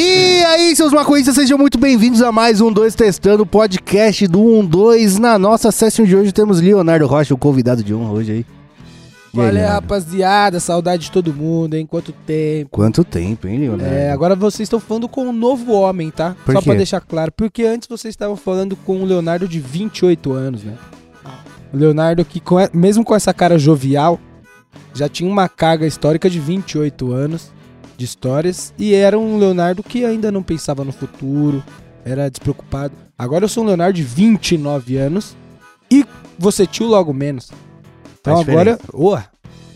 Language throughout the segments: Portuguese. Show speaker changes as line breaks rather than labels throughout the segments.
aí, seus maconhistas, sejam muito bem-vindos a mais um 2 Testando, podcast do 12. Na nossa session de hoje temos Leonardo Rocha, o convidado de honra hoje aí. E aí,
Olha,
Leonardo?
rapaziada, saudade de todo mundo, hein? Quanto tempo.
Quanto tempo, hein, Leonardo?
É, agora vocês estão falando com um novo homem, tá?
Por
Só
quê?
pra deixar claro, porque antes vocês estavam falando com um Leonardo de 28 anos, né? O Leonardo que, com e- mesmo com essa cara jovial, já tinha uma carga histórica de 28 anos de histórias e era um Leonardo que ainda não pensava no futuro, era despreocupado. Agora eu sou um Leonardo de 29 anos e você tio logo menos. Então
Faz
agora, oh,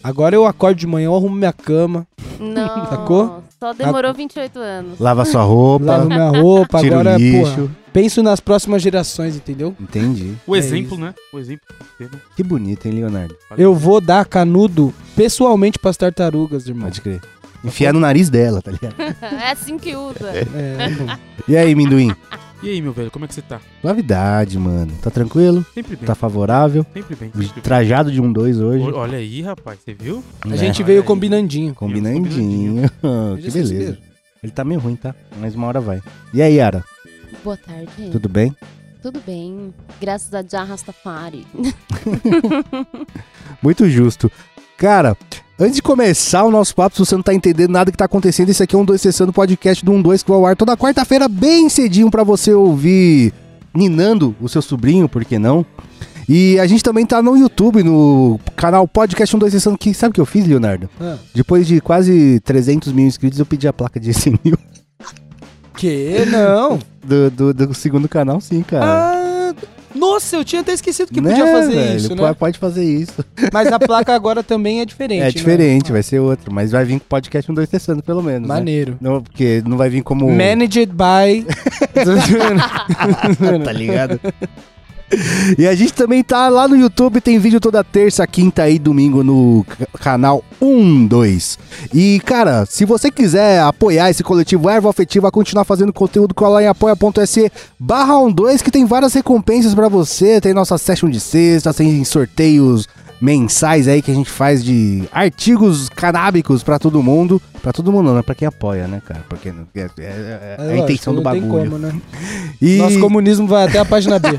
agora eu acordo de manhã, eu arrumo minha cama,
Não.
Sacou? Ah.
Só demorou 28 anos.
Lava sua roupa,
lavo minha roupa,
tira
agora,
o
porra,
lixo.
penso nas próximas gerações, entendeu?
Entendi.
O
É
exemplo,
isso.
né? O exemplo.
Que bonito, hein, Leonardo?
Olha
Eu vou dar canudo pessoalmente pras tartarugas, irmão.
Pode crer. Enfiar no nariz dela, tá ligado?
É assim que usa.
É, irmão.
E aí, Minduim?
E aí, meu velho, como é que você tá?
Suavidade, mano. Tá tranquilo?
Sempre bem,
Tá favorável?
sempre bem. sempre bem.
Trajado de um 2 hoje.
O- Olha aí, rapaz, você viu?
A
né?
gente
Olha
veio
aí.
combinandinho.
Combinandinho. que beleza. Ele tá meio ruim, tá? Mas uma hora vai. E aí, Yara?
Boa tarde. Tudo,
Tudo bem?
bem? Graças a Jah Rastafari.
Muito justo. Cara, antes de começar o nosso papo, se você não tá entendendo nada que tá acontecendo, esse aqui é um 2 Sessando podcast do 12 que vai ao ar toda quarta-feira, bem cedinho pra você ouvir Ninando, o seu sobrinho, por que não? E a gente também tá no YouTube, no canal Podcast 12 Sessando, que sabe o que eu fiz, Leonardo?
Ah,
Depois de quase 300 mil inscritos, eu pedi a placa de 100 mil
que? Não.
do, do- do segundo canal, sim, cara.
Ah, nossa, eu tinha até esquecido que
É. Né,
podia fazer
velho?
isso,
Po-
né?
Pode fazer isso.
Mas a placa agora também é diferente.
é
né?
diferente,
Ah,
vai ser outro. Mas vai vir com o podcast 12 Sessando, pelo menos. né?
Maneiro.
Não, porque não vai vir como.
Managed by. É
tá ligado? E a gente também tá lá no YouTube, tem vídeo toda terça, quinta e domingo no ca- canal 12. E, cara, se você quiser apoiar esse coletivo Erva Afetiva a continuar fazendo conteúdo, cola em apoia.se barra 12, que tem várias recompensas pra você. Tem nossa session de sexta, tem sorteios mensais aí que a gente faz de artigos canábicos pra todo mundo. Pra todo mundo não, é pra quem apoia, né, cara? Porque é, é- é- é a
Lógico,
intenção do
não tem
bagulho.
como, né?
E-
Nosso comunismo vai até a página B.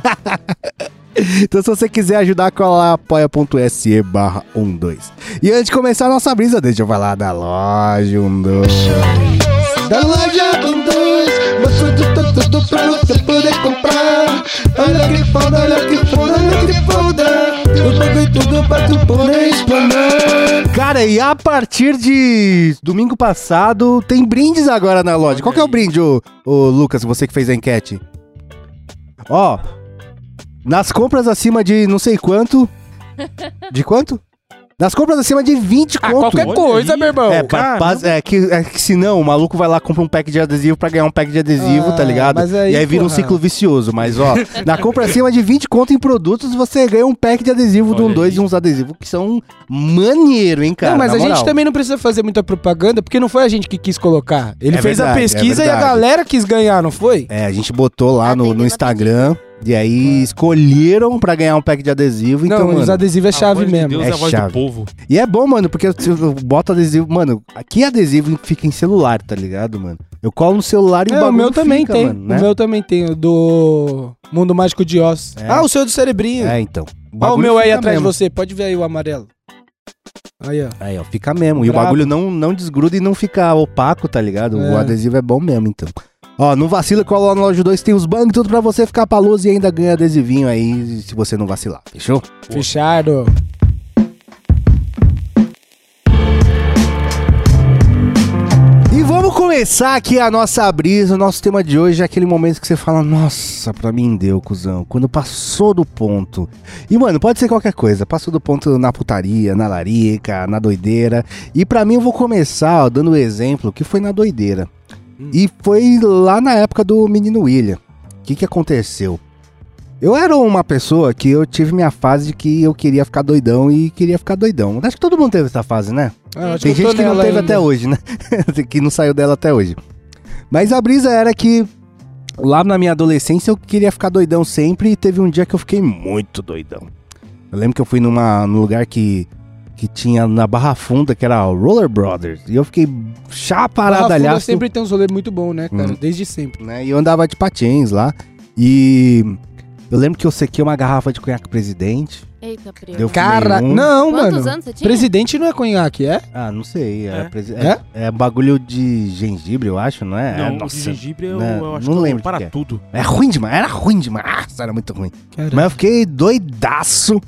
Então se você quiser ajudar, cola lá apoia.se barra 12. E antes de começar a nossa brisa, deixa eu falar da loja 12.
da loja com dois, mas tudo tanto pra você poder comprar. Olha que foda, olha que foda, olha que foda. Eu paguei tudo pra tu poder explanar.
Cara, e a partir de domingo passado, tem brindes agora na loja.
Olha
Qual que é o
aí.
brinde, ô, ô, Lucas, você que fez a enquete? Ó, nas compras acima de não sei quanto... De quanto? Nas compras acima de 20
Ah,
conto.
qualquer
Olha
coisa,
aí.
meu irmão.
É, pra-
Caramba.
pra- é que, é que senão o maluco vai lá, compra um pack de adesivo pra ganhar um pack de adesivo,
Ah,
tá ligado?
mas aí,
e aí vira um
porra.
ciclo vicioso. Mas, ó, na compra acima de 20 conto em produtos, você ganha um pack de adesivo de um
Olha
2
aí.
e uns adesivos que são maneiro, hein, cara?
não, mas
na
a gente
moral.
também não precisa fazer muita propaganda, porque não foi a gente que quis colocar. Ele
É
fez
verdade, é
a pesquisa e a
verdade.
galera quis ganhar, não foi?
É, a gente botou lá no, no
Atendendo a
Instagram e aí escolheram pra ganhar um pack de adesivo.
não,
Então, mano,
os adesivos é chave
a voz
mesmo.
De Deus
É
é a voz
chave.
do povo.
E é bom, mano, porque eu, eu boto adesivo. Mano, aqui adesivo fica em celular, tá ligado, mano? Eu colo no celular e o
É,
bagulho
o meu
fica,
também tem.
mano, né?
O meu também tem, o do Mundo Mágico de Oz.
É.
Ah, o seu do cerebrinho.
É, então.
ah, o
bagulho
meu aí
fica
atrás
mesmo.
de você. Pode ver aí o amarelo. Aí, ó.
Aí, ó, fica mesmo. E o
Brabo.
bagulho não, não desgruda e não fica opaco, tá ligado? O
É.
adesivo é bom mesmo, então. Ó, não vacila, cola lá no Loja 2, tem os bang, tudo pra você ficar pra luz e ainda ganha adesivinho aí, se você não vacilar, fechou?
Fechado.
E vamos começar aqui a nossa brisa, o nosso tema de hoje é aquele momento que você fala, nossa, pra mim deu, cuzão, quando passou do ponto. E, mano, pode ser qualquer coisa, passou do ponto na putaria, na larica, na doideira. E pra mim eu vou começar, ó, dando o exemplo que foi na doideira.
Hum.
E foi lá na época do menino William. O que que aconteceu? Eu era uma pessoa que eu tive minha fase de que eu queria ficar doidão e queria ficar doidão. Acho que todo mundo teve essa fase, né?
Ah, acho
Tem
eu tô
gente que não
nela
teve
ainda.
até hoje, né? que não saiu dela até hoje. Mas a brisa era que lá na minha adolescência eu queria ficar doidão sempre e teve um dia que eu fiquei muito doidão. Eu lembro que eu fui numa, num lugar que, que tinha na Barra Funda, que era o Roller Brothers. E eu fiquei
Barra é
chaparadalhaço.
sempre tem uns rolês muito bons, né, cara?
Hum.
Desde sempre.
né? E eu andava de patins lá. E eu lembro que eu sequei uma garrafa de conhaque presidente.
Eita, Priu.
Deu
Cara,
Nenhum.
não,
Quantos
mano.
anos você tinha?
Presidente não é conhaque, é?
Ah, não sei. É,
É?
presi- é- é bagulho de gengibre, eu acho, não é? é,
não, o de
nossa.
gengibre eu,
Né,
eu acho
não
que
lembro o que
para
que é.
tudo.
É ruim demais, era ruim demais. Nossa, era muito ruim. Mas eu
Caramba.
fiquei doidaço.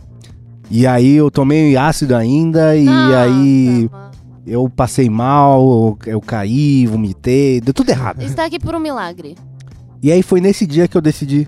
E aí eu tomei ácido ainda, e
Nossa,
aí
mano.
eu passei mal, eu caí, vomitei, deu tudo errado.
Está aqui por um milagre.
E aí foi nesse dia que eu decidi,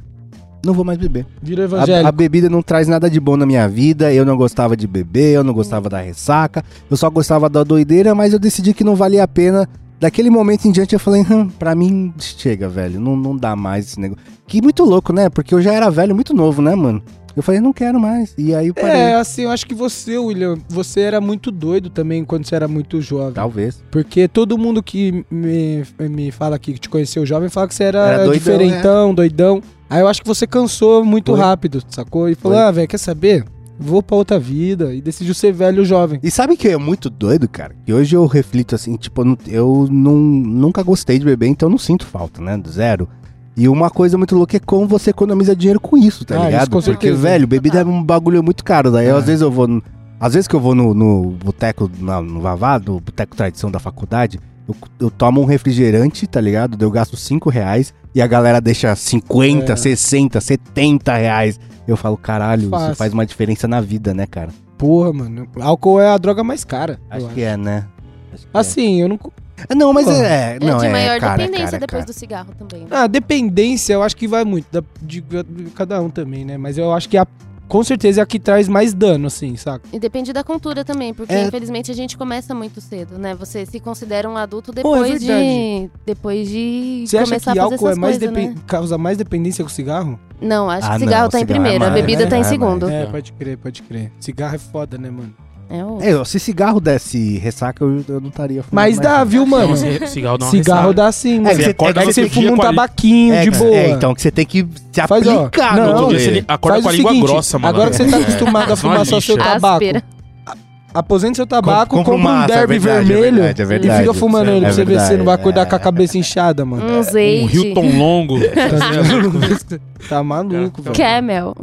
não vou mais beber. A,
Virou
a
evangélico.
bebida não traz nada de bom na minha vida, eu não gostava de beber, eu não gostava da ressaca, eu só gostava da doideira, mas eu decidi que não valia a pena. Daquele momento em diante eu falei, hum, pra mim chega, velho, não, não dá mais esse negócio. Que muito louco, né? Porque eu já era velho, muito novo, né, mano? Eu falei, não quero mais. E aí eu parei.
É, assim, eu acho que você, William, você era muito doido também quando você era muito jovem.
Talvez.
Porque todo mundo que me, me fala aqui, que te conheceu jovem, fala que você era,
Era doidão, né?
diferentão, doidão. Aí eu acho que você cansou muito
Foi.
rápido, sacou? E falou,
Foi.
ah, velho, quer saber? Vou pra outra vida. E decidiu ser velho jovem.
E sabe que é muito doido, cara? Que hoje eu reflito assim, tipo, eu, não- eu não- nunca gostei de beber, então eu não sinto falta, né? Do zero. E uma coisa muito louca é como você economiza dinheiro com isso, tá
Ah, isso
ligado?
com
Porque,
certeza.
velho, bebida é um bagulho muito caro. Daí
É.
às vezes eu vou. no- Às vezes que eu vou no, no boteco, na- no Vavado, boteco tradição da faculdade, eu, eu tomo um refrigerante, tá ligado? Daí Eu gasto 5 reais e a galera deixa 50,
É.
60, 70 reais. Eu falo, caralho,
Fácil.
isso faz uma diferença na vida, né, cara?
Porra, mano. Álcool é a droga mais cara. eu
Acho
acho.
que é, né? Acho que é.
Assim, eu não. co-
É, Não, mas
Pô.
é. é,
é
Não,
de
é,
maior
cara,
dependência
cara,
depois
cara.
do cigarro também. né?
Ah, dependência, eu acho que vai muito. da- de, de cada um também, né? Mas eu acho que a- com certeza é a que traz mais dano, assim, saca?
E depende da cultura também, porque
É.
infelizmente a gente começa muito cedo, né? Você se considera um adulto
Pô, é
depois de.
verdade.
Depois de
Você acha
começar
que
a fazer
álcool é
essas
mais
coisas, né?
depen- causa mais dependência que o cigarro?
Não, acho
Ah,
que cigarro
não,
tá em
cigarro é
primeiro, a
mais,
bebida tá
é
em
mais.
segundo.
É,
Tá.
pode crer, pode crer. Cigarro é foda, né, mano?
É o-
É, se cigarro desse ressaca, eu, eu não estaria fumando.
Mas
mais,
dá,
não.
viu, mano?
Não, ci- cigarro dá uma
Cigarro
ressaca.
dá sim, mano.
que você- é
acorda
Aí
que
no
você
outro
fuma
dia
um
com a li-
tabaquinho
É,
de
cara,
boa.
é, então, que você tem que se
Faz, ó,
aplicar no
não,
No outro
rolê.
dia você li- acorda
Faz
com a
o
língua
seguinte,
grossa, mano.
Agora que você tá
É.
acostumado a
Faz uma
fumar só seu
Tá
lixa.
tabaco.
Áspera.
Aposente seu
Com-
tabaco, compra, um
maço, é
derby
verdade, é
vermelho
verdade, é
e
verdade.
fica fumando ele
É
pra você ver se você não vai acordar
verdade,
com a cabeça inchada, mano.
É,
Um
Um
azeite.
Hilton longo.
tá maluco,
Cara,
velho.
Camel.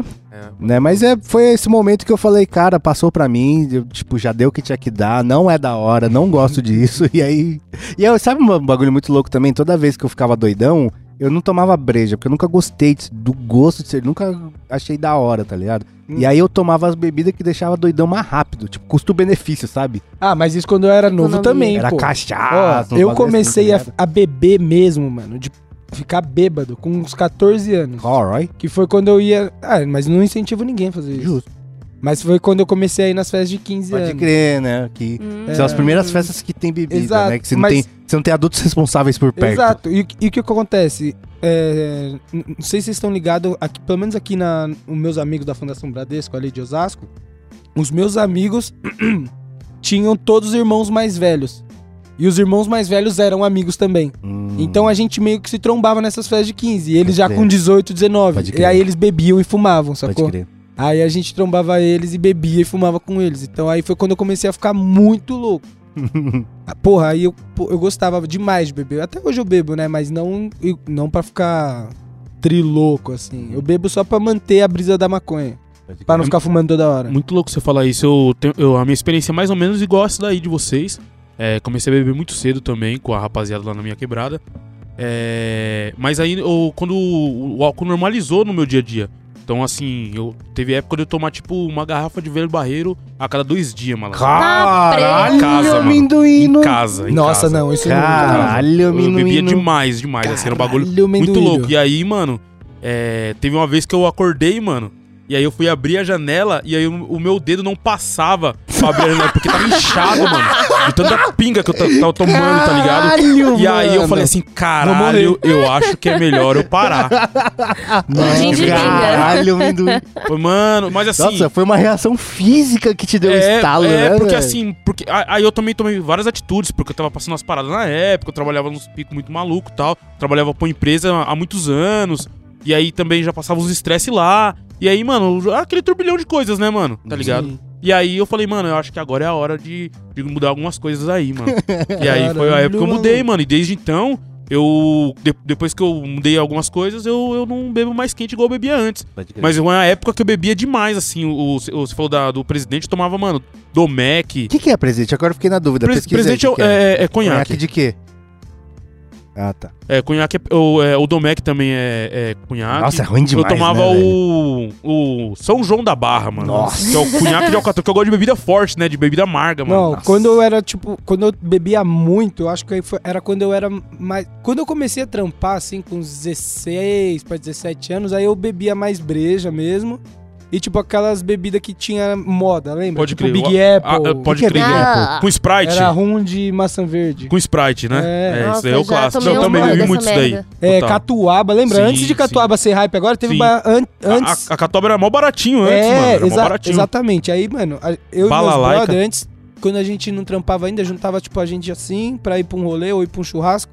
Né? Mas é, foi esse momento que eu falei, cara, passou pra mim, eu, tipo, já deu o que tinha que dar, não é da hora, não gosto disso. E aí. E eu, sabe um bagulho muito louco também? Toda vez que eu ficava doidão, eu não tomava breja, porque eu nunca gostei de- do gosto de ser, nunca achei da hora, tá ligado?
Hum.
E aí eu tomava as bebidas que deixava doidão mais rápido, tipo, custo-benefício, sabe?
Ah, mas isso quando eu era novo
Economia.
também,
Era
pô.
cachaça.
Ó,
um
eu
bagulho
comecei
assim,
a, a beber mesmo, mano, de ficar bêbado com uns 14 anos.
Alright.
Que foi quando eu ia. Ah, mas não incentivo ninguém a fazer isso.
Justo.
Mas foi quando eu comecei a ir nas festas de 15
Pode
anos.
crer, né? Que
Hum.
são as primeiras festas que tem bebida,
É. Exato,
né? Que você não,
mas-
tem, você não tem adultos responsáveis por perto.
Exato. E, o que- e o que acontece? É, n- não sei se vocês estão ligados, aqui, pelo menos aqui na, os meus amigos da Fundação Bradesco, ali de Osasco, os meus amigos tinham todos irmãos mais velhos. E os irmãos mais velhos eram amigos também.
Hum,
Então a gente meio que se trombava nessas festas de 15. E eles já
Pode
com
crer.
18,
Pode
19. E
crer.
aí eles bebiam e fumavam,
pode
sacou?
crer.
Aí a gente trombava eles e bebia e fumava com eles. Então aí foi quando eu comecei a ficar muito louco. Ah, Porra, aí eu, pô, eu gostava demais de beber. Até hoje eu bebo, né? Mas não, eu- não pra ficar triloco, assim. Eu bebo só pra manter a brisa da maconha.
Pode
Pra
crer.
não ficar fumando toda hora.
É Muito louco você falar isso. Eu tenho- eu- a minha experiência é mais ou menos igual essa daí de vocês. É, comecei a beber muito cedo também, com a rapaziada lá na minha quebrada. É, mas aí, eu- quando o, o álcool normalizou no meu dia a dia. Então, assim, eu teve época de eu tomar, tipo, uma garrafa de velho barreiro a cada dois dias, malandro.
Caralho,
Em casa, mano.
amendoino.
Em casa, em
Nossa,
casa.
não, isso não.
Caralho,
Eu
amendoino.
bebia demais, demais. Assim, era um bagulho
Caralho,
muito
amendoim.
louco. E aí, mano, é, teve uma vez que eu acordei, mano. E aí eu fui abrir a janela e aí o, o meu dedo não passava pra abrir a janela, porque tava inchado, mano. De tanta pinga que eu ta- tava tomando, tá ligado?
Caralho,
E aí eu
mano.
falei assim, caralho, eu acho que é melhor eu parar.
Gente,
Caralho, amendoim.
Foi, mano, mas assim.
Nossa, foi uma reação física que te deu estalo, né?
é, porque
velho?
assim, porque a- aí eu também tomei várias atitudes, porque eu tava passando umas paradas na época, eu trabalhava nos picos muito maluco e tal, trabalhava pra uma empresa há muitos anos, e aí também já passava uns estresse lá, e aí, mano, aquele turbilhão de coisas, né, mano? Tá ligado?
Sim.
E aí eu falei, mano, eu acho que agora é a hora de, de mudar algumas coisas aí, mano. e aí foi a época que eu mudei, mano. E desde então, eu. de- depois que eu mudei algumas coisas, eu, eu não bebo mais quente igual eu bebia antes.
Pode crer.
Mas foi uma época que eu bebia demais, assim. O, o, você falou da- do presidente, eu tomava, mano, Domec.
O que, que é presidente? Agora eu fiquei na dúvida.
Pres-
Pesquisei
presidente é,
o que que é.
é, é conhaque.
Conhaque de quê? Ah, tá.
É, conhaque é, o, é, o Domec também é, é conhaque.
Nossa, é ruim demais,
eu tomava
né, velho?
o, o São João da Barra, mano.
Nossa.
Que é o cunhaque de alcatrão, que eu gosto de bebida forte, né? De bebida amarga, mano.
Não,
Nossa.
quando eu era, tipo, quando eu bebia muito, eu acho que aí foi- era quando eu era mais. Quando eu comecei a trampar, assim, com uns 16 pra 17 anos, aí eu bebia mais breja mesmo. E, tipo, aquelas bebidas que tinha moda, lembra?
Pode
tipo,
crer.
Big
Ah,
Apple.
ah, pode
Que que é
crer.
Big
Ah.
Com Sprite.
Era rum de maçã verde.
Com Sprite, né?
É.
É, isso
Nossa,
daí é
eu
o
já
clássico.
tomei
Eu
umas
também
dessa
bebi muito isso daí.
merda.
É,
Total.
catuaba, lembra?
Sim,
antes de catuaba ser hype agora, teve
Sim.
ba- an-
A-
antes.
A, a Catoba era mó baratinho antes,
É,
mano. Era mó
É, exa-
baratinho.
Exatamente. Aí, mano, a- eu e meus
Balalaica.
brother, antes, quando a gente não trampava ainda, juntava, tipo, a gente assim, pra ir pra um rolê ou ir pra um churrasco.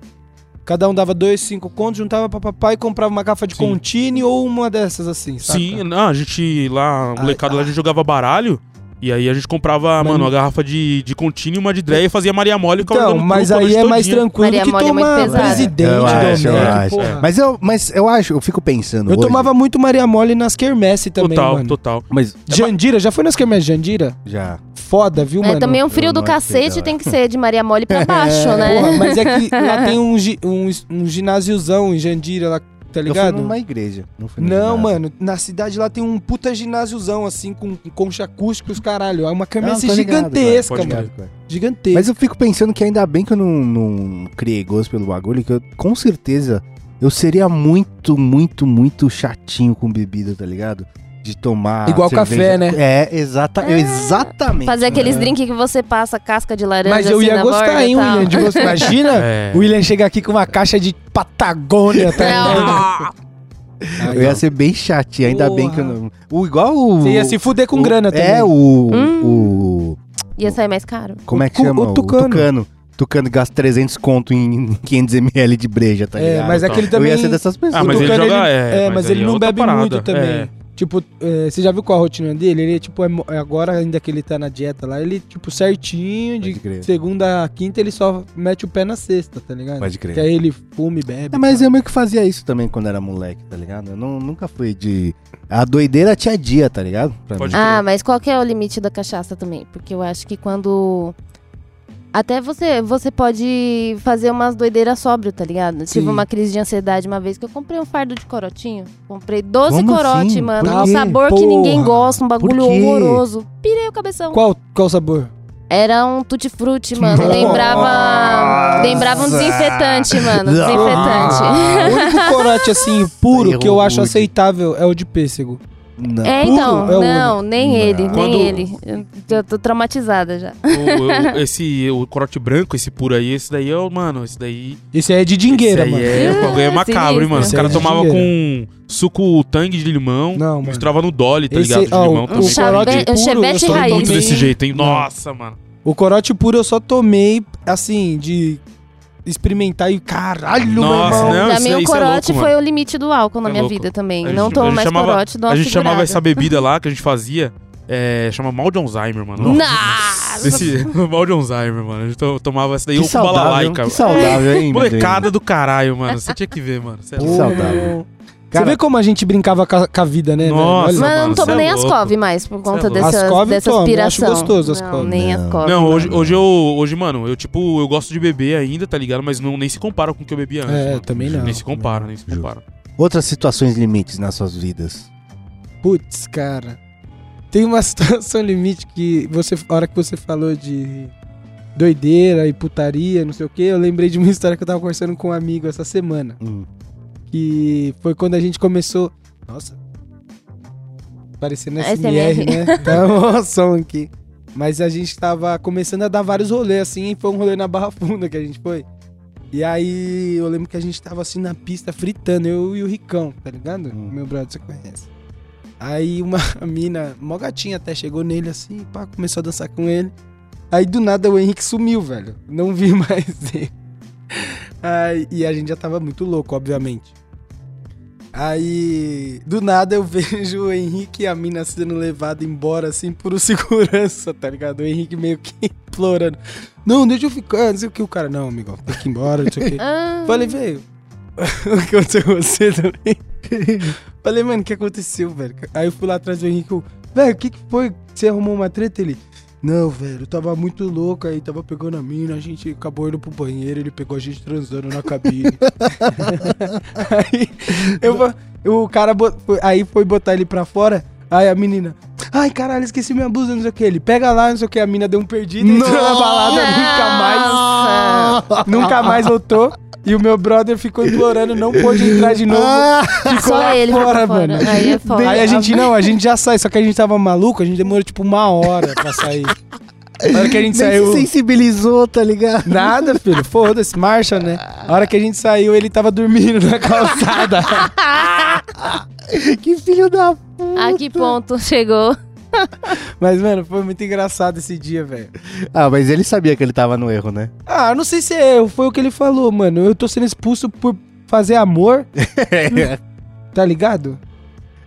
Cada um dava dois, cinco contos, juntava pra papai e comprava uma garrafa de
Sim.
Contini ou uma dessas assim, saca?
Sim, não, a gente lá, o
Ai,
molecado lá, a
ah.
gente jogava baralho. E aí a gente comprava,
Mas
mano,
não-
uma garrafa de, de contínuo, uma de dreia e fazia Maria Mole e ficava
Então,
jogando
mas
truco a
aí
noite
é mais
todinha.
tranquilo
Maria
que
Mole é muito
tomar
pesada.
presidente,
Eu acho, eu
Domec,
acho.
porra.
Mas eu, mas eu acho, eu fico pensando.
Eu
hoje-
tomava muito Maria Mole nas quermesse também,
Total,
mano.
total.
Mas
Jandira, já Tá foi nas quermesse de Jandira?
já.
Foda, viu,
É,
mano?
também é um frio
Pelo
do
amor de
cacete,
Deus,
tem que ser de Maria Mole pra baixo,
É,
né?
Porra, mas é que lá tem um, gi- um, es- um ginásiozão em Jandira, lá, tá
Eu
ligado?
fui numa igreja. Não, fui no
Não,
ginásio.
mano, na cidade lá tem um puta ginásiozão, assim, com com concha acústica, os caralho. É uma
Não,
quermesse
tô ligado,
gigantesca,
claro, pode
mano.
crer, claro.
Gigantesca.
Mas eu fico pensando que ainda bem que eu não, não criei gosto pelo bagulho, que eu, com certeza eu seria muito, muito, muito chatinho com bebida, tá ligado? De tomar.
Igual café, né?
É, exata, exatamente.
Ah, Fazer aqueles drinks que você passa casca de laranja.
Mas eu
assim,
ia
na
gostar,
borda e
hein,
tal.
William? de gostar. Imagina
É.
o William chega aqui com uma caixa de Patagônia, tá ligado?
Ah,
Eu ia ser bem chatinho, ainda bem que eu não. O, igual o.
Você ia se fuder com
o-
grana também.
É, o.
Hum.
O.
Ia sair mais caro.
Como é que
O cu-
chama?
o tucano.
tucano. Tucano gasta 300 conto em 500ml de breja, tá
É,
ligado?
mas
Então,
aquele
eu
também...
ia ser dessas pessoas.
Ah, mas ele
Tucano,
joga.
É, mas,
aí
ele
é
não
outra
bebe
parada.
muito também.
É.
Tipo, é, você já viu qual a rotina dele? Ele, tipo, é mo- é agora ainda que ele tá na dieta lá, ele, tipo, certinho,
Pode
de
crer.
segunda a quinta, ele só mete o pé na sexta, tá ligado?
Pode crer.
Que aí ele fuma e bebe.
É, mas
tá?
eu meio que fazia isso também quando era moleque, tá ligado? Eu não- nunca fui de. A doideira tinha dia, tá ligado? Pra
Pode
mim.
Ah, mas qual que é o limite da cachaça também? Porque eu acho que quando. Até você, você pode fazer umas doideiras sóbrio, tá ligado?
Sim.
Tive uma crise de ansiedade uma vez que eu comprei um fardo de corotinho. Comprei 12
Como
corote,
assim?
mano.
Por
Um
quê?
sabor que
Porra!
ninguém gosta, um bagulho
quê?
horroroso. Pirei o cabeção.
Qual, qual o sabor?
Era um tutti-frutti, mano.
Nossa!
Lembrava. Lembrava um desinfetante, mano. Desinfetante.
o único corote, assim, puro,
é
Errou
que eu acho
rude.
aceitável é o de pêssego.
Não.
É,
Puro?
então.
É o
não, nem
Não.
ele,
Quando-
nem ele. Eu- Eu tô traumatizada já.
É, O, o- esse, o corote branco, esse puro aí, esse daí é o. Mano, esse daí.
Esse aí é de dingueira,
esse
mano.
aí é. O bagulho é
Ah,
macabro, hein, mano. Os
sinistro.
caras
Esse é
tomavam com
dingueira.
suco tangue de limão.
Não, mano.
Misturava no Dolly, tá
Esse- é,
ligado? De
ó,
limão
o
também.
chá-
porque-
Chave-
puro,
o
eu
chevette
sou
raiz.
Muito
Sim.
desse jeito, hein?
Não.
Nossa, mano.
O corote puro eu só tomei, assim, de experimentar e caralho,
Nossa,
meu irmão.
né? Não,
pra
isso
mim,
é-
o
isso é
corote
louco,
foi o limite do álcool na
É
minha
louco.
vida também.
A gente-
não
a
tomo
gente
mais
chamava-
corote, dou uma
A gente chamava
segurada.
essa bebida lá que a gente fazia. É, chama mal de Alzheimer, mano.
Nossa!
Esse mal de Alzheimer, mano. A gente to- tomava essa daí
Que
ou com
saudável,
balalaica.
que saudável, hein? meu Deus?
Molecada do caralho, mano. Você tinha que ver, mano. Cê é
Que
louco.
saudável.
meu.
Cara-
Você vê como a gente brincava com a, com a vida, né? velho?
Nossa,
Olha-
Mano, eu
mano,
não
cê
tomo
é
nem
louco.
Ascov mais, por
é
conta
louco.
dessas,
Ascov eu
dessa
tomo, eu acho
aspiração.
gostoso
não,
Ascov.
nem
Não.
Ascov.
Não, hoje, hoje eu. Hoje, mano, eu tipo, eu gosto de beber ainda, tá ligado? Mas não, nem se compara com o que eu bebia antes.
É,
mano.
também não.
Nem se compara, nem se compara.
Outras situações limites nas suas vidas.
Putz, cara. Tem uma situação limite que você, a hora que você falou de doideira e putaria, não sei o quê, eu lembrei de uma história que eu tava conversando com um amigo essa semana.
Hum.
Que foi quando a gente começou. Nossa. Parecendo SMR,
SMR.
né? Tá um som aqui. Mas a gente tava começando a dar vários rolês, assim, e foi um rolê na Barra Funda que a gente foi. E aí eu lembro que a gente tava assim na pista fritando, eu e o Ricão, tá ligado?
Hum.
Meu brother, você conhece. Aí uma mina, mó gatinha até, chegou nele assim, pá, começou a dançar com ele. Aí do nada o Henrique sumiu, velho. Não vi mais ele. Aí, e a gente já tava muito louco, obviamente. Aí, do nada, eu vejo o Henrique e a mina sendo levado embora, assim, por um segurança, tá ligado? O Henrique meio que implorando. Não, deixa eu ficar, não sei o que. O cara, não, amigo, tem que ir embora, não sei o que.
Ah,
Falei, velho, o que aconteceu com você também? Falei, mano, o que aconteceu, velho? Aí eu fui lá atrás do Henrique, eu, velho, o que, que foi? Você arrumou uma treta? Ele, não, velho, eu tava muito louco aí, tava pegando a mina, a gente acabou indo pro banheiro, ele pegou a gente transando na cabine. aí eu, fa- eu- o cara bot- foi- aí foi botar ele pra fora, aí a menina, ai caralho, esqueci minha blusa, não sei o que. Ele pega lá, não sei o que, a mina deu um perdido, entrou na balada, nunca mais.
Nossa.
Nunca mais voltou. E o meu brother ficou implorando, não pôde entrar de novo.
Ah,
ficou
Só
lá
ele foi pra
fora,
fora.
mano.
Aí é foda.
Aí a gente, não, a gente já sai, só que a gente tava maluco, a gente demorou tipo uma hora pra sair. Na hora que a gente
Nem
saiu.
se sensibilizou, tá ligado?
Nada, filho, foda-se, marcha, né? A hora que a gente saiu, ele tava dormindo na calçada.
Que filho da
A que ponto chegou?
Mas, mano, foi muito engraçado esse dia, velho.
Ah, mas ele sabia que ele tava no erro, né?
Ah, não sei se é, eu, foi o que ele falou, mano. Eu tô sendo expulso por fazer amor,
É.
tá ligado?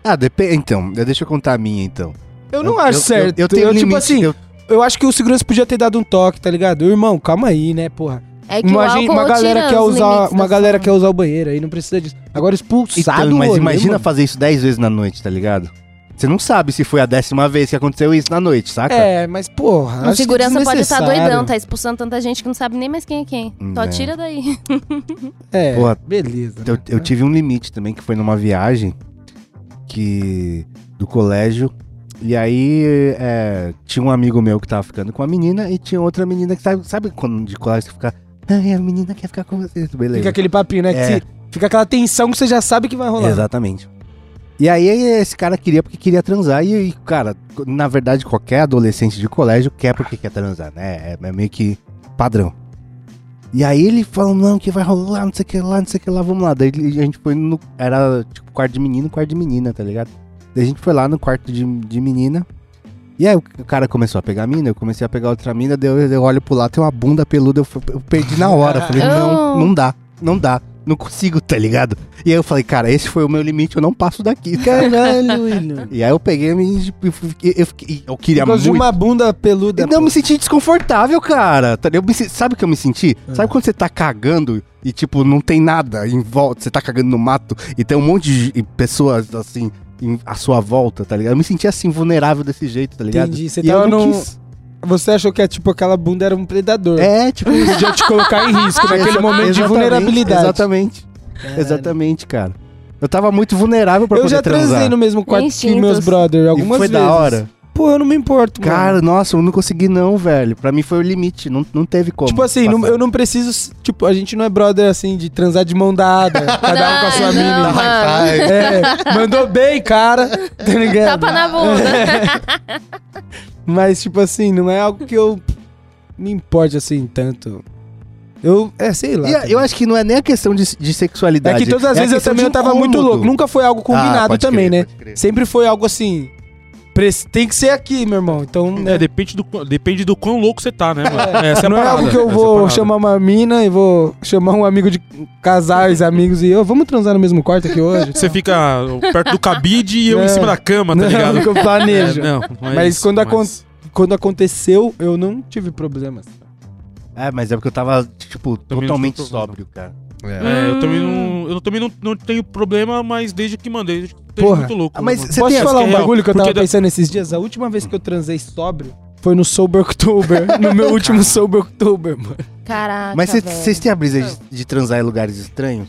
ah, depende. Então, deixa eu contar a minha, então.
Eu não acho certo.
Eu, tenho
tipo
limite,
assim,
eu- então,
Eu acho que o segurança podia ter dado um toque, tá ligado? Irmão, calma aí, né, porra.
É que o
Uma, gente-
álcool
uma galera
tira
quer
os
usar,
limites
uma
da
galera
sua-
quer usar o banheiro aí, não precisa disso. Agora expulsado,
Então, mas
olha,
imagina
mano.
fazer isso 10 vezes na noite, tá ligado? Você não sabe se foi a décima vez que aconteceu isso na noite, saca?
É, mas porra.
Um segurança pode estar doidão,
doidando,
tá expulsando tanta gente que não sabe nem mais quem é quem. Só
Né.
É.
tira daí.
É,
Porra,
beleza.
Eu,
né?
eu tive um limite também, que foi numa viagem que do colégio. E aí é, tinha um amigo meu que tava ficando com a menina e tinha outra menina que sabe, sabe quando de colégio você fica. Ai, a menina quer ficar com você. Beleza.
Fica aquele papinho, né? que
É.
se- fica aquela tensão que você já sabe que vai rolar.
Exatamente. E aí esse cara queria porque queria transar e, e, cara, na verdade qualquer adolescente de colégio quer porque quer transar, né? É, é meio que padrão. E aí ele falou, não, que vai rolar, não sei o que lá, não sei o que lá, vamos lá. Daí ele- a gente foi no... Era, tipo, quarto de menino, quarto de menina, tá ligado? Daí a gente foi lá no quarto de, de menina. E aí o cara começou a pegar a mina, eu comecei a pegar outra mina, daí eu, eu olho pro lado, tem uma bunda peluda, eu, f- eu perdi na hora. Falei, não,
Oh.
não dá, não dá, não consigo, tá ligado? E aí eu falei, cara, esse foi o meu limite, eu não passo daqui.
Caralho, William.
E aí eu peguei a menina e eu, fiquei- eu, fiquei- eu
Por
queria
causa de
muito.
uma bunda peluda.
Eu não
pô.
me senti desconfortável, cara. tá- Eu me se- sabe o que eu me senti?
É.
Sabe quando você tá cagando e, tipo, não tem nada em volta, você tá cagando no mato e tem um monte de de pessoas, assim, em- à sua volta, tá ligado? Eu me senti, assim, vulnerável desse jeito, tá ligado?
Entendi, você
E eu
tava
não
num-
quis-
Você achou que é, tipo aquela bunda era um predador.
É, tipo... isso.
Podia te colocar em risco naquele
Exa-
momento de
exatamente,
vulnerabilidade.
Exatamente, exatamente, cara. Eu tava muito vulnerável pra
eu
poder
já transei
transar.
no mesmo quarto que
Instintos.
meus brother
E
algumas
foi
vezes.
da hora.
Pô, eu não me importo, mano.
Cara, nossa, eu não consegui não, velho. Pra mim foi o limite, não, não teve como.
Tipo assim, não-
passar.
eu não preciso. Tipo, a gente não é brother assim de transar de mão dada, cada um com a sua
Não,
mina.
não, mano.
É, mandou bem, cara. Tá ligado?
Tapa na
É.
bunda.
Mas, tipo assim, não é algo que eu me importe assim tanto. Eu, é, sei lá.
E a- eu acho que não é nem a questão de, de
é
sexualidade.
que todas as
a
vezes eu
questão
também eu
de um
tava muito
incômodo.
louco. Nunca foi algo
Ah,
combinado
pode
também,
crer,
né?
pode crer.
Sempre foi algo assim. pre- Tem que ser aqui, meu irmão. Então,
Uhum.
É, depende do, qu- depende do quão louco você tá, né, mano? Essa é a
Não é
parada,
algo que eu
essa é a
vou
parada.
chamar uma mina e vou chamar um amigo de casais, amigos e eu. Vamos transar no mesmo quarto aqui hoje?
Você fica perto do cabide e eu
É.
em cima da cama, tá
Não,
ligado?
que eu planejo.
É, não,
Mas quando
acontece.
Quando aconteceu, eu não tive problemas.
É, mas é porque eu tava, tipo,
Também não
totalmente
tive problema.
sóbrio, cara.
É,
Hum.
eu também, não, eu também não, não tenho problema, mas desde que mandei, desde que esteja
Porra.
muito louco.
Ah, mas
mano.
Você
Posso
tem
te
essa
falar
que
um
é real?
bagulho que eu tava
Porque da-
pensando esses dias? A última vez que eu transei sóbrio foi no Sober October, no meu último Sober October, mano.
Caraca.
mas
velho.
vocês têm a brisa de, de transar em lugares estranhos?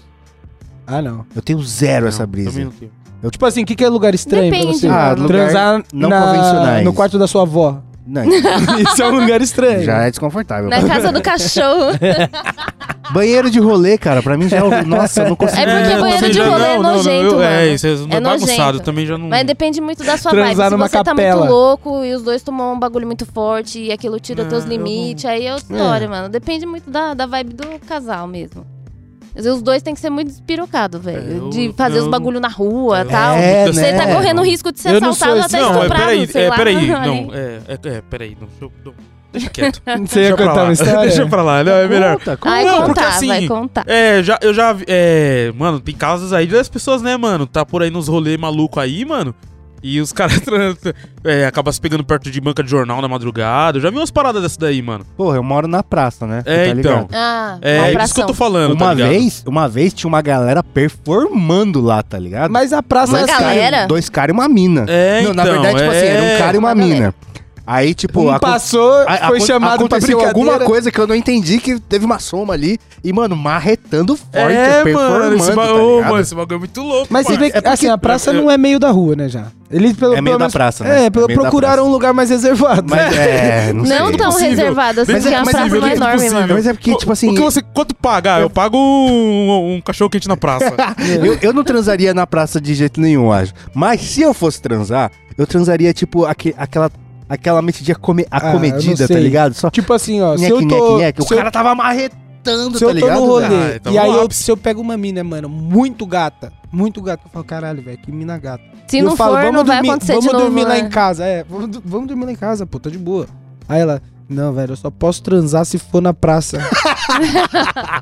Ah, não.
Eu tenho zero
Não,
essa
também
brisa.
não tenho.
Tipo assim, o que, que é lugar estranho pra
Depende,
você?
mano. Ah,
lugar
transar
não
na-
convencionais.
no quarto da sua avó.
Não,
Isso é um lugar estranho.
já é desconfortável.
Na casa do cachorro.
Banheiro de rolê, cara, pra mim já é... o- Nossa, eu não consigo...
É porque
eu
banheiro
também
de
já-
rolê é
não, não,
nojento,
eu- É,
mano.
isso é,
É
bagunçado,
nojento.
também já não...
Mas depende muito da sua
Transar
vibe. Se
numa
você tá
capela.
muito louco e os dois tomam um bagulho muito forte e aquilo tira
Ah,
teus
eu
limites, aí é outra história, mano. Depende muito da, da vibe do casal mesmo. Às vezes Os dois têm que ser muito despirocados,
É,
velho.
eu-
de fazer
eu-
os bagulho na rua
É,
e tal.
né?
Você tá correndo risco de ser
Eu não sou
assaltado
esse-
até
não, é,
estuprado,
peraí,
sei
é,
lá.
peraí,
Olha aí.
não, é, é, é, peraí, não, deixa eu- não. Deixa quieto.
Você ia
Deixa pra
contar
lá.
uma história?
Deixa pra lá, não, é melhor.
Conta, conta.
Ai,
Não, porque
contar,
assim,
vai contar.
É, já, eu já. vi- É, mano, tem casos aí das pessoas, né, mano? Tá por aí nos rolê maluco aí, mano. E os caras tra- tra- é, acabam se pegando perto de banca de jornal na madrugada. Eu já vi umas paradas dessa daí, mano.
Porra, eu moro na praça, né?
É,
Tá
então.
ligado?
Ah,
É, é isso que eu
malpração.
tô falando, tá
Uma
ligado?
vez, uma vez tinha uma galera performando lá, tá ligado?
Mas a praça
Uma
é
Dois caras-
galera?
dois caras e uma mina.
É,
Não, na
então,
verdade, tipo assim, era
é.
um cara e uma
Uma galera.
mina. Aí, tipo,
um
acon-
passou,
a-
foi
acon-
chamado pra
aconteceu
brincadeira.
alguma coisa que eu não entendi, que teve uma soma ali. E, mano, marretando forte,
É, mano,
performando,
esse, ba-
tá
ô,
ligado?
mano, esse bagulho é muito louco,
Mas se
parça.
bem que, assim, a praça não é meio da rua, né, já? Eles pelo,
É meio
pelo
da
menos-
praça, né?
É, pelo,
É meio da
procuraram
praça.
um lugar mais reservado.
Mas, é, não,
Não
sei.
tão
Impossível.
reservada, assim,
Mas
que
é-
é uma
mas é
praça
verdade
mais
que é
enorme,
impossível.
mano.
Mas é porque,
O-
tipo assim...
O que você, quanto pagar? Eu pago um, um cachorro quente na praça.
Eu, eu não transaria na praça de jeito nenhum, acho. Mas se eu fosse transar, eu transaria, tipo, aque- aquela, aquela metidinha come,
Ah, eu não
acomedida,
sei.
tá ligado? Só
Tipo assim, ó, se
nheque,
eu tô...
nheque, nheque. é? O
se eu-
cara tava marretando,
se
tá
eu tô
ligado?
no rolê
velho?
velho? Ah, então
e aí
no
eu,
ápice.
se eu pego uma mina, mano, muito gata, muito gata, eu falo, caralho, velho, que mina gata.
Se
eu
não
falo,
for,
vamos
não vai
dormir,
acontecer
vamos
de novo.
dormir lá
né?
em casa, é, vamos, do- vamos dormir lá em casa, pô, tá de boa. Aí ela, não, velho, eu só posso transar se for na praça.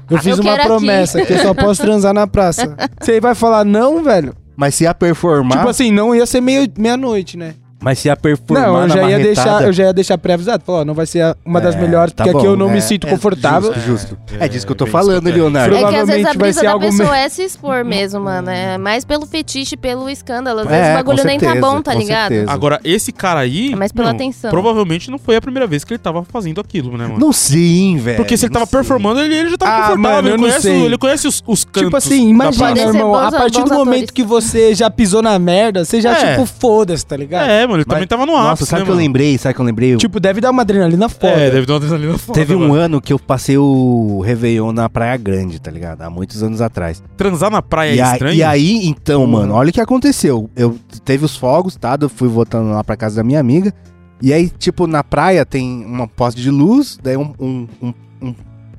eu fiz
Eu
uma
quero aqui.
promessa que eu só posso transar na praça. Você aí vai falar não, velho?
Mas se ia performar...
Tipo assim, não ia ser meio- meia-noite, né?
mas se ia performar
não,
na
eu já ia
marretada-
deixar, eu já ia deixar pré-avisado. Falou, ó, não vai ser a- uma das
É,
melhores,
tá
porque aqui eu
bom,
não me
é,
sinto
é
confortável.
Justo, justo.
É,
É, disso que eu tô
bem
falando,
escutado.
Leonardo.
É que às vezes a
Provavelmente vai
brisa
ser
da
algo
pessoa
meio-
é se expor mesmo, mano. É mais pelo fetiche, pelo escândalo. Às
É,
vezes o
com
bagulho nem tá
certeza,
bom, tá
com
ligado?
certeza.
Agora, esse cara aí.
É mais pela
meu,
atenção.
Provavelmente não foi a primeira vez que ele tava fazendo aquilo, né, mano?
Não sim, velho.
Porque se ele
É, não
tava
sei.
performando, ele, ele já tava
Ah,
confortável.
mano, eu
ele,
não
conhece,
sei.
ele conhece os, os cantos.
Tipo assim,
da
imagina,
parada.
Podem ser
irmão, a
bons-
partir do
bons
momento
atores.
que você já pisou na merda, você já,
É.
tipo, foda-se, tá ligado?
É, mano, ele
Mas-
também tava no ápice,
Nossa, sabe
né,
que eu
mano?
lembrei? Sabe que eu lembrei?
Tipo, deve dar uma adrenalina foda.
É, deve dar uma adrenalina foda.
Teve um
mano.
ano que eu passei o Réveillon na Praia Grande, tá ligado? Há muitos anos atrás.
Transar na praia
E,
é
a-
estranho?
e aí,
Uhum.
então, mano, olha o que aconteceu. Eu teve os fogos, tá? Eu fui voltando lá pra casa da minha amiga. E aí, tipo, na praia tem uma poste de luz, daí um, um, um, um-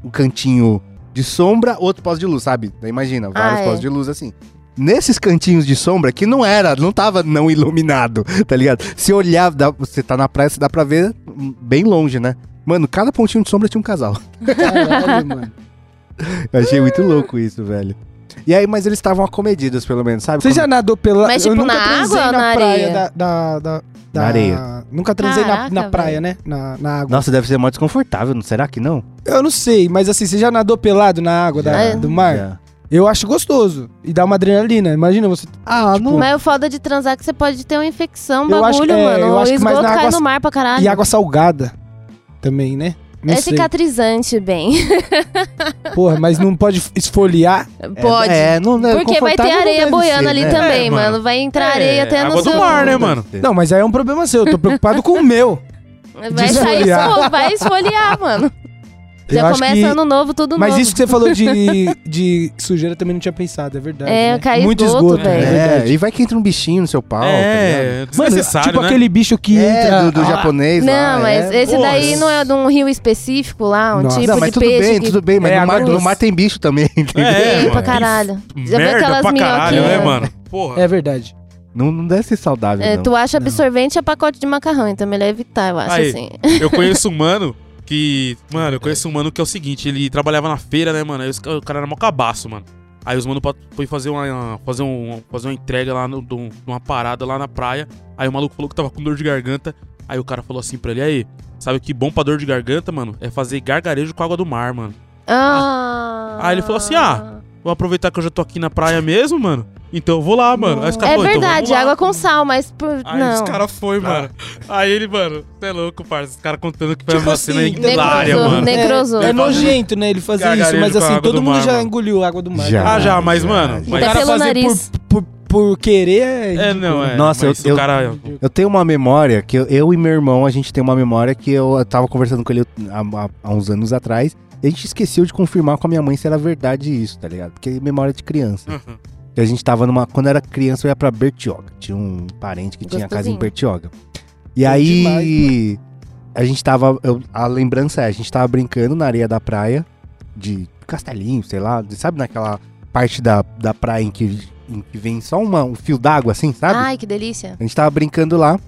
um cantinho de sombra, outro poste de luz, sabe? Daí imagina, vários
Ah, é.
postes de luz assim. Nesses cantinhos de sombra, que não era, não tava não iluminado, tá ligado? Se olhar, dá- você tá na praia, você dá pra ver hum, bem longe, né? Mano, cada pontinho de sombra tinha um casal.
Caralho, mano.
Eu achei muito louco isso, velho. E aí, mas eles estavam acomedidos, pelo menos, sabe?
Você já nadou pela...
Mas,
eu
tipo,
nunca
na
transei
água ou na
praia
areia?
Da, da, da- da-
areia.
Nunca transei na- na,
Caraca,
praia, né? Na, na água.
Nossa, deve ser mó desconfortável, não será que não?
Eu não sei, mas assim, você já nadou pelado na água da-
Já.
do mar?
Já.
Eu acho gostoso. E dá uma adrenalina. Imagina você.
Ah, não.
Mas o foda de transar é que você pode ter uma infecção,
Eu
bagulho,
acho que- é,
mano.
eu
o
acho que mais
esgoto
na
cai
água-
no mar pra caralho.
E água salgada também, né? Não
é
sei.
cicatrizante, bem.
Porra, mas não pode esfoliar.
pode.
É, não, não,
Porque vai ter
confortável não
areia
deve
boiando
ser,
ali
né?
também,
É,
mano.
mano.
Vai entrar
É,
areia até no
água do
seu.
mar, né, mano?
Não, mas aí é um problema seu. Eu tô preocupado com o meu.
Vai
De
sair
esfoliar.
esfo- vai esfoliar, mano.
Eu
Já
acho
começa
que-
ano novo, tudo
Mas
novo.
isso que você falou de, de sujeira eu também não tinha pensado, é verdade.
É,
né?
cai
Muito
esgoto,
esgoto,
velho.
é
É,
verdade.
e vai que entra um bichinho no seu pau,
É,
tá ligado? Mano,
desnecessário,
tipo
né?
aquele bicho que
É,
entra.
do, do
Ah,
japonês lá,
Não, mas
é.
esse
Porra.
daí não é de um rio específico lá, um
Nossa.
tipo
Não, mas
de
tudo
peixe.
bem,
que...
tudo bem, mas
É,
no, mar,
agora-
no mar tem bicho também, entendeu?
É,
Tem pra
mano.
caralho. Já viu
Merda
aquelas
pra caralho, né,
minhoquinhas?
mano? Porra.
É verdade.
Não, não deve ser saudável,
É,
não.
tu acha
Não.
absorvente é pacote de macarrão, então melhor evitar, eu acho,
Aí.
assim.
Eu conheço um mano que. Mano, eu conheço um mano que é o seguinte: ele trabalhava na feira, né, mano? Aí os ca- o cara era mó cabaço, mano. Aí os mano pa- foi fazer uma, fazer um, fazer uma entrega lá, no, de um- de uma parada lá na praia. Aí o maluco falou que tava com dor de garganta. Aí o cara falou assim pra ele: Aí, sabe o que bom pra dor de garganta, mano? É fazer gargarejo com água do mar, mano.
Ah.
Aí ele falou assim, ah, Vou aproveitar que eu já tô aqui na praia mesmo, mano. Então eu vou lá, mano. Aí os caras
É
falou, "Então
verdade,
vamos lá."
água com sal, mas por.
Aí
não.
os caras foi, mano. Aí ele, mano, você é louco, parça. Os caras contando que foi
Tipo
uma
assim,
cena hilária,
necrosou,
né? mano.
né? Necrosou.
É, é nojento, né? Ele fazer isso,
Gargarejo
mas
com a
assim,
água
todo
do
mundo
mar,
já
mano.
engoliu água do mar.
Já.
Ah, já, mas,
já.
mano. Mas...
O cara
Até pelo
fazer
nariz.
Por, por, por querer é.
É, não, é.
Nossa,
mas
eu-
o cara.
Eu tenho uma memória que eu, eu e meu irmão, a gente tem uma memória que eu, eu tava conversando com ele há, há- há uns anos atrás e a gente esqueceu de confirmar com a minha mãe se era verdade isso, tá ligado? Porque é memória de criança.
Uhum.
que a gente tava numa. Quando eu era criança, eu ia pra Bertioga. Tinha um parente que tinha casa em
Gostosinho.
Bertioga. E
Bom
aí.
demais,
a gente tava. eu- a lembrança é, a gente tava brincando na areia da praia, de castelinho, sei lá. de- sabe naquela parte da, da praia em que, em que vem só uma- um fio d'água, assim, sabe?
Ai, que delícia.
A gente tava brincando lá.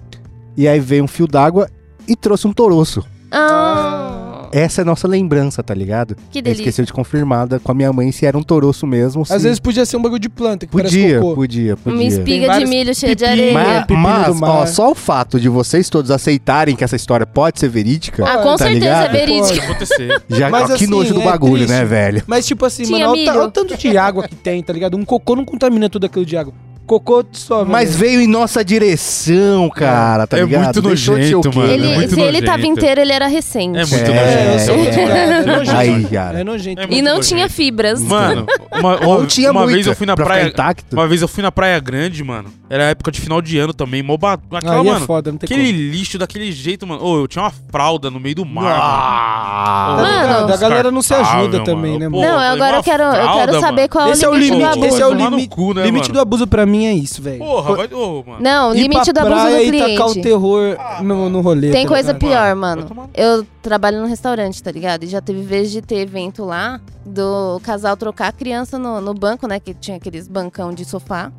E aí veio um fio d'água e trouxe um toroço.
Ah,
Essa é a nossa lembrança, tá ligado?
que
Ele
delícia.
esqueceu de confirmar da- com a minha mãe se era um toroço mesmo. ou
Às
se-
vezes podia ser um bagulho de planta que parece
podia,
cocô.
podia, podia.
Uma
Tem
espiga de
vários
milho cheia de
pipi,
areia.
Mas-
Ma-
pepino
Mas,
do mar.
ó, só o fato de vocês todos aceitarem que essa história pode ser verídica,
Ah, com
tá
certeza
ligado?
é verídico.
Pode acontecer.
já
Mas
ó, que
assim,
nojo do
é
bagulho,
triste.
né, velho?
Mas tipo assim,
Tinha
mano, olha o ta-
milho.
olha o tanto de água que tem, tá ligado? Um cocô não contamina tudo aquilo de água. Cocô né? só.
Mas veio em nossa direção, cara, tá
É
ligado?
muito
Deixou de ser o
nojento,
quê?
mano, é
Ele-
muito
se ele
nojento.
tava inteiro, ele era recente.
É muito
É,
nojento.
é,
é, é nojento.
Aí, cara.
É nojento.
É muito
E não
nojento.
tinha fibras.
Mano, uma, uma-
Ou tinha
uma
muita,
vez eu fui na
pra
praia.
Ficar intacto.
Uma vez eu fui na Praia Grande, mano. Era época de final de ano também. Mó ba... Aquela,
Aí é
mano,
foda, não tem
aquele lixo daquele jeito, mano. Ô, eu tinha uma fralda no meio do mar.
Ah,
Mano.
mano. Ô,
Mano,
descartável,
tá a galera não se ajuda
mano.
também, né,
Pô,
mano?
não,
falei,
agora
uma
eu quero, eu
fralda,
quero
mano.
saber qual
Esse é o
limite, do
limite,
abuso.
esse é o
Vai tomar no
limite-
cu, né,
limite
mano?
do abuso pra mim é isso, velho.
Porra, vai. Ô, mano.
Não, o
Ir
limite do
pra
abuso do
praia e tacar o
cliente.
terror no, no rolê.
Tem
tá
coisa
ligado?
pior,
Mano,
mano.
vai tomar no-
Eu trabalho num restaurante, tá ligado? E já teve vez de ter evento lá do casal trocar a criança no, no banco, né? Que tinha aqueles bancão de sofá.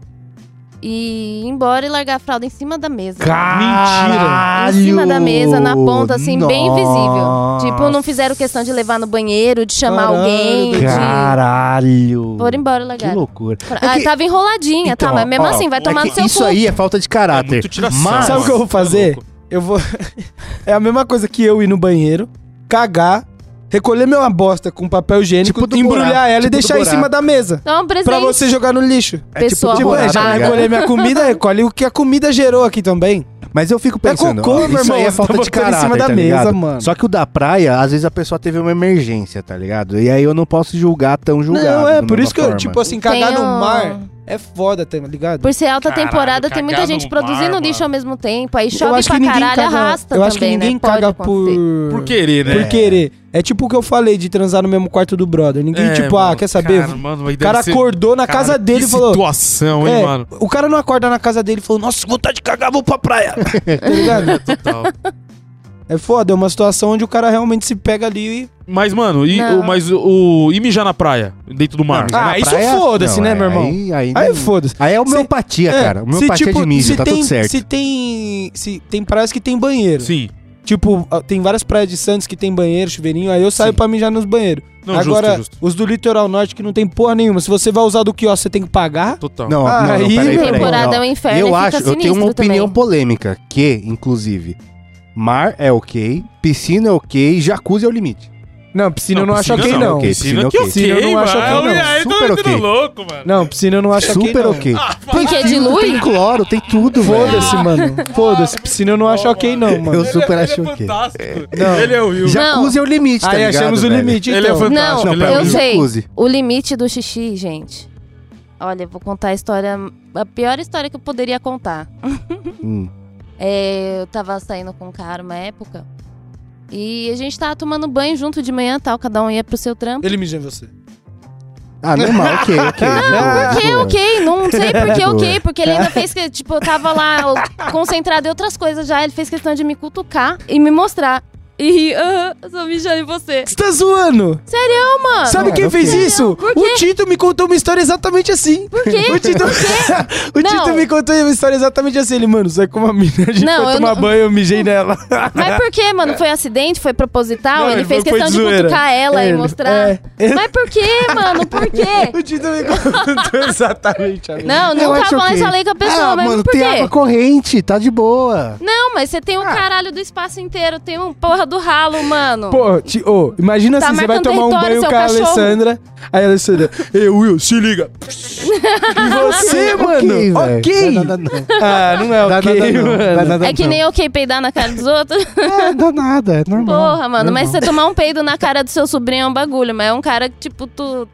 E ir embora e largar a fralda em cima da mesa.
Caralho!
Em cima da mesa, na ponta, assim, bem invisível.
Nossa.
Tipo, não fizeram questão de levar no banheiro, de chamar
Caralho,
alguém, de...
Caralho!
Foram embora e
Que
largaram.
loucura.
Ah,
É
tá
que-
tava enroladinha,
então,
tá? Mas mesmo
ó,
assim, vai
é
tomar
que
no seu
Isso
cu.
aí é falta de
É
caráter.
muito tiração.
Mas-
Sabe o que eu vou fazer? Eu vou. é a mesma coisa que eu ir no banheiro, cagar, recolher minha bosta com papel higiênico,
Tipo do
embrulhar
buraco,
ela
tipo
e
do
deixar em
buraco.
cima da mesa.
Dá um presente.
Pra você jogar no lixo.
É tipo
Pessoal
de
Tipo,
buraco,
é,
tá
já
ligado?
recolher minha comida, recolhe o que a comida gerou aqui também.
Mas eu fico
É
pensando,
cocô,
ó,
meu
isso
irmão,
aí é
você
falta
tá
de
botando em
caráter,
cima da
tá
mesa,
ligado?
mano.
Só que o da praia, às vezes a pessoa teve uma emergência, tá ligado? E aí eu não posso julgar tão julgado.
não,
da
é, por
mesma
isso que eu,
forma.
tipo assim, cagar
Tem um-
no
o-
mar é foda, tá ligado?
Por ser alta
Caralho,
temporada, tem muita
cagar
gente
no
produzindo
mar,
lixo
mano.
ao mesmo tempo. Aí
eu
chove
acho
pra
que ninguém
caralho,
caga,
arrasta
eu
também,
acho que ninguém
né? Pode
caga por
acontecer.
Por querer, né?
por querer. É tipo o que eu falei de transar no mesmo quarto do brother. Ninguém
É,
tipo, ah,
mano,
quer saber?
cara, mano, aí
o cara
deve ser-
acordou na
Cara,
casa dele e
que
falou,
situação, hein,
É,
mano?
O cara não acorda na casa dele e falou, nossa, vontade de cagar, vou pra praia. tá ligado?
Total.
É foda, é uma situação onde o cara realmente se pega ali e.
Mas, mano, e,
Não.
o, mas o, e mijar na praia? Dentro do mar?
Não, mijar na
Ah, isso
praia-
fodosse,
não,
né,
é,
meu irmão?
Aí, aí,
Aí
não-
foda-se.
aí é homeopatia,
É,
cara.
tipo,
se,
Homeopatia de mídia,
se
tá
tem,
tudo certo.
Se tem. Se tem praias que tem banheiro.
Sim.
Tipo, ah, tem várias praias de Santos que tem banheiro, chuveirinho, aí eu saio
Sim.
pra mijar nos banheiros.
Não,
Agora,
justo, justo.
os do litoral norte que não tem porra nenhuma. Se você vai usar do quiosque, você tem que pagar.
Total.
Não,
Ah,
não, não,
aí,
peraí,
meu
peraí,
Temporada
não.
é um inferno e
Eu
fica
acho, eu tenho uma
sinistro também.
opinião polêmica, que, inclusive, mar é ok, piscina é ok, jacuzzi é o limite.
Não, piscina eu não acho ok, não.
ok.
Piscina que ok,
Piscina eu não acho
mano.
ok, não.
Aí
Super
tá
ok.
ficando louco, mano.
Não, piscina eu não acho ok.
Super
não.
ok.
Porque
Piscina,
dilui?
Tem cloro, tem tudo, velho.
Foda-se,
Ah.
mano. Foda-se. Piscina eu não acho ok, não,
Eu
mano.
super acho
ele é
ok.
fantástico.
Não.
Ele é o Will.
Jacuzzi é o limite, tá
Aí
ligado,
achamos o
velho?
limite,
Ele é
então.
fan-
Não,
Fantástico,
ele é
eu
um
sei.
jacuzzi.
O limite do xixi, gente. Olha, eu vou contar a história. A pior história que eu poderia contar.
Hum.
É, eu tava saindo com um cara uma época. E a gente tava tomando banho junto de manhã tal. Cada um ia pro seu trampo.
Ele mija em você.
Ah, normal, ok, ok.
Por que é ok? Não sei por que é
Boa. É.
ok. Porque ele ainda fez que. Tipo, eu tava lá eu, concentrada em outras coisas já. Ele fez questão de me cutucar e me mostrar. E aham, eu sou mijando em você.
Você tá zoando?
Sério, mano?
Sabe
Mano,
quem
eu
fez
fiquei-
isso?
Por quê?
O Tito me contou uma história exatamente assim.
Por quê?
O Tito, o
Não.
Tito me contou uma história exatamente assim. Ele, mano, sai com uma mina, a gente
Não,
foi
eu
tomar
não-
banho, eu mijei nela.
Mas por quê, mano? Foi acidente? Foi proposital?
Não,
ele
ele
fez
foi-
questão
foi
de
zoeira.
cutucar ela e
Ele-
mostrar.
é, ele-
Mas por quê, mano? Por quê?
O Tito me contou exatamente assim. a mesma.
Não, não tava falando isso além com a pessoa,
ah,
mas
mano,
por
tem
quê?
água Ah. corrente, tá de boa.
Não, mas você tem o caralho do espaço inteiro, tem um porra do ralo, mano.
Pô, ti, ô, imagina
Tá
assim, você vai
marcando
tomar um
território,
banho com
seu
a
cachorro.
Alessandra. Aí a Alessandra, ei, Will, se liga. E você, mano,
velho.
ok.
Não, não, não, não.
Ah, não é
Dá
ok,
nada, não.
mano.
Dá nada,
é que
não.
nem eu que peidar na cara dos outros.
É, dá nada, é
Tá
normal.
Porra, mano, mas
normal.
você tomar um peido na cara do seu sobrinho é um bagulho, mas é um cara que, tipo, tu.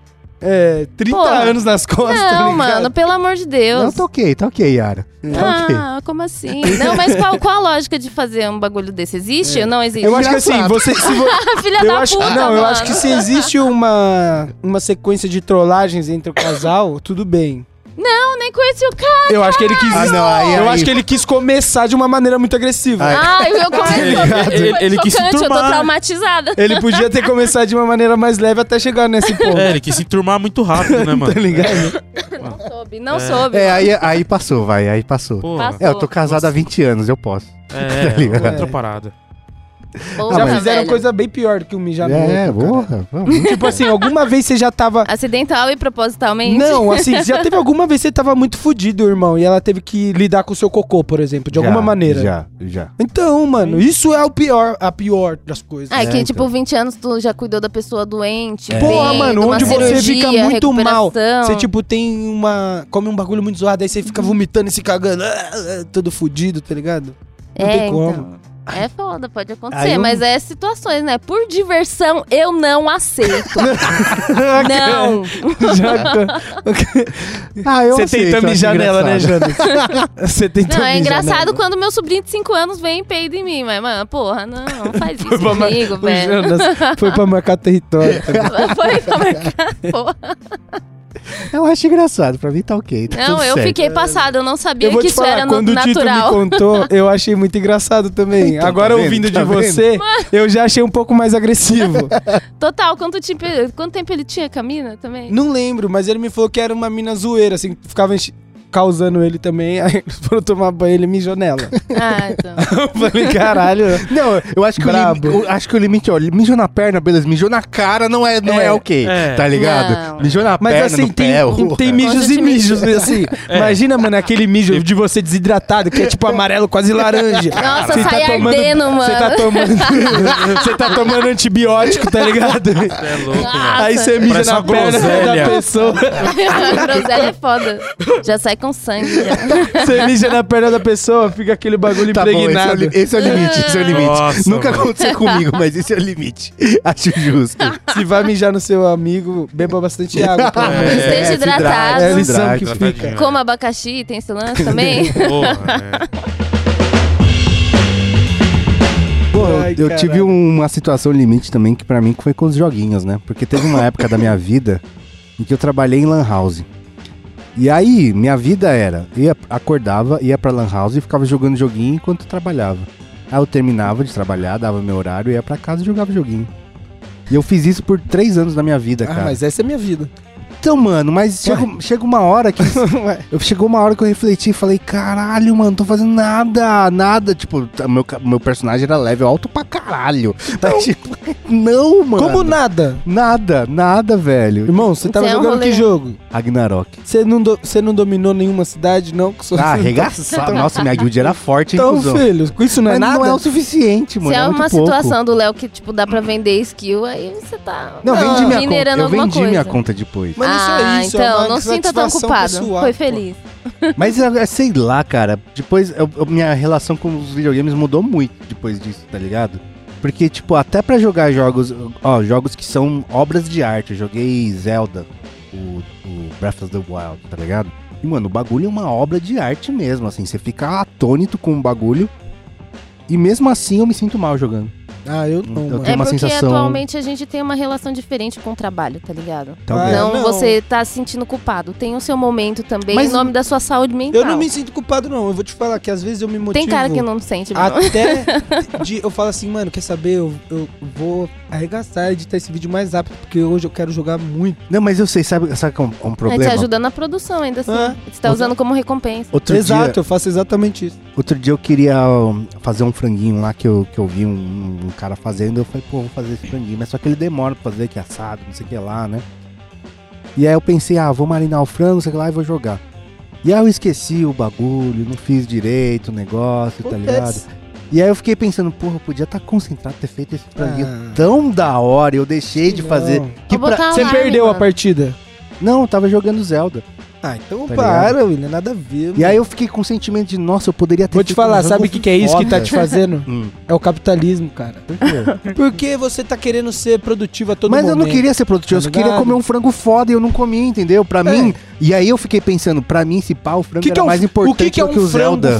É, 30
Pô.
anos nas costas, tá
Não,
ligado?
mano, pelo amor de Deus.
Não, tá ok, tá ok, Yara. Tá ok.
é Ah, como assim? Não, mas qual, qual a lógica de fazer um bagulho desse? Existe ou não existe?
É.
Ah,
Eu acho que assim,
Engraçado.
você... Se vo-
Filha
eu
da
acho,
Tá puta,
não,
mano.
eu acho que se existe uma, uma sequência de trollagens entre o casal, tudo bem.
Não, nem conheci o cara.
Eu acho que ele quis.
Ah, não, aí-
eu
aí-
acho que ele quis começar de uma maneira muito agressiva.
Ai.
Ai, Ah, eu
Tá
Ele-
comecei.
ele- ele quis se
Chocante, eu tô
turmar.
traumatizada.
Ele podia ter começado de uma maneira mais leve até chegar nesse ponto.
É, ele quis se enturmar muito rápido, né, mano?
Tá ligado?
Não soube, não soube.
É, aí, aí passou, vai, aí passou.
Tá
Porra.
Passa.
É, eu tô casado há 20 anos, eu posso.
É,
Tá ligado?
outra parada.
Porra,
já fizeram
Ah, velho.
Ah, coisa bem pior do que o mijar no
É,
outro, cara.
porra. vamos.
Tipo assim, alguma vez você já tava.
Acidental e propositalmente?
Não, assim, já teve alguma vez que você tava muito fudido, irmão, e ela teve que lidar com o seu cocô, por exemplo, de alguma
Já,
maneira.
Já, já.
Então, mano, isso é o pior, a pior das coisas. né?
Ah, é que,
É,
tipo,
então.
20 anos tu já cuidou da pessoa doente.
É.
É.
Porra, mano, onde você fica muito mal. Você,
Você,
tipo, tem uma. come um bagulho muito zoado, aí você fica
Uhum.
vomitando e se cagando, ah, ah, todo fudido, tá ligado? Não
é,
tem como.
então. É foda, pode
Aí
acontecer,
eu-
mas é situações, né? Por diversão, eu não aceito. não.
Ah, eu
tá. Você
aceito,
tentando
eu acho
mijar nela, né,
engraçado.
Jana? Você tentando
Não, é
mijar
engraçado
nela.
quando meu sobrinho de 5 anos vem e peida em mim, mas, mano, porra, não, não faz isso
pra mar-
comigo,
O
velho.
Jonas foi pra marcar território. tá ligado?
Foi pra marcar, porra.
Eu acho engraçado, pra mim tá ok. tá
Não,
tudo
eu
certo.
fiquei passada, eu não sabia
Eu vou
que
te
isso
falar,
era no-
quando o Tito me
natural.
contou, eu achei muito engraçado também.
Então, tá
Agora,
vendo?
ouvindo
Tá
de
vendo?
você, eu já achei um pouco mais agressivo.
Total, quanto tempo, quanto tempo ele tinha com a mina também?
Não lembro, mas ele me falou que era uma mina zoeira, assim, que ficava enche- causando ele também. Aí foram tomar banho, ele mijou nela.
Ah, então.
Eu falei, caralho.
Não, eu acho que, o,
Brabo.
lim- eu acho que o limite, ó, mijou na perna, beleza, mijou na cara não é, não é,
É,
ok,
é.
tá ligado?
Não.
Mijou na
Mas
perna,
assim,
no
tem,
pé, é o-
tem mijos
Gosto
e
de
mijos, né, assim. Imagina, mano, aquele mijo de você desidratado, que é tipo amarelo, quase laranja.
Nossa,
Você tá
sai
tomando-
ardendo, mano.
Você tá tomando... Você tá tomando antibiótico, tá ligado?
Você é louco, mano.
Ah.
Aí você mija
Parece
na
uma
perna
groselha.
da pessoa.
Groselha é foda. Já sai com sangue. já.
Você mija na perna da pessoa, fica aquele bagulho
Tá bom, esse é, o,
impregnado.
li- esse é o limite, esse é o limite.
Ah. Nossa,
Nunca
mano.
aconteceu comigo, mas esse é o limite. Acho justo.
Se vai mijar no seu amigo, beba bastante água. pelo
É,
amor de Deus.
Esteja
se hidrata,
hidratado.
se
É a lição
hidrata.
que
tá
fica.
Tratadinho.
Como abacaxi, tem esse lance também.
Ah.
Porra,
Pô,
Ai,
eu
caralho.
tive um, uma situação limite também que pra mim que foi com os joguinhos, né? Porque teve uma época da minha vida em que eu trabalhei em lan house. E aí, minha vida era, ia, acordava, ia pra lan house e ficava jogando joguinho enquanto eu trabalhava. Aí eu terminava de trabalhar, dava meu horário, ia pra casa e jogava joguinho. E eu fiz isso por três anos da minha vida,
Ah,
cara.
mas essa é minha vida.
Então, mano, mas chega, chega uma hora que Eu chegou uma hora que eu refleti e falei, caralho, mano, tô fazendo nada, nada. Tipo, tá, meu, ca- meu personagem era level alto pra caralho. Mas, tipo, não, mano.
Como nada?
Nada, nada, velho.
Irmão, você tava
Você é um
jogando que
rolê.
jogo?
Ragnarok.
Você não, do- você não dominou nenhuma cidade, não? Que só-
Ah, arregaçado. Nossa, minha guild era forte, hein,
Então,
cuzão.
filho, com isso não
Mas
é nada?
não é o suficiente, mano.
Se é
muito
uma
pouco.
situação do Léo que, tipo, dá pra vender skill, aí você tá
Não, vendi minha conta.
minerando
Eu
alguma
vendi
coisa.
minha conta depois.
Mas isso é
ah,
isso, é
então,
uma
não sinta tão
satisfação
culpado.
pessoal,
Foi
pô.
feliz.
Mas eu- eu sei lá, cara. Depois, eu- eu- minha relação com os videogames mudou muito depois disso, tá ligado? Porque, tipo, até pra jogar jogos, ó, jogos que são obras de arte. Eu joguei Zelda, o, o Breath of the Wild, tá ligado? E, mano, o bagulho é uma obra de arte mesmo, assim. Você fica atônito com o bagulho. E mesmo assim eu me sinto mal jogando.
Ah, eu não,
Eu
mano.
Então Tem
É
uma
porque
sensação-
atualmente a gente tem uma relação diferente com o trabalho, tá ligado?
Talvez.
Ah,
Então
não.
você tá se sentindo culpado. Tem o seu momento também,
Mas-
em nome da sua saúde mental.
Eu não me sinto culpado, não. Eu vou te falar que às vezes eu me motivo...
Então.
Ah,
Tem cara que não sente. Tá não.
Até de- eu falo assim, mano, quer saber? Eu, eu vou arregaçar e editar esse vídeo mais rápido, porque hoje eu quero jogar muito.
Não, mas eu sei, sabe, sabe que é um, é um
É,
problema?
te ajuda na produção ainda assim.
Ah.
Você tá usando como recompensa.
Outro
Exato,
dia,
eu faço exatamente isso.
Outro dia eu queria um, fazer um franguinho lá que eu, que eu vi um, um cara fazendo. Eu falei, pô, vou fazer esse franguinho. Mas só que ele demora pra fazer, que é assado, não sei o que lá, né? E aí eu pensei, ah, vou marinar o frango, não sei o que lá, e vou jogar. E aí eu esqueci o bagulho, não fiz direito o negócio, tá ligado?
Acontece.
E aí eu fiquei pensando, porra, eu podia estar concentrado, ter feito esse franguinho
Ah.
tão da hora, eu deixei de
Não.
fazer. Que
Vou tá botar
Você
alarme,
perdeu a
mano.
partida?
Não, eu tava jogando Zelda.
Ah, então
Tá
para, William, nada a ver.
E aí eu fiquei com o sentimento de, nossa, eu poderia ter
Vou te
feito um
falar,
jogo
sabe o que, que é isso que tá
foda.
te fazendo?
Hum.
É o capitalismo, cara.
Por quê?
Porque você tá querendo ser produtivo a todo
Mas
momento.
eu não queria ser produtivo, eu
tá
só queria
ligado? É.
comer um frango foda e eu não comi, entendeu? Pra mim. E aí eu fiquei pensando, pra mim, esse pau, o frango
Que
era
que é um-
mais
O
importante
que, que é
do
um
que o
frango
Zelda,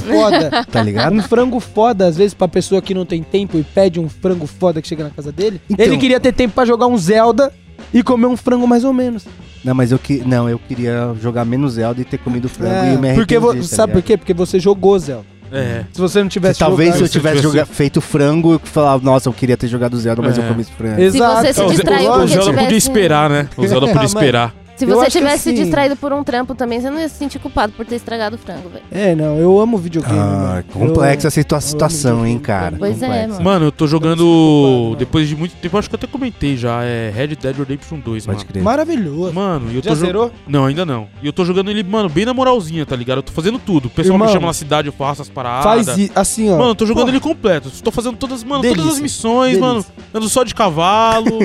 foda?
tá ligado?
Um frango foda, às vezes, pra pessoa que não tem tempo e pede um frango foda que chega na casa dele.
Então.
Ele queria ter tempo pra jogar um Zelda e comer um frango mais ou menos.
Não, mas eu que. Não, eu queria jogar menos Zelda e ter comido frango e me
É, porque vo-
arrependi, tá
sabe por
ligado?
quê? Porque você jogou Zelda.
é.
Se você não
Se
tivesse
talvez se eu
jogado...
Se eu
tivesse
tivesse-
joga- feito frango, eu falava, nossa, eu queria ter jogado Zelda, mas
É.
eu comi esse frango.
Se você se
É, o Ze-
distraiu
o
porque
Zelda
tivesse-
podia esperar, né? O Zelda
Ah,
podia
mano.
esperar.
Se
Eu
você
acho que
tivesse se
assim-
distraído por um trampo também, você não ia se sentir culpado por ter estragado o frango, velho.
É, não, eu amo videogame.
Ah,
mano.
complexa
Eu-
essa situa- situação, hein, cara.
Pois é,
Complexa.
mano.
Mano, eu tô
Tá. Então, desculpa,
jogando.
mano.
Depois de muito tempo, acho que eu até comentei já. É Red Dead Redemption 2,
Pode
mano.
crer.
Maravilhoso.
Mano, e eu tô
Já
jo-
zerou?
Não, ainda não. E eu tô jogando ele, mano, bem na moralzinha, tá ligado? Eu tô fazendo tudo. O pessoal me
Irmão,
chama na cidade, eu faço as paradas.
Faz i- assim, ó.
Mano, eu tô jogando
Porra.
ele completo. Tô fazendo todas, mano, todas as
Delícia.
missões,
Delícia.
mano. Ando só de cavalo.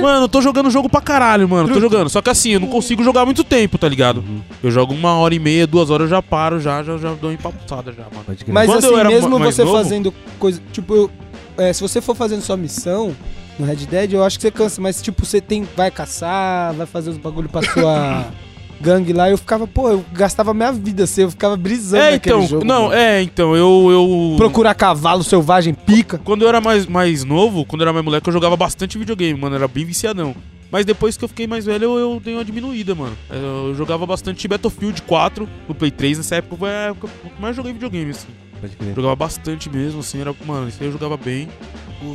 mano, eu tô jogando o jogo pra caralho, mano. Tô jogando. Só que assim, eu não consigo jogar muito tempo, tá ligado?
Uhum.
Eu jogo uma hora e meia, duas horas, eu já paro, já, já, já dou uma empapuçada já, mano.
Pode crer.
Mas
Quando eu
assim,
era
mesmo
ma- mais
você
novo-
fazendo coisa. Tipo, eu- é, se você for fazendo sua missão no Red Dead, eu acho que você cansa, mas tipo, você tem. Vai caçar, vai fazer os bagulho pra sua gangue lá. Eu ficava, pô, eu gastava minha vida assim, eu ficava brisando
É,
naquele
então.
jogo.
não,
mano.
é, então. Eu. eu...
Procurar cavalo selvagem, pica.
Quando eu era mais, mais novo, quando eu era mais moleque, eu jogava bastante videogame, mano. Era bem viciadão. Mas depois que eu fiquei mais velho, eu, eu dei uma diminuída, mano. Eu, eu jogava bastante Battlefield 4 no Play 3. Nessa época foi a época que mais joguei videogame, assim.
Pode crer.
Jogava bastante mesmo, assim. Era, mano, isso aí eu jogava bem.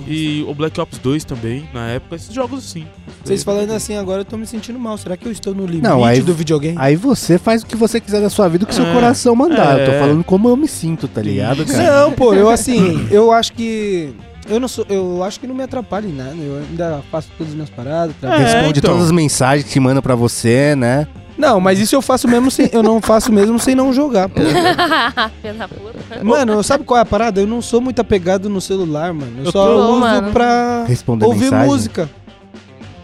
E o Black Ops 2 também, na época. Esses jogos, assim.
Vocês falando assim agora, eu tô me sentindo mal. Será que eu estou no limite
Não, aí-
do videogame?
Aí você faz o que você quiser da sua vida, o que seu
É,
coração mandar. Eu tô
é.
falando como eu me sinto, tá ligado, cara?
Não, pô, eu assim, eu acho que. Eu não sou. Eu acho que não me atrapalha em nada. Eu ainda faço todas as minhas paradas. trabalho.
É,
Responde
então.
todas as mensagens que manda pra você, né?
Não, mas isso eu faço mesmo sem. Eu não faço mesmo sem não jogar, pô.
Pela puta.
Mano, sabe qual é a parada? Eu não sou muito apegado no celular, mano. Eu,
Eu
só
tô-
Bom,
uso
mano.
pra
Responder
ouvir
mensagem.
música.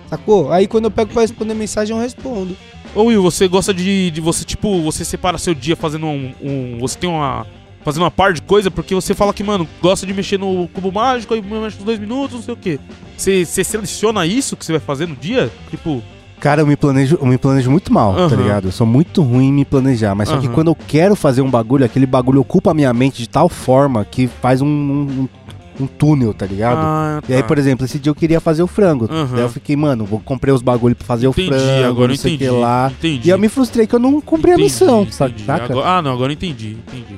Sacou? Aí quando eu pego pra responder mensagem, eu respondo.
Ô Will, você gosta de, de você, tipo, você separa seu dia fazendo um, um- Você tem uma. Fazendo uma par de coisa, porque você fala que, mano, gosta de mexer no cubo mágico, aí mexe uns dois minutos, não sei o quê. Você, você seleciona isso que você vai fazer no dia? Tipo,
Cara, eu me planejo, eu me planejo muito mal, tá
Aham.
ligado? Eu sou muito ruim em me planejar, mas só que
Aham.
quando eu quero fazer um bagulho, aquele bagulho ocupa a minha mente de tal forma que faz um, um, um túnel, tá ligado?
ah,
E aí, por exemplo, esse dia eu queria fazer o frango.
Aham.
Daí eu fiquei, mano, vou comprei os bagulhos pra fazer
entendi,
o frango,
agora
não sei o
entendi.
que lá.
Entendi.
E é eu me frustrei que eu não cumpri
Entendi,
a missão,
entendi.
saca?
Agora- ah, não, agora eu entendi, entendi.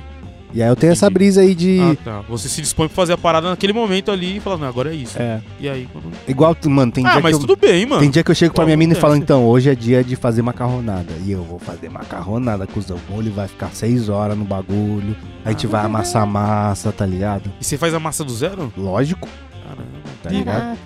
E aí eu tenho essa
entendi.
brisa aí de.
Ah, tá. Você se dispõe pra fazer a parada naquele momento ali e fala, não, agora é isso.
É.
E aí, quando...
Igual, tu- mano, tem
Ah,
dia
mas
que eu...
tudo bem, mano.
Tem dia que eu chego pra
Qual
minha mina e falo,
acontece?
então, hoje é dia de fazer macarronada. E eu vou fazer macarronada, cuzão. O molho vai ficar seis horas no bagulho. A gente vai amassar a massa, tá ligado?
E você faz a massa do zero?
Lógico,
Caramba.
tá ligado?
Caraca.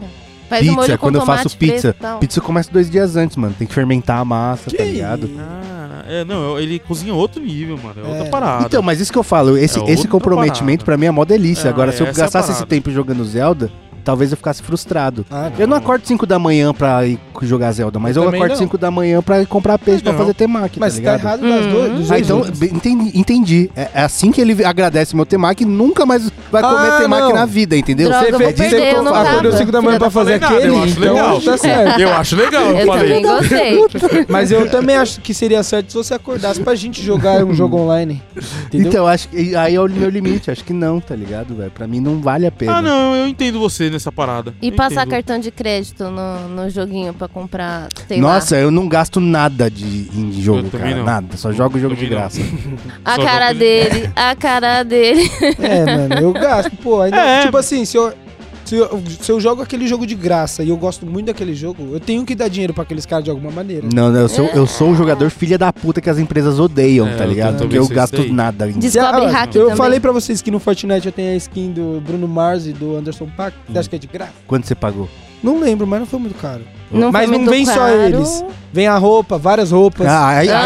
Faz um molho
Pizza,
com
quando eu faço
tomate
pizza,
fresco e tal.
Pizza começa dois dias antes, mano. Tem que fermentar a massa, tá
Que
ligado?
Ah, é, não, ele cozinha outro nível, mano. É outra
É.
parada.
Então, mas isso que eu falo, esse,
É
esse
outra
comprometimento
parada.
pra mim é mó delícia.
Ah,
Agora, se eu
essa é a
gastasse esse
parada.
tempo jogando Zelda, talvez eu ficasse frustrado.
Ah,
Eu não acordo 5 da manhã pra ir jogar Zelda, mas
Eu
eu,
também
acordo
não.
5 da manhã pra ir comprar peixe pra
Não.
fazer temaki,
mas
tá
você tá
ligado?
errado nas
Hum.
duas. dos
Ah,
dois
então,
jeitos.
bem, entendi. entendi. É, é assim que ele agradece meu temaki e nunca mais vai comer
Ah,
temaki
não.
na vida, entendeu?
Droga, eu vou
fez-
perder, eu não
acordou
tava.
5 da manhã
Filha
pra
da
fazer
puta.
aquele,
Eu acho
então
legal.
É.
tá certo.
Eu acho legal, eu,
Eu
falei.
também gostei.
Mas eu também acho que seria certo se você acordasse pra gente jogar um jogo online. Entendeu?
Então, acho que aí é o meu limite. Acho que não, tá ligado, velho? Pra mim não vale a pena.
Ah, não, eu entendo você nessa parada.
E
Eu
passar
entendo.
cartão de crédito no, no joguinho pra comprar, sei lá.
Nossa, eu não gasto nada de, em jogo,
Eu também
cara.
não.
Nada. Só jogo jogo de
Também não.
graça.
A
Só
cara
jogo de-
dele, a cara dele.
É, mano, eu gasto, pô. Ainda,
É,
tipo assim, se eu, se, eu, se eu jogo aquele jogo de graça e eu gosto muito daquele jogo, eu tenho que dar dinheiro pra aqueles caras de alguma maneira.
Não, não, eu sou,
É.
eu sou o jogador filha da puta que as empresas odeiam,
É,
tá
eu
ligado?
também
Porque eu
sou isso
gasto
daí.
nada em
Descobre
Se- ah,
hack
Eu
também.
falei pra vocês que no Fortnite eu tenho a skin do Bruno Mars e do Anderson Paak.
Hum.
Você acha que é de graça?
Quanto você pagou?
Não lembro, mas não foi muito caro.
Não
Mas
foi
não
muito
vem só
caro.
eles. Vem a roupa, várias roupas.
Ah, aí, aí,
Ah.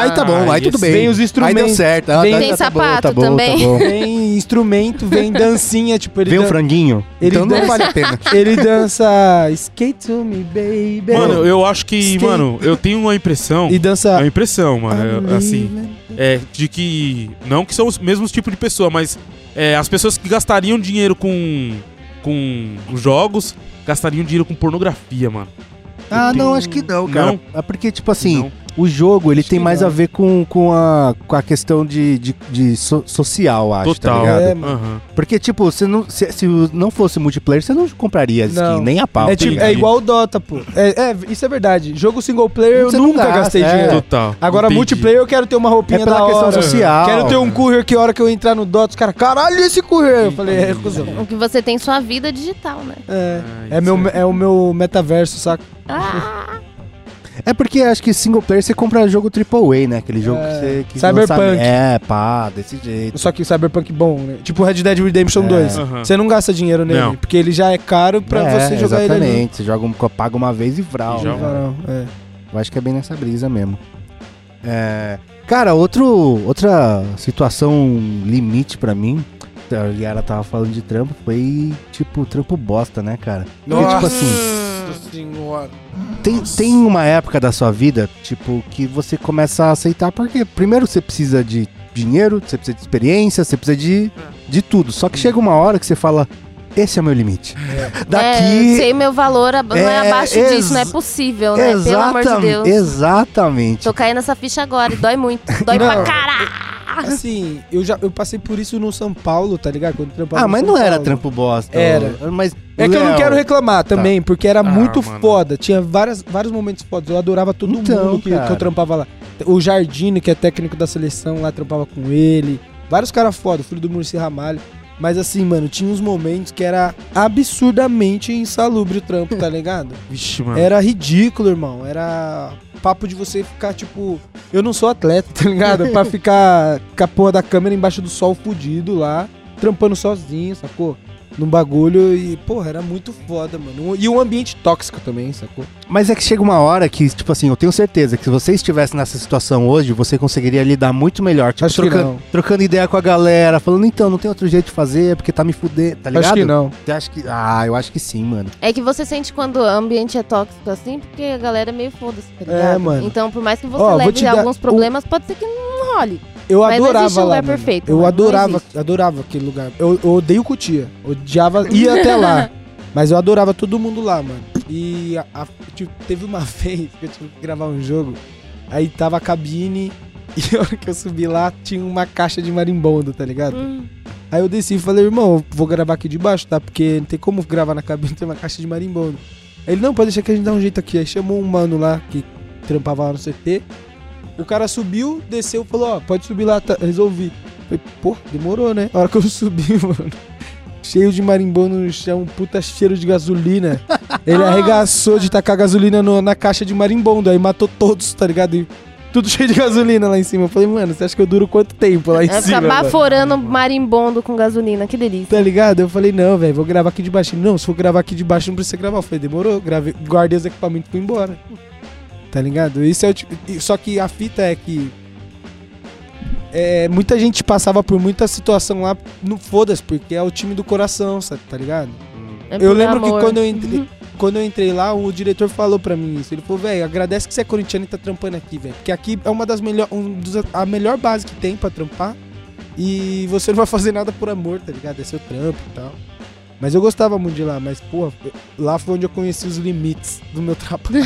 aí- aí tá bom, aí
Aí
tudo
esse-
bem.
vem os
Aí deu
instrumentos.
certo. Ah,
Vem-
tá-
Tem
tá bom,
sapato
tá bom,
também.
Tá bom.
Vem instrumento, vem dancinha, tipo, ele,
Vem um
dan-
franguinho?
Ele
então não
dança-
vale a pena.
ele dança Skate to me, baby.
Mano, eu acho que,
Skate.
mano, eu tenho uma impressão.
e
É
dança.
uma impressão, mano. é- assim,
Unleash.
é de que. Não que são os mesmos tipos de pessoa, mas é, as pessoas que gastariam dinheiro com. com jogos, gastariam dinheiro com pornografia, mano.
Ah,
Tem-
não, acho que não, cara.
Não?
É porque, tipo assim,
Não.
o jogo ele
Acho
tem
que
mais
não.
a ver com, com, a, com a questão de, de, de so- social, acho, tá
Total.
ligado?
É,
Aham.
Porque, tipo, se não, se, se não fosse multiplayer, você não compraria skin,
Não.
nem a pau.
É,
tá
tipo-
ligado?
é igual o Dota, pô. É, é, isso é verdade. Jogo single player eu
Você não
nunca
gasta,
gastei
é.
dinheiro.
Total.
Agora,
Entendi.
multiplayer eu quero ter uma roupinha
É pela
da
questão
hora.
social.
Quero ter um courier que a hora que eu entrar no Dota, os caras, caralho, esse courier. Eu falei, é, cuzão.
O que você tem sua vida digital, né?
É,
Ah,
é,
isso
meu, é o meu metaverso, saca?
Ah,
É porque acho que single player você compra jogo AAA, né? Aquele jogo que você... Que
É. Cyberpunk.
lança- É, pá, desse jeito.
Só que o Cyberpunk bom, né? Tipo o Red Dead Redemption
É.
2.
Aham.
Você não gasta dinheiro nele,
Não.
porque ele já é caro pra
É,
você jogar
exatamente.
ele ali.
Você joga um, paga uma vez e vral.
E já
né?
vai.
Não, é.
Eu acho que é bem nessa brisa mesmo. É, Cara, outro, outra situação limite pra mim, a Yara tava falando de trampo, foi tipo trampo bosta, né, cara? Porque, tipo assim,
senhora.
tem, tem uma época da sua vida, tipo, que você começa a aceitar, porque primeiro você precisa de dinheiro, você precisa de experiência, você precisa
É.
de, de tudo. Só que chega uma hora que você fala, esse é meu limite.
É,
Daqui
sei meu valor, ab- não é
É,
abaixo
ex-
disso, não é possível, né? Pelo amor de
Exatam-
Deus.
Exatamente.
Tô caindo nessa ficha agora e dói muito. Dói
Não.
pra caralho.
Assim, eu já eu passei por isso no São Paulo, tá ligado? Quando trampava
Ah,
no
mas
São
não era
Paulo.
trampo bosta.
Era.
Mas,
É que eu não
Léo, Tá.
quero reclamar também, porque era
Ah,
muito
mano.
foda. Tinha várias, vários momentos fodas. Eu adorava todo
Então,
mundo que,
cara.
que eu trampava lá. O Jardine, que é técnico da seleção, lá trampava com ele. Vários caras foda, o filho do Murci Ramalho. Mas assim, mano, tinha uns momentos que era absurdamente insalubre o trampo, tá ligado?
Vixe, mano.
Era ridículo, irmão. Era papo de você ficar, tipo. Eu não sou atleta, tá ligado? pra ficar com a porra da câmera embaixo do sol fudido lá, trampando sozinho, sacou? Num bagulho e, porra, era muito foda, mano. E um ambiente tóxico também, sacou?
Mas é que chega uma hora que, tipo assim, eu tenho certeza que se você estivesse nessa situação hoje, você conseguiria lidar muito melhor. Tipo,
Acho que
troca-
não.
trocando ideia com a galera, falando, então, não tem outro jeito de fazer, porque tá me fuder, tá ligado?
Acho que não.
Você acha que. Ah, eu acho que sim, mano.
É que você sente quando o ambiente é tóxico assim, porque a galera é meio foda-se, tá ligado?
mano.
Então, por mais que você
Ó, vou te
leve
dar
alguns
um-
problemas, pode ser que não role.
Eu
Mas não
adorava
existe um
lá.
lugar
mano.
perfeito,
Eu
mano, não
adorava,
existe.
adorava aquele lugar. Eu, eu odeio Cutia. Odiava ir até lá. Mas eu adorava todo mundo lá, mano. E a- a- tipo, teve uma vez que eu tive que gravar um jogo. Aí tava a cabine e a hora que eu subi lá tinha uma caixa de marimbondo, tá ligado?
Hum.
Aí eu desci e falei, irmão, eu vou gravar aqui de baixo, tá? Porque não tem como gravar na cabine, tem uma caixa de marimbondo. Aí ele, não, pode deixar que a gente dá um jeito aqui. Aí chamou um mano lá, que trampava lá no CT. O cara subiu, desceu e falou, ó, pode subir lá, tá? resolvi. Eu Falei, pô, demorou, né? A hora que eu subi, mano, cheio de marimbondo no chão, um puta cheiro de gasolina. Ele arregaçou de tacar gasolina no- na caixa de marimbondo, aí matou todos, tá ligado? E tudo cheio de gasolina lá em cima. Eu falei, mano, você acha que eu duro quanto tempo lá em
É
cima?
ficar
mano?
baforando marimbondo com gasolina, que delícia.
Tá ligado? Eu falei, não, velho, vou gravar aqui de baixo. Ele, Não, se for gravar aqui de baixo, não precisa gravar. Eu falei, demorou, gravei, guardei os equipamentos e fui embora. Tá ligado? Isso é o tipo- e- Só que a fita é que. É, muita gente passava por muita situação lá, não foda-se, porque é o time do coração, sabe, tá ligado?
É
Eu
por
lembro que
amor. Uhum.
quando eu entrei, quando eu entrei lá, o diretor falou pra mim isso. Ele falou, velho, agradece que você é corintiano e tá trampando aqui, velho. Porque aqui é uma das melhores. Um dos- a melhor base que tem pra trampar. E você não vai fazer nada por amor, tá ligado? É seu trampo e tal. Mas eu gostava muito de lá, mas, porra, lá foi onde eu conheci os limites do meu trabalho.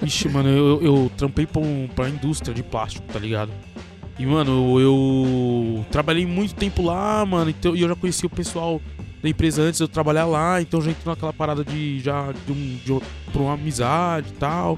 Vixe, mano, eu, eu trampei pra, um, pra indústria de plástico, tá ligado? E, mano, eu trabalhei muito tempo lá, mano, então, e eu já conheci o pessoal da empresa antes de eu trabalhar lá, então já entrou naquela parada de já de um, de um- por uma amizade e tal.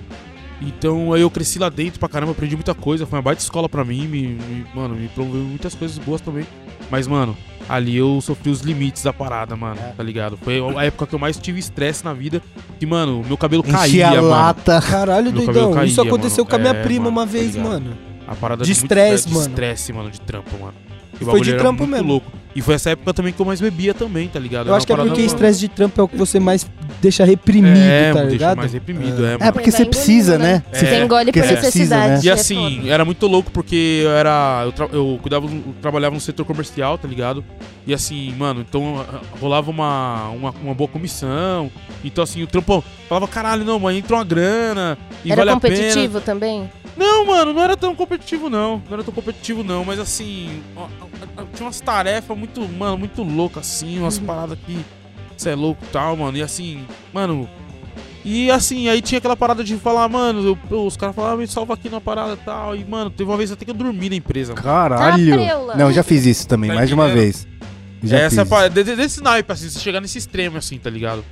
Então aí eu cresci lá dentro pra caramba, aprendi muita coisa, foi uma baita escola pra mim, me, me- mano, me promoveu muitas coisas boas também. Mas, mano, ali eu sofri os limites da parada, mano,
É.
tá ligado? Foi a época que eu mais tive estresse na vida, que, mano, meu cabelo
Enchi
caía,
a
mano.
lata.
Caralho,
Meu
doidão.
cabelo
isso
caía,
aconteceu
mano.
com a minha
É,
prima
mano,
uma
tá
vez,
ligado.
mano.
A parada
De
muito
estresse,
de
mano.
estresse, mano, de trampo, mano. E
Foi
o
de
bagulho era
trampo
muito
mesmo.
Louco. E foi essa época também que eu mais bebia também, tá ligado?
Eu acho que é porque
estresse
estresse de trampo é o que você mais deixa reprimido,
é,
tá
mano, deixa
ligado?
mais reprimido, é,
É
mano.
porque
Vai
você
engolindo,
precisa, né?
né?
É.
Você
Você engole
Porque
por
você
né?
necessidade.
precisa,
E
é
assim,
foda.
era muito louco porque eu era. Eu, tra- eu cuidava, eu trabalhava no setor comercial, tá ligado? E assim, mano, então ah, rolava uma, uma, uma boa comissão. Então, assim, o trampão falava, caralho, não, mas entra uma grana e
Era
vale a pena.
competitivo também?
Não, mano, não era tão competitivo, não. Não era tão competitivo, não. Mas assim, ó, ó, ó, tinha umas tarefas muito, mano, muito loucas, assim, umas paradas que você é louco e tal, mano. E assim, mano. E assim, aí tinha aquela parada de falar, mano, eu- eu- os caras falavam, "Ah, me salva aqui na parada e tal. E, mano, teve uma vez até que eu dormi na empresa, mano.
Caralho. Tá
Ah, preula.
Não, já fiz isso também,
Tá
mais de uma
entendendo?
vez. Já
Essa é a
fiz.
parada, de- de- desse naipe, assim, você chegar nesse extremo, assim, tá ligado?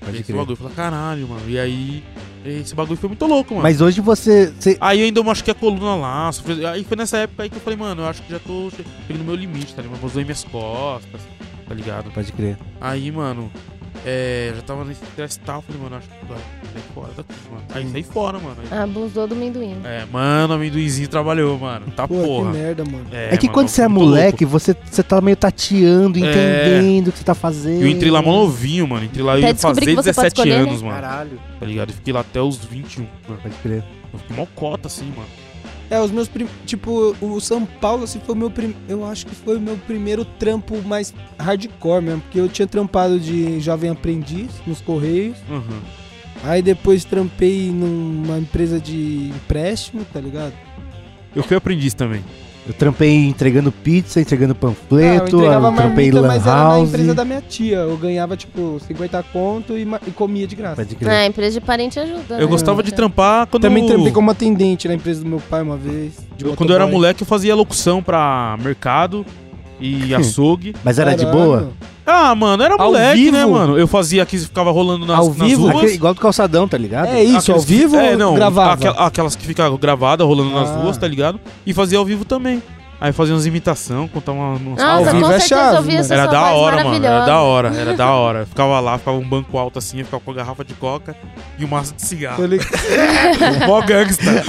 Pode
Esse
crer.
bagulho, eu falei, caralho, mano. E aí, esse bagulho foi muito louco, mano.
Mas hoje você. você-
Aí eu ainda machuquei a coluna lá. sofri- Aí foi nessa época aí que eu falei, mano, eu acho que já tô che- chegando no meu limite, tá ligado? Mas doei minhas costas, tá ligado?
Pode crer.
Aí, mano, É, já tava nesse estresse e tal. Falei, mano, acho que vai sair fora daqui, mano. Aí saí fora, mano. Aí-
Ah, Abusou do amendoim.
É, mano, o amendoizinho trabalhou, mano. Tá
Pô,
porra.
que merda, mano.
É que
mano,
quando
eu
você é
fui muito
moleque, você, você tá meio tateando,
É.
entendendo o que você tá fazendo.
louco. Eu entrei lá é mó novinho, mano. Entrei lá e
Até
ia
descobrir
fazer
que você pode
17
escolher, né?
anos, mano.
Caralho.
Tá ligado? Eu fiquei lá até os 21, mano.
Pode crer.
Eu fiquei mó cota assim, mano.
É, os meus prim... Tipo, o São Paulo, assim, foi o meu prim... Eu acho que foi o meu primeiro trampo mais hardcore mesmo. Porque eu tinha trampado de jovem aprendiz nos Correios.
Uhum.
Aí depois trampei numa empresa de empréstimo, tá ligado?
Eu fui aprendiz também.
Eu trampei entregando pizza, entregando
Ah, eu
panfleto, eu,
entregava
trampei
marmita,
lan
mas era na
house.
empresa da minha tia. Eu ganhava, tipo, 50 conto e, ma- e comia de graça.
Pode crer.
Ah, empresa de parente ajuda. né?
Eu gostava de trampar quando.
Também trampei como atendente na empresa do meu pai uma vez. de
Uh. Eu- quando eu era
motoboy.
moleque, eu fazia locução pra mercado e açougue.
Mas era de
Caralho.
boa?
Ah, mano, era
Ao
moleque, né,
vivo?
mano? Eu fazia aqui, ficava rolando nas,
ao
nas
vivo?
ruas.
Aquele- igual do calçadão, tá ligado?
É isso, ao
Aqueles que-
vivo
é, não,
ou gravava?
aquel- aquelas que ficavam gravadas, rolando nas
Ah.
ruas, tá ligado? E fazia ao vivo também. Aí fazia umas imitação, contava umas... umas
Ao
Nossa,
coisas.
vivo
com
é
certeza
chave,
eu vi
mano.
essa
Era
sua
da
voz
hora, mano. Era da
é maravilhosa.
hora, era da hora. Eu Ficava lá, ficava um banco alto assim, eu ficava com a garrafa de coca e um maço de cigarro.
Tô ligado.
Mó gangsta.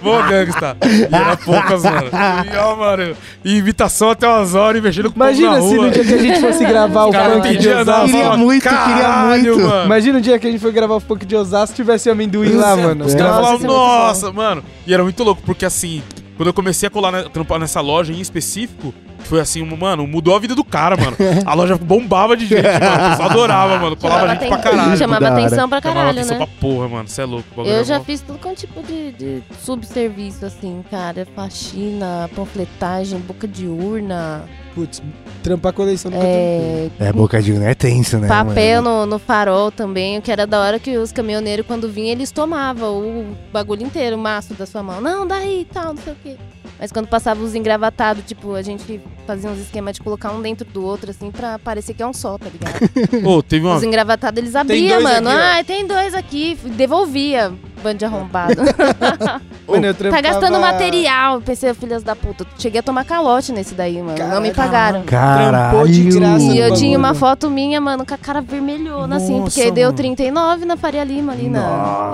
Mó gangsta. E era poucas, mano. E, ó, mano, e imitação até umas horas e mexendo com o
Imagina
povo na
se
rua.
no dia que a gente fosse gravar o
Os caras
funk de
pediam, não,
Osasco.
Queria
falava,
muito, queria
"Caralho,
muito."
mano.
Imagina o dia que a gente foi gravar o funk de Osasco tivesse amendoim lá, mano.
os
Os caras
Nossa,
falavam,
isso é muito
nossa, mano. E era muito louco, porque assim, quando eu comecei a colar, na- trampar nessa loja em específico, foi assim, um- mano, mudou a vida do cara, mano. A loja bombava de gente, mano. O pessoal adorava, mano. Colava gente pra
aten-
caralho.
Chama-
Chamava
Da hora.
atenção pra
Chamava
caralho,
atenção
né?
pra porra, mano. Você é louco. o bagulho
Eu
é
já
mó-
fiz tudo quanto tipo de, de subserviço, assim, cara. Faxina, panfletagem, boca de urna,
Putz, trampar a coleção do é...
é,
É, Boca Junior é tenso, né?
papel no, no farol também. O que era da hora que os caminhoneiros, quando vinham, eles tomavam o bagulho inteiro, o maço da sua mão. Não, daí e tal, não sei o quê. Mas quando passava os engravatados, tipo, a gente fazia uns esquemas de colocar um dentro do outro, assim, pra parecer que é um só, tá ligado?
Ô, teve uma.
Os engravatados, eles abriam,
dois
mano.
aqui, ó.
ah, tem dois aqui. Devolvia, bando de arrombado.
Mano, eu
Tá
trampava-
gastando material. Pensei, filhas da puta. Cheguei a tomar calote nesse daí, mano. não me
Caralho.
pagaram.
Caralho.
Trampou de graça
E
no
eu
bagulho.
tinha uma foto minha, mano, com a cara vermelhona, assim,
Nossa,
porque deu
mano.
39 na Faria Lima ali, na.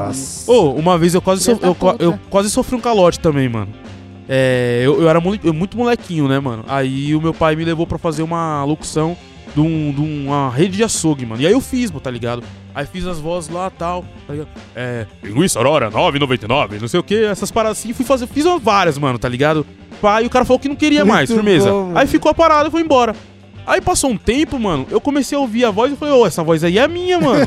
Nossa.
Ô, uma vez eu quase,
Filha
sof-
da
eu, qua-
puta.
eu quase sofri um calote também, mano. É, eu, eu era mole- eu muito molequinho, né, mano? Aí o meu pai me levou pra fazer uma locução de, um- de uma rede de açougue, mano. E aí eu fiz, mano, tá ligado? Aí fiz as vozes lá tal, tá ligado? É, linguiça Aurora, 9,99, não sei o que, essas paradas assim. Fui fazer, fiz umas várias, mano, tá ligado? Pai, o cara falou que não queria
Muito
mais, firmeza.
bom, mano.
aí ficou a parada, foi embora. Aí passou um tempo, mano, eu comecei a ouvir a voz e falei, ô, essa voz aí é minha, mano.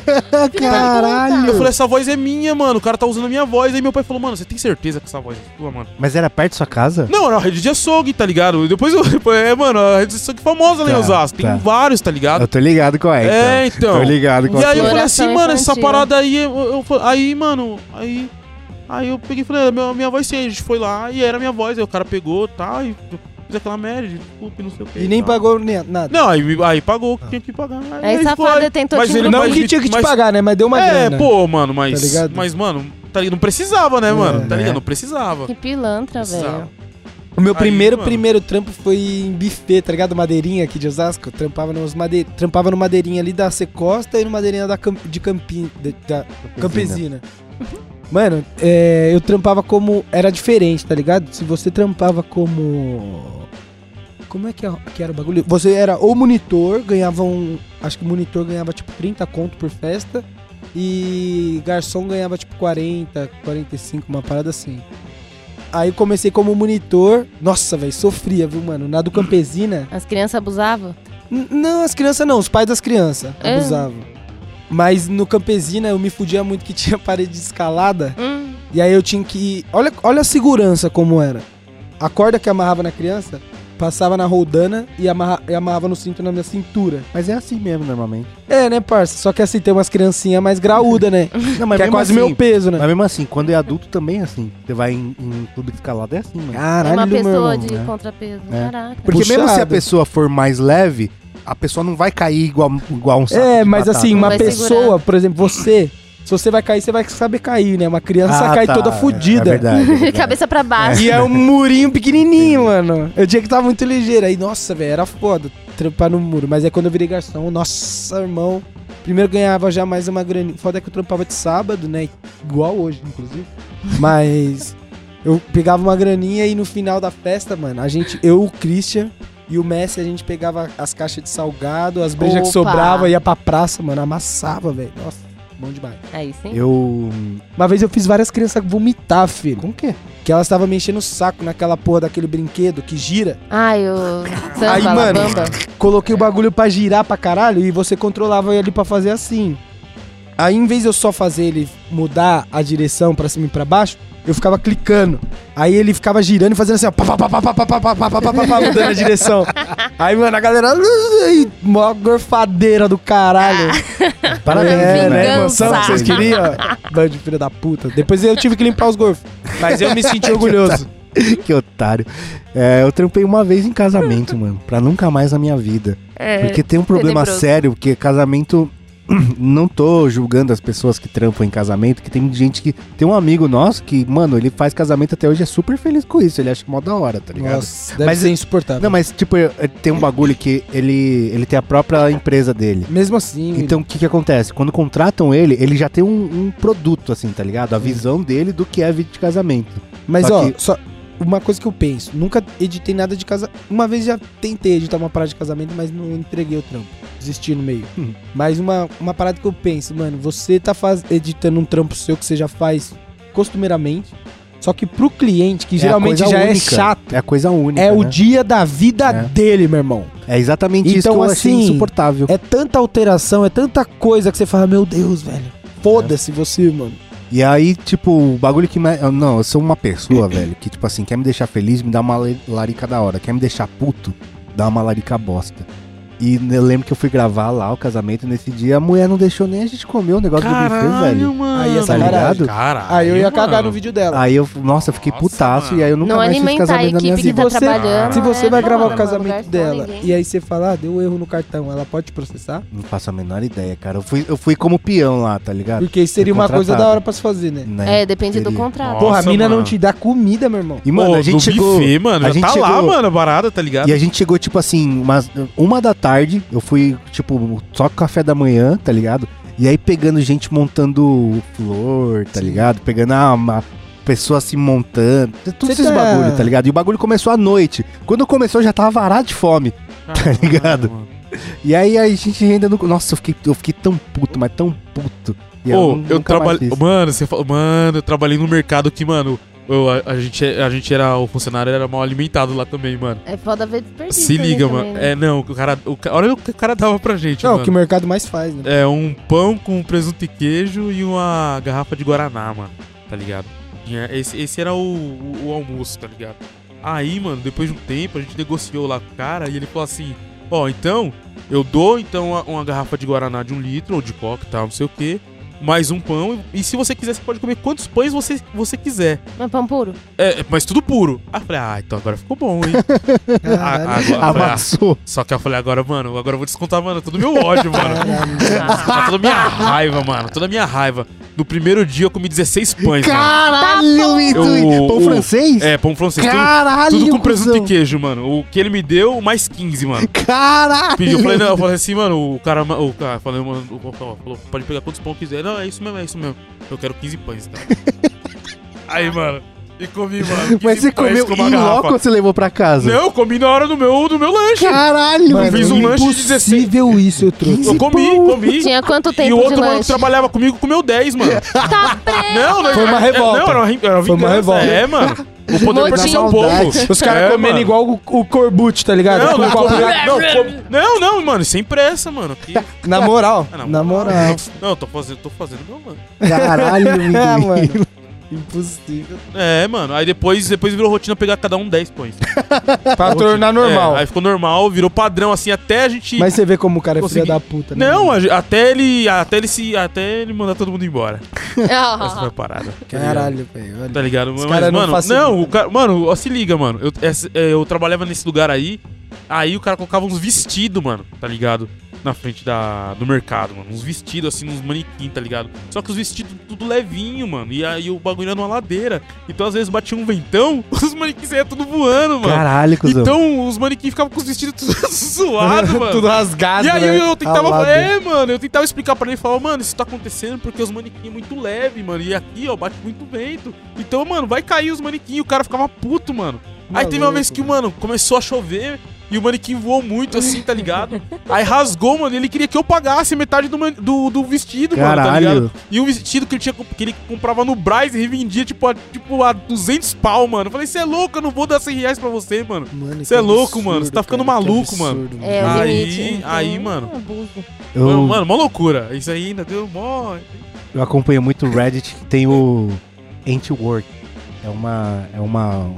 Eu falei, essa voz é minha, mano. O cara tá usando a minha voz. Aí meu pai falou, mano, você tem certeza que essa voz é sua, mano?
Mas era perto da sua casa?
Não, era a rede de açougue, tá ligado? E Depois eu. depois- é, mano, a rede de açougue famosa lá em
Tá,
Osasco.
tá.
Tem vários, tá ligado?
Eu tô ligado qual é.
É, então.
Tô ligado qual
E aí eu
é.
falei
Exploração
assim, mano, essa
infantil.
parada aí. eu- eu fa- aí, mano, aí. Aí eu peguei e falei, "Ah, minha, minha voz sim. A gente foi lá e era minha voz. Aí o cara pegou tá, e fez aquela merda, desculpe, não sei o que.
E nem pagou nem- nada.
Não, aí, aí pagou o que tinha que pagar.
Aí safada tentou
Mas
te
ele
Não,
enganar.
mas-
que tinha que te
mas-
pagar, né? Mas deu uma
é,
grana.
pô, mano, mas.
Tá ligado? É.
Mas, mano, tá ligado? Não precisava, né, mano? Tá
né?
ligado? Não precisava.
Que pilantra,
Precisava.
velho.
O meu
Aí,
primeiro,
mano.
primeiro trampo foi em buffet, tá ligado? Madeirinha aqui de Osasco. Eu trampava, nos made... trampava no madeirinha ali da Secosta e no madeirinha da Camp... de Campin... de- da
assim, né?
Campesina. Mano, é, eu trampava como. Era diferente, tá ligado? Se você trampava como. Como é que, é- que era o bagulho? Você era ou monitor, ganhava um. Acho que monitor ganhava tipo 30 conto por festa. E garçom ganhava tipo 40, 45, uma parada assim. Aí eu comecei como monitor. Nossa, velho, sofria, viu, mano? Na do Campesina.
As crianças abusavam?
N- Não, as crianças não, os pais das crianças
É.
abusavam. Mas no Campesina eu me fudia muito que tinha parede escalada.
Hum.
E aí eu tinha que. Olha, olha a segurança como era. A corda que amarrava na criança passava na roldana e, amarra- e amarrava no cinto na minha cintura.
Mas é assim mesmo, normalmente.
É, né, parça? Só que assim tem umas criancinhas mais graúda, né?
Não, mas
que é
mesmo
quase
assim-
meu peso, né?
Mas mesmo assim, quando é adulto também é assim. Você vai em, em clube de escalada é assim, mano.
Caralho,
é uma
meu
pessoa
irmão.
de
né?
contrapeso.
É.
Caraca.
Porque mesmo
Puxado.
se a pessoa for mais leve, a pessoa não vai cair igual, igual um saco
É,
de
mas
batata.
assim, uma
Vai
pessoa,
segurar.
por exemplo, você. Se você vai cair, você vai saber cair, né? Uma criança
Ah,
cai
tá,
toda
é,
fodida.
É verdade. é verdade.
Cabeça pra baixo.
E é um murinho pequenininho, mano. Eu tinha que tá estar muito ligeiro. Aí, nossa, velho, era foda trampar no muro. Mas é quando eu virei garçom, nossa, irmão. Primeiro ganhava já mais uma graninha. Foda é que eu trampava de sábado, né? Igual hoje, inclusive. Mas eu pegava uma graninha e no final da festa, mano, a gente, eu, o Christian e o Messi, a gente pegava as caixas de salgado, as brejas que
Opa!
sobrava, ia pra praça, mano, amassava, velho. Nossa, bom demais.
Aí sim.
Eu.
Uma vez eu fiz várias crianças vomitar, filho.
Como que é?
Que elas estavam me enchendo o saco naquela porra daquele brinquedo que gira.
Ai, o samba,
Aí,
Aí,
mano.
bamba.
Coloquei o bagulho pra girar pra caralho e você controlava ele pra fazer assim. Aí, em vez de eu só fazer ele mudar a direção pra cima e pra baixo, eu ficava clicando. Aí ele ficava girando e fazendo assim, ó, pá, pá, pá, pá, pá, pá, pá, pá, pá, pá, pá, pá, pá, mudando a direção. Aí, mano, a galera, "Ai, mó gorfadeira do caralho.
Parabéns, né?
é, né?
Vingança.
Emoção que vocês queriam. Bando de filho da puta. Depois eu tive que limpar os gorfos. Mas eu me senti orgulhoso.
que otário. É, eu trampei uma vez em casamento, mano. Pra nunca mais na minha vida.
É,
Porque tem um problema
tenebroso.
sério, porque casamento. Não tô julgando as pessoas que trampam em casamento, que tem gente que. Tem um amigo nosso que, mano, ele faz casamento até hoje é super feliz com isso. Ele acha mó da hora, tá ligado?
Nossa, deve
Mas-
ser insuportável.
Não, mas tipo, eu- eu- tem um bagulho que ele, ele tem a própria empresa dele.
Mesmo assim,
Então o que que acontece? Quando contratam ele, ele já tem um, um produto, assim, tá ligado? A visão dele do que é vida de casamento.
Mas
Só
ó,
que-
só uma coisa que eu penso, nunca editei nada de casa. Uma vez já tentei editar uma parada de casamento, mas não entreguei o trampo. Desisti no meio.
Hum.
Mas uma, uma parada que eu penso, mano, você tá faz... editando um trampo seu que você já faz costumeiramente, só que pro cliente, que
É a
geralmente já
coisa
é
única.
chato,
É a coisa única.
é o
né?
dia da vida
É.
dele, meu irmão.
É exatamente isso
Então,
que eu achei
assim,
insuportável.
É tanta alteração, é tanta coisa que você fala, meu Deus, velho.
É.
Foda-se você, mano.
E aí, tipo, o bagulho que. mais- eu- Não, eu sou uma pessoa, velho, que, tipo assim, quer me deixar feliz, me dá uma le- larica da hora. Quer me deixar puto, dá uma larica bosta. E eu lembro que eu fui gravar lá o casamento e nesse dia, a mulher não deixou nem a gente comer o negócio do buffet, velho.
Caralho, mano.
Aí é
sacanagem.
Caralho,
Aí eu ia cagar
mano.
no vídeo dela.
Aí eu, nossa, eu fiquei
Nossa,
putaço
mano.
e aí eu nunca
não
mais fiz
alimentar a
casamento na minha
equipe que
vida.
tá
vida. Se você-
trabalhando.
Se você
é
vai gravar o
foda, mano,
casamento dela
garçom,
e
ninguém.
aí você falar, ah, deu erro no cartão, ela pode te processar?
Não faço a menor ideia, cara. Eu fui, eu fui como peão lá, tá ligado?
Porque isso seria uma coisa da hora pra se fazer, né?
Né?
É, depende do
Seria.
contrato.
Nossa,
Porra, a mina não
mano.
te dá comida, meu irmão.
E, mano,
Pô,
a gente
do
chegou.
buffet, mano.
a
já
gente
tá lá,
chegou-
mano, a parada, tá ligado?
E a gente chegou, tipo assim, umas, uma da tarde, eu fui, tipo, só com café da manhã, tá ligado? E aí pegando gente montando flor, tá
Sim.
ligado? Pegando ah, uma pessoa se montando. Tudo
Você
esses
tá-
bagulho, tá ligado? E o bagulho começou à noite. Quando começou, eu já tava varado de fome.
tá
Caralho,
ligado?
mano.
E aí a gente ainda não. Nossa, eu fiquei, eu fiquei tão puto, mas tão puto. E
Pô,
nu-
eu
nunca mais
trabalhei.
fiz.
Mano, você falou. Mano, eu trabalhei num mercado que, mano, eu- a, a gente, a gente era. O funcionário era mal alimentado lá também, mano.
É foda ver desperdício.
Se
ali
liga,
também,
mano.
né?
É, não, o cara. O, ca- olha o que o cara dava pra gente,
Não, o
mano.
que o mercado mais faz, né?
É um pão com presunto e queijo e uma garrafa de Guaraná, mano. Tá ligado? Tinha- Esse, esse era o, o- o almoço, tá ligado? Aí, mano, depois de um tempo, a gente negociou lá com o cara e ele falou assim: Ó, então, eu dou então uma, uma garrafa de Guaraná de um litro, ou de coca e tal, não sei o quê, mais um pão. E, e se você quiser, você pode comer quantos pães você, você quiser.
Mas pão puro.
É, mas tudo puro. Aí eu falei, ah, então agora ficou bom, hein?
Caralho.
Ah, agora- eu falei, ah,
Amassou.
só que eu falei, agora, mano, agora eu vou descontar, mano, todo meu ódio, mano. Tá toda a minha raiva, mano. Toda a minha raiva. No primeiro dia eu comi 16 pães, mano.
Caralho,
Tá Eu-
Itui! Pão
o-
francês?
É, pão francês. Tudo-
Caralho,
Tudo, com presunto
cuzão.
e queijo, mano. O que ele me deu, mais 15, mano.
Caralho!
Pediu, eu falei, não, eu falei assim, mano, o cara. O cara falei, mano, o cara falou, pode pegar quantos pão quiser. Não, é isso mesmo, é isso mesmo. Eu quero 15 pães, tá? Aí, mano. E comi, mano. 15
Mas você
pães
comeu
com uma
em
garrafa.
loco ou você levou pra casa?
Não, eu comi na hora do meu, do meu lanche.
Caralho,
Mano,
Eu fiz um lanche de
impossível isso, eu trouxe.
Eu comi, comi.
Tinha quanto tempo
E o outro
de
mano que
lanche?
trabalhava comigo comeu 10, mano.
Tá preso!
Não, não,
Foi uma
é-
revolta.
Não, era uma, ri- era uma
Foi uma
vingança,
revolta.
É, mano. O poder
Motim.
pertence ao povo.
Os caras
É,
comendo
mano.
igual o, o Corbucci, tá ligado?
Não,
Com
não,
o copo
não,
d'água.
não, não, não, mano, sem pressa, mano. Que-
na moral,
Ah, não.
na moral.
Não, tô fazendo, tô fazendo meu mano.
Caralho,
Ah,
Itui.
mano. Impossível.
É, mano. Aí depois, depois virou rotina pegar cada um 10 pões.
Pra tornar normal.
É, aí ficou normal, virou padrão, assim, até a gente.
Mas você vê como o cara é filha
Consegui.
da puta, né?
Não,
mano?
a ge- até ele. Até ele se. Até ele mandar todo mundo embora. Essa foi a
Ah,
parada.
Caralho, velho. olha.
Tá ligado? Mas,
cara não
mano,
facilita,
não,
né?
o cara, mano, ó, se liga, mano. Eu, essa- é, eu trabalhava nesse lugar aí, aí o cara colocava uns vestidos, mano, tá ligado? na frente da, do mercado, mano. Uns vestidos, assim, uns manequim, tá ligado? Só que os vestidos tudo levinho, mano. E aí o bagulho era numa ladeira. Então, às vezes, batia um ventão, os manequins saíam tudo voando, mano.
Caralho, cuzão.
Então, os manequins ficavam com os vestidos tudo zoados, mano.
Tudo rasgado.
E aí
né?
eu, eu tentava.
Ralado.
É, mano, eu tentava explicar pra ele falava, mano, isso tá acontecendo porque os manequins é muito leve, mano. E aqui, ó, bate muito vento. Então, mano, vai cair os manequins. O cara ficava puto, mano. Aí teve uma
Maluco,
vez que, mano, começou a chover. E o manequim voou muito, assim, tá ligado? Aí rasgou, mano. e Ele quania que eu pagasse metade do, man- do, do vestido, mano, tá ligado?
Caralho.
E um vestido que ele, tinha, que ele comprava no Braz e revendia, tipo, a, tipo, a 200 pau, mano. Eu falei, você é louco, eu não vou dar 100 reais pra você, mano.
Mano,
Cê é
que
louco, mano. Cê tá
absurdo,
ficando
cara, que
maluco, mano.
absurdo,
É, o
Aí-
limite.
aí,
Então,
mano.
abuso.
Eu,
Mano, mó loucura. Isso aí ainda deu mó.
eu acompanho muito o Reddit, que tem o Antwork. É uma. É uma.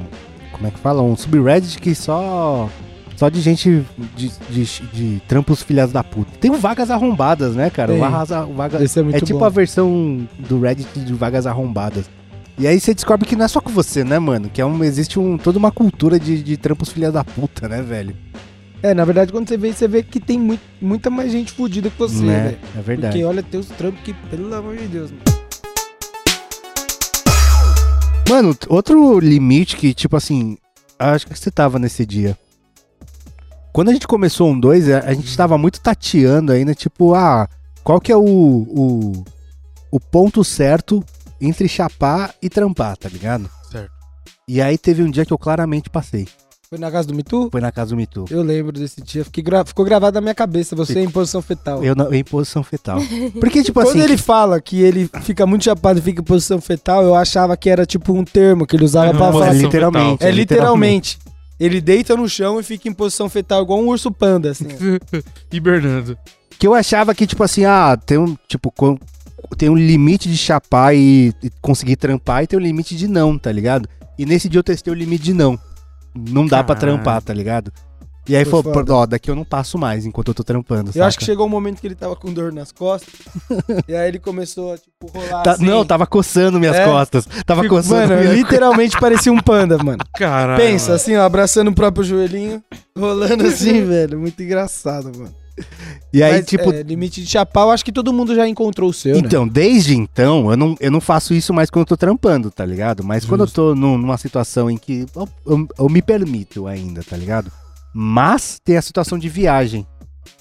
Como é que fala? Um subreddit que só. Só de gente de, de, de trampos filhados da puta. Tem o vagas arrombadas, né, cara? O
Tem.
vaga- o vaga,
Esse é muito
é tipo
bom.
a versão do Reddit de vagas arrombadas. E aí você descobre que não é só com você, né, mano? Que é um, existe um, toda uma cultura de, de trampos filha da puta, né, velho?
É, na verdade, quando você vê, você vê que tem mui- muita mais gente fodida que você,
né?
velho.
É verdade.
Porque olha, tem os trampos que, pelo amor de Deus, mano.
Mano, t- outro limite que, tipo assim, acho que você tava nesse dia. Quando a gente começou um 2, a, a
Uhum.
gente tava muito tateando ainda, tipo, ah, qual que é o, o, o ponto certo entre chapar e trampar, tá ligado?
Certo.
E aí teve um dia que eu claramente passei.
Foi na casa do Mitu?
Foi na casa do Mitu.
Eu lembro desse dia. Fiquei gra- Ficou gravado na minha cabeça, você em posição fetal.
Eu, na, em posição fetal. Porque, tipo
Quando
assim.
ele fala tipo que ele fica muito chapado e fica em posição fetal, eu achava que era tipo um termo que ele usava
Não,
pra
mas
é
falar.
ele-
literalmente.
É literalmente. Ele deita no chão e fica em posição fetal, igual um urso panda, assim.
Hibernando.
Que eu achava que, tipo assim, ah, tem um. Tipo, com- tem um limite de chapar e, e conseguir trampar e tem um limite de não, tá ligado? E nesse dia eu testei o limite de não. Não dá pra
Caralho.
trampar, tá ligado? E aí
Foi
falou,
foda.
ó, daqui eu não passo mais enquanto eu tô trampando.
Eu acho que chegou um momento que ele tava com dor nas costas. e aí ele começou a, tipo, rolar assim.
Tá, Não, tava coçando minhas
É.
costas. Tava
Tipo,
coçando Ah,
Mano,
minhas...
literalmente parecia um panda, mano.
Caralho.
Pensa, assim, ó, abraçando o próprio joelhinho, rolando assim, velho. Muito engraçado, mano.
E aí,
Mas,
tipo,
é, limite de chapar, eu acho que todo mundo já encontrou o seu, né?
Então, desde então, eu não, eu não faço isso mais quando eu tô trampando, tá ligado? Mas quando eu tô num- numa situação em que eu, eu- eu me permito ainda, tá ligado? Mas tem a situação de viagem,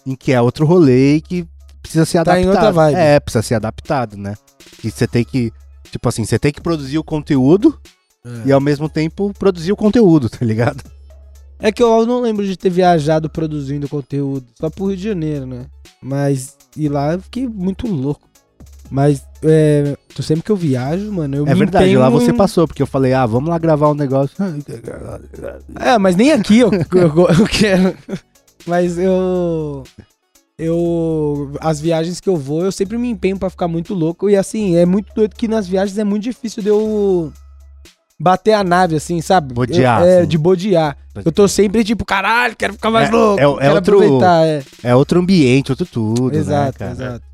em que é outro rolê e que precisa ser
Tá
adaptado.
em outra vibe.
É, precisa ser adaptado, né? Que você tem que, tipo assim, você tem que produzir o conteúdo
É.
e ao mesmo tempo produzir o conteúdo, tá ligado?
É que eu não lembro de ter viajado produzindo conteúdo, só pro Rio de Janeiro, né? Mas, e lá eu fiquei muito louco. Mas, é, sempre que eu viajo, mano, eu um
é
me
verdade,
empenho
lá você
em-
passou, porque eu falei, ah, vamos lá gravar um negócio.
É, mas nem aqui eu, eu, eu quero. Mas eu. Eu. As viagens que eu vou, eu sempre me empenho pra ficar muito louco. E assim, é muito doido que nas viagens é muito difícil de eu. Bater a nave, assim, sabe?
Bodear,
Eu- é,
assim.
de bodear. Eu tô sempre tipo, caralho, quero ficar mais
É-
louco.
é- é
quero
outro-
aproveitar. É.
É outro ambiente, outro tudo, né,
exato,
cara?
exato.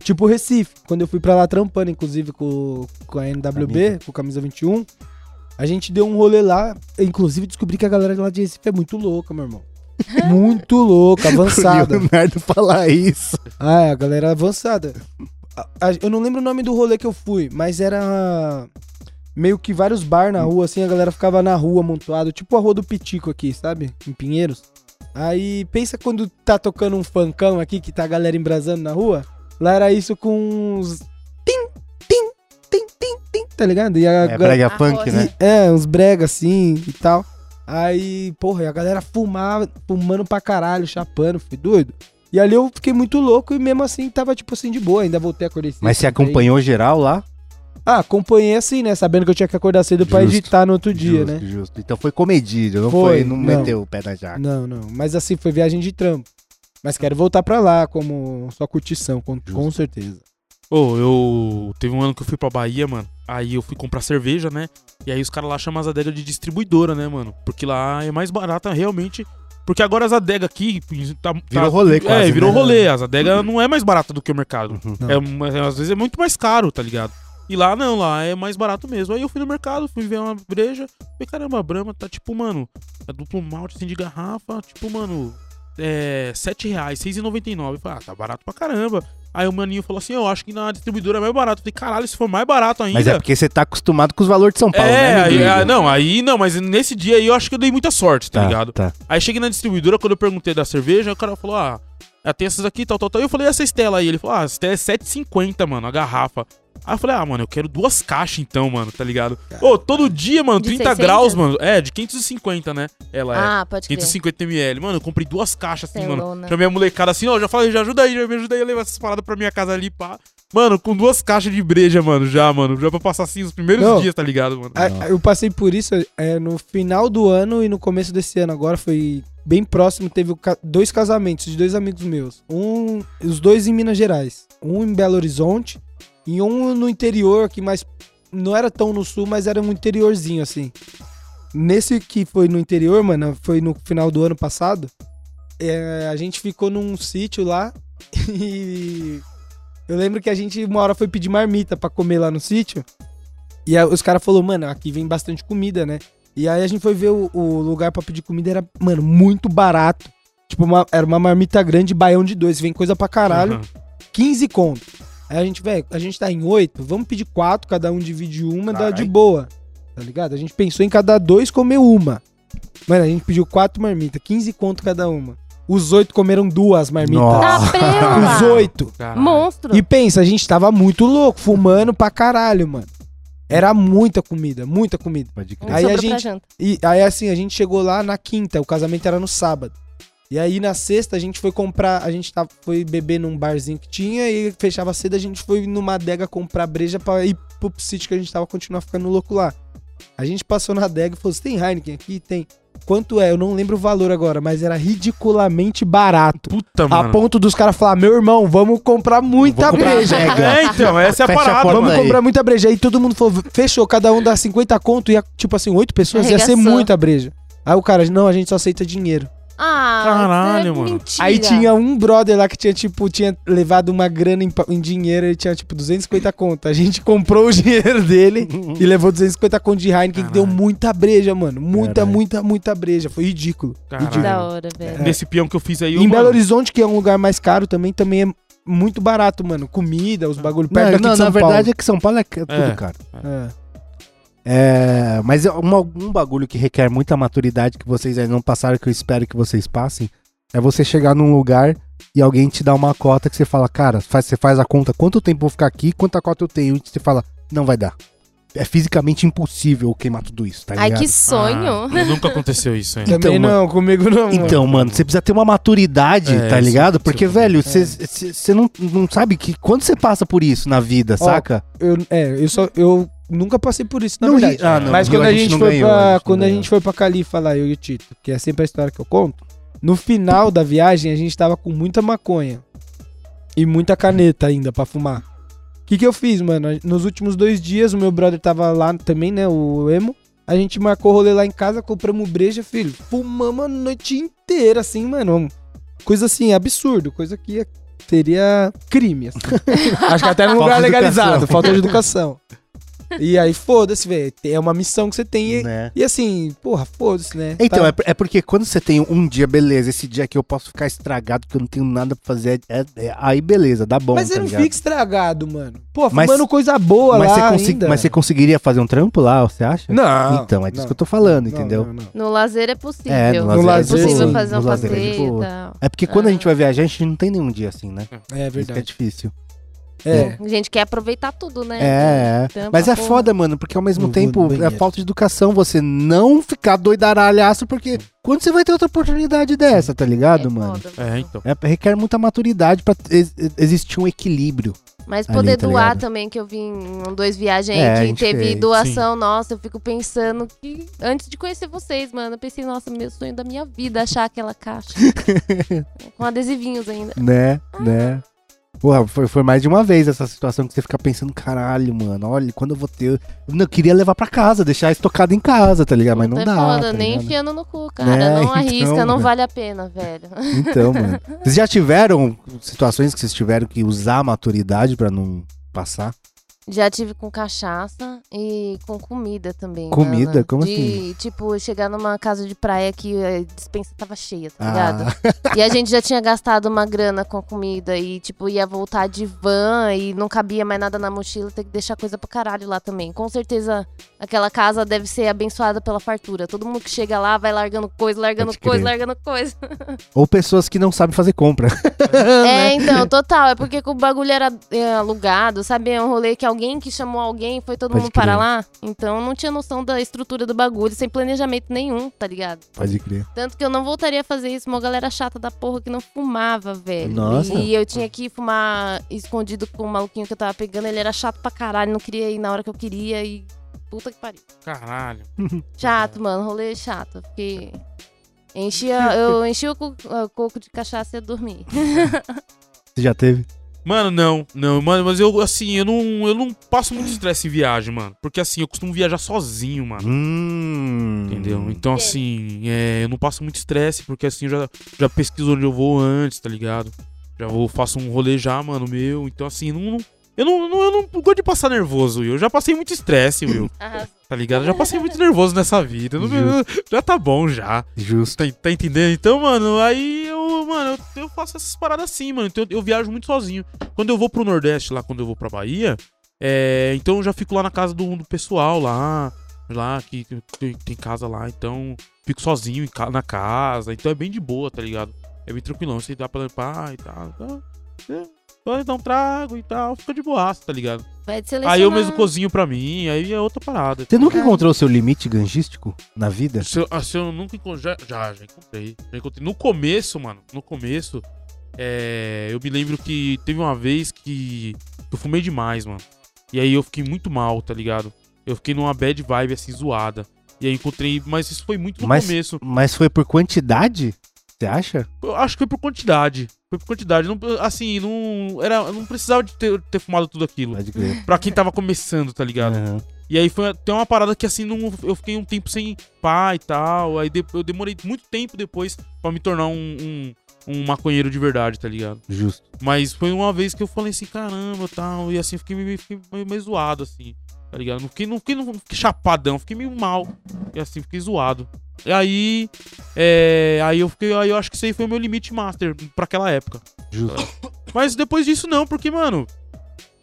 Tipo Recife, quando eu fui pra lá trampando, inclusive, com, com a NWB,
Camisa.
com Camisa 21, a gente deu um rolê lá. Inclusive, descobri que a galera lá de Recife é muito louca, meu irmão. muito louca,
O
avançada.
Leonardo falar isso.
ah, é, a galera avançada. A- a- eu não lembro o nome do rolê que eu fui, mas era meio que vários bar na rua, assim, a galera ficava na rua amontoado, tipo a rua do Pitico aqui, sabe? Em Pinheiros. Aí pensa quando tá tocando um funkão aqui, que tá a galera embrasando na rua. Lá era isso com uns. Tim, tim, tim, tim, tim, tá ligado? E a
É
ga-
Ah,
brega
A
punk,
roça.
né?
é, uns brega assim e tal. Aí, porra, e a galera fumava, fumando pra caralho, chapando, fui doido. E ali eu fiquei muito louco e mesmo assim tava, tipo assim, de boa, ainda voltei a acordar cedo.
Mas você
também.
acompanhou geral lá?
Ah, acompanhei assim, né? Sabendo que eu tinha que acordar cedo pra
Justo.
editar no outro dia,
Justo,
né?
Justo. Então foi comedido, não foi,
Foi,
não,
não.
meteu o pé na jaca.
Não, não. Mas assim, foi viagem de trampo. Mas quero voltar pra lá como só curtição, com, com certeza.
Ô, eu. Teve um ano que eu fui pra Bahia, mano. Aí eu fui comprar cerveja, né? E aí os caras lá chamam as adegas de distribuidora, né, mano? Porque lá é mais barata realmente. Porque agora as adegas aqui. Tá, tá-
Virou rolê quase,
É, virou
né? Uhum.
rolê. As adegas não é mais barata do que o mercado.
Não.
É, mas, às vezes é muito mais caro, tá ligado? E lá não, lá é mais barato mesmo. Aí eu fui no mercado, fui ver uma tá breja. Falei, caramba, a Brahma tá tipo, mano, é duplo malte, assim, de garrafa. Tipo, mano, é, R$ 7,00, R$ 6,99. Eu falei, ah, tá barato pra caramba. Aí o maninho falou assim, eu acho que na distribuidora é mais barato. Eu falei, caralho, se for mais barato ainda...
Mas é porque você tá acostumado com os valores de São Paulo,
É,
né?
aí,
Miguel?
ah, não, aí não, mas nesse dia aí eu acho que eu dei muita sorte, tá,
tá,
ligado?
Tá.
Aí cheguei na distribuidora, quando eu perguntei da cerveja, o cara falou, ah, é, tem essas aqui, tal, tal, tal. Eu falei, e essa Estela aí? Ele falou, ah, essa Estela é 7,50, mano, a garrafa. Aí eu falei, ah, mano, eu quero duas caixas então, mano, tá ligado? Ô, todo dia, mano,
De
30
600?
graus, mano. É, de 550, né? Ela é.
Ah, pode crer.
550 ml. Mano, eu comprei duas caixas assim, mano.
Celona.
Chamei a molecada assim, ó, já falei, já ajuda aí, já me ajuda aí a levar essas paradas pra minha casa ali, pá. Mano, com duas caixas de breja, mano, já, mano. Já pra passar assim os primeiros
Não.
dias, tá ligado, mano?
Ah, Eu passei por isso é, no final do ano e no começo desse ano. Agora foi bem próximo. Teve o ca- dois casamentos de dois amigos meus. Um, os dois em Minas Gerais. Um em Belo Horizonte e um no interior, que mais não era tão no sul, mas era um interiorzinho assim. Nesse que foi no interior, mano, foi no final do ano passado. é, a gente ficou num sítio lá e eu lembro que a gente uma hora foi pedir marmita pra comer lá no sítio. E aí os caras falaram, mano, aqui vem bastante comida, né? E aí a gente foi ver o, o lugar pra pedir comida, era, mano, muito barato. Tipo, uma- era uma marmita grande, baião de dois, vem coisa pra caralho,
Uhum.
15 conto. Aí a gente, velho, a gente tá em oito, vamos pedir quatro, cada um divide uma, dá
Caralho.
de boa. Tá ligado? A gente pensou em cada dois comer uma. Mano, a gente pediu quatro marmitas, 15 conto cada uma. Os oito comeram duas marmitas.
Nossa.
Os
Tapeu!
oito.
Caralho.
Tá Monstro!
E pensa, a gente tava muito louco, fumando pra caralho, mano. Era muita comida, muita comida.
Pode
Um
crer.
Aí a
sobrou pra
gente-
janta.
E aí, assim, a gente chegou lá na quinta, o casamento era no sábado. E aí, na sexta, a gente foi comprar, a gente tava, foi beber num barzinho que tinha e fechava cedo, a gente foi numa adega comprar breja pra ir pro sítio que a gente tava continuar ficando louco lá. A gente passou na adega e falou: "Você tem Heineken aqui? Tem. Quanto é? Eu não lembro o valor agora, mas era ridiculamente barato.
Puta,
A
mano.
ponto dos caras falar: meu irmão, vamos comprar muita
comprar
breja.
É, então, essa é a
né, Fecha a
parada.
porta.
mano.
Vamos
Aí.
comprar muita breja. Aí todo mundo falou, fechou, cada um dá 50 conto, ia, tipo assim, oito pessoas, ia ser
Arregaçou.
muita breja. Aí o cara, não, a gente só aceita dinheiro.
Ah,
Caralho,
isso é
mano.
Mentira.
Aí tinha um brother lá que tinha, tipo, tinha levado uma grana em, pa- em dinheiro, ele tinha, tipo, 250 conto. A gente comprou o dinheiro dele e levou 250 conto de Heineken, que
Caralho.
deu muita breja, mano. Muita,
Caralho.
muita, muita breja. Foi ridículo.
Caralho.
Ridículo.
Da hora, velho.
Nesse peão que eu fiz
É. Em
aí, eu, mano,
Belo Horizonte, que é um lugar mais caro também, também é muito barato, mano. Comida, os bagulho perto
Não,
daqui
não,
de São
na
Paulo.
verdade é que São Paulo é c-
É.
tudo, cara.
É.
É, mas é uma- um bagulho que requer muita maturidade que vocês ainda não passaram, que eu espero que vocês passem, é você chegar num lugar e alguém te dá uma cota que você fala, cara, faz- você faz a conta, quanto tempo eu vou ficar aqui, quanta cota eu tenho, e você fala, não vai dar. É fisicamente impossível eu queimar tudo isso, tá
Ai,
ligado?
que sonho.
Ah, nunca aconteceu isso, hein?
Também
Então,
não, comigo não. mano.
Então, mano, você precisa ter uma maturidade,
É,
tá
isso-
ligado?
isso
Porque,
um
eu-
velho, você
é.
você não, não sabe que quando você passa por isso na vida, saca?
Eu, é, eu só. Eu nunca passei por isso, na
Não,
verdade.
e- ah, não,
Mas
Rio
quando a gente,
não
foi
ganhou,
pra.
não
quando a
ganhou.
gente foi pra Califa lá, eu e o Tito, que é sempre a história que eu conto. No final da viagem, a gente tava com muita maconha. E muita caneta ainda pra fumar. O que, que eu fiz, mano? Nos últimos dois dias, o meu brother tava lá também, né? O Emo. A gente marcou rolê lá em casa, compramos breja, filho. Fumamos a noite inteira, assim, mano. Coisa assim, absurdo. Coisa que seria crime, assim. Acho que até num
Falta
lugar
de
legalizado.
educação.
Falta de educação. E aí, foda-se, velho. É uma missão que você tem. E,
Né?
e assim, porra, foda-se, né?
Então,
Tá.
é, por- é porque quando você tem um dia, beleza, esse dia aqui eu posso ficar estragado, que eu não tenho nada pra fazer, é- é- aí beleza, dá bom,
Mas
tá
você não
ligado?
fica estragado, mano. Pô,
Mas-
fumando coisa boa
mas,
lá
você consi-
ainda.
mas você conseguiria fazer um trampo lá, você acha?
Não.
então, é disso
não,
que eu tô falando,
não,
entendeu?
não, não.
No lazer é possível.
É, no
lazer
é
é de
possível
boa.
fazer
No
um
lazer é de
passeio
boa.
e tal.
É porque quando a
Ah.
gente vai viajar, a gente não tem nenhum dia assim, né?
É
Isso que é
verdade.
difícil.
É.
A gente quer aproveitar tudo, né?
É, é.
Tampa,
Mas é
porra.
foda, mano, porque ao mesmo
Eu vou no
tempo é
banheiro.
falta de educação você não ficar doidaralhaço, porque quando você vai ter outra oportunidade dessa, tá ligado,
É
mano?
foda, mano.
É, então.
É, requer muita maturidade pra ex- existir um equilíbrio.
Mas
Ali,
poder
tá
doar
ligado?
também, que eu vi em um, dois viagens aí
É, a
que
gente
teve
fez,
doação, nossa, eu fico pensando que. Antes de conhecer vocês, mano, eu pensei, nossa, meu sonho da minha vida, achar aquela caixa. Com adesivinhos ainda.
Né, né? Porra, foi, foi mais de uma vez essa situação que você fica pensando, caralho, mano, olha, quando eu vou ter. Eu não eu queria levar pra casa, deixar estocado em casa, tá ligado? Mas não
Puta, é
dá.
foda,
tá
nem
ligado?
enfiando no cu, cara.
Né,
Não
então,
arrisca, não
né?
vale a pena, velho.
Então, mano. Vocês já tiveram situações que vocês tiveram que usar a maturidade pra não passar?
Já tive com cachaça E com comida também.
Comida?
Nana.
Como
de,
assim?
Tipo, chegar numa casa de praia que a dispensa tava cheia, tá ligado?
Ah,
E a gente já tinha gastado uma grana com a comida e, tipo, ia voltar de van e não cabia mais nada na mochila, tem que deixar coisa pra caralho lá também. Com certeza aquela casa deve ser abençoada pela fartura. Todo mundo que chega lá vai largando coisa, largando
Pode
coisa,
crer.
largando coisa.
ou pessoas que não sabem fazer compra. né?
É, então, total. É porque o bagulho era é, alugado, sabe? É um rolê que alguém que chamou alguém foi todo
Pode
mundo para
crer.
lá. Então não tinha noção da estrutura do bagulho, sem planejamento nenhum, tá ligado?
Pode crer.
Tanto que eu não voltaria a fazer isso, uma galera chata da porra que não fumava, velho.
Nossa.
E eu tinha que fumar escondido com o maluquinho que eu tava pegando, ele era chato pra caralho, não queria ir na hora que eu queria e. Puta que pariu.
Caralho.
Uhum.
Chato, mano, rolê chato. Porque. Enchia, eu enchia o, cu- o coco de cachaça e ia dormir.
Você já teve?
Mano, não, não, mano, mas eu, assim, eu não, eu não passo muito estresse em viagem, mano. Porque, assim, eu costumo viajar sozinho, mano.
Hum.
Entendeu? Então, assim, é, eu não passo muito estresse, porque assim, eu já, já pesquiso onde eu vou antes, tá ligado? Já vou, faço um rolê já, mano, meu. Então, assim, não, não- eu, não, não- eu não gosto de passar nervoso, Will. Eu já passei muito estresse, Will,
Arrasou.
tá ligado? Eu já passei muito nervoso nessa vida. Eu não- eu- já tá bom, já.
Justo.
Tá, tá entendendo? Então, mano, aí eu, mano, eu, eu faço essas paradas assim, mano. Então eu, eu viajo muito sozinho. Quando eu vou pro Nordeste, lá quando eu vou pra Bahia, é, então eu já fico lá na casa do, do pessoal lá, lá, que que tem, tem casa lá, então fico sozinho em ca- na casa. Então é bem de boa, tá ligado? É bem tranquilão. Você dá pra limpar e tal. Então, é, então dá um trago e tal, fica de boaça, tá ligado?
Vai de selecionar.
Aí eu mesmo cozinho pra mim, aí é outra parada.
Você nunca
Ah.
encontrou o seu limite ganjístico na vida?
Se eu, ah, se eu nunca encontrei. Já, já encontrei. Já encontrei. No começo, mano. No começo, é, eu me lembro que teve uma vez que eu fumei demais, mano. E aí eu fiquei muito mal, tá ligado? Eu fiquei numa bad vibe assim, zoada. E aí encontrei. Mas isso foi muito no
Mas-
começo.
Mas foi por quantidade? Você acha?
Eu acho que foi por quantidade. Foi por quantidade. Não- assim, não. Era, eu não precisava de ter, ter fumado tudo aquilo.
Pode crer.
Pra quem tava começando, tá ligado?
Aham.
E aí foi tem uma parada que assim, não, eu fiquei um tempo sem pá e tal. Aí de- eu demorei muito tempo depois pra me tornar um, um, um maconheiro de verdade, tá ligado?
Justo.
Mas foi uma vez que eu falei assim, caramba, tal. E assim, eu fiquei meio, fiquei meio, meio zoado, assim, tá ligado? Não fiquei, não, fiquei, não fiquei chapadão, fiquei meio mal. E assim, fiquei zoado. E aí. É, aí eu fiquei. Aí eu acho que isso aí foi o meu limite master pra aquela época.
Justo.
Mas depois disso não, porque, mano.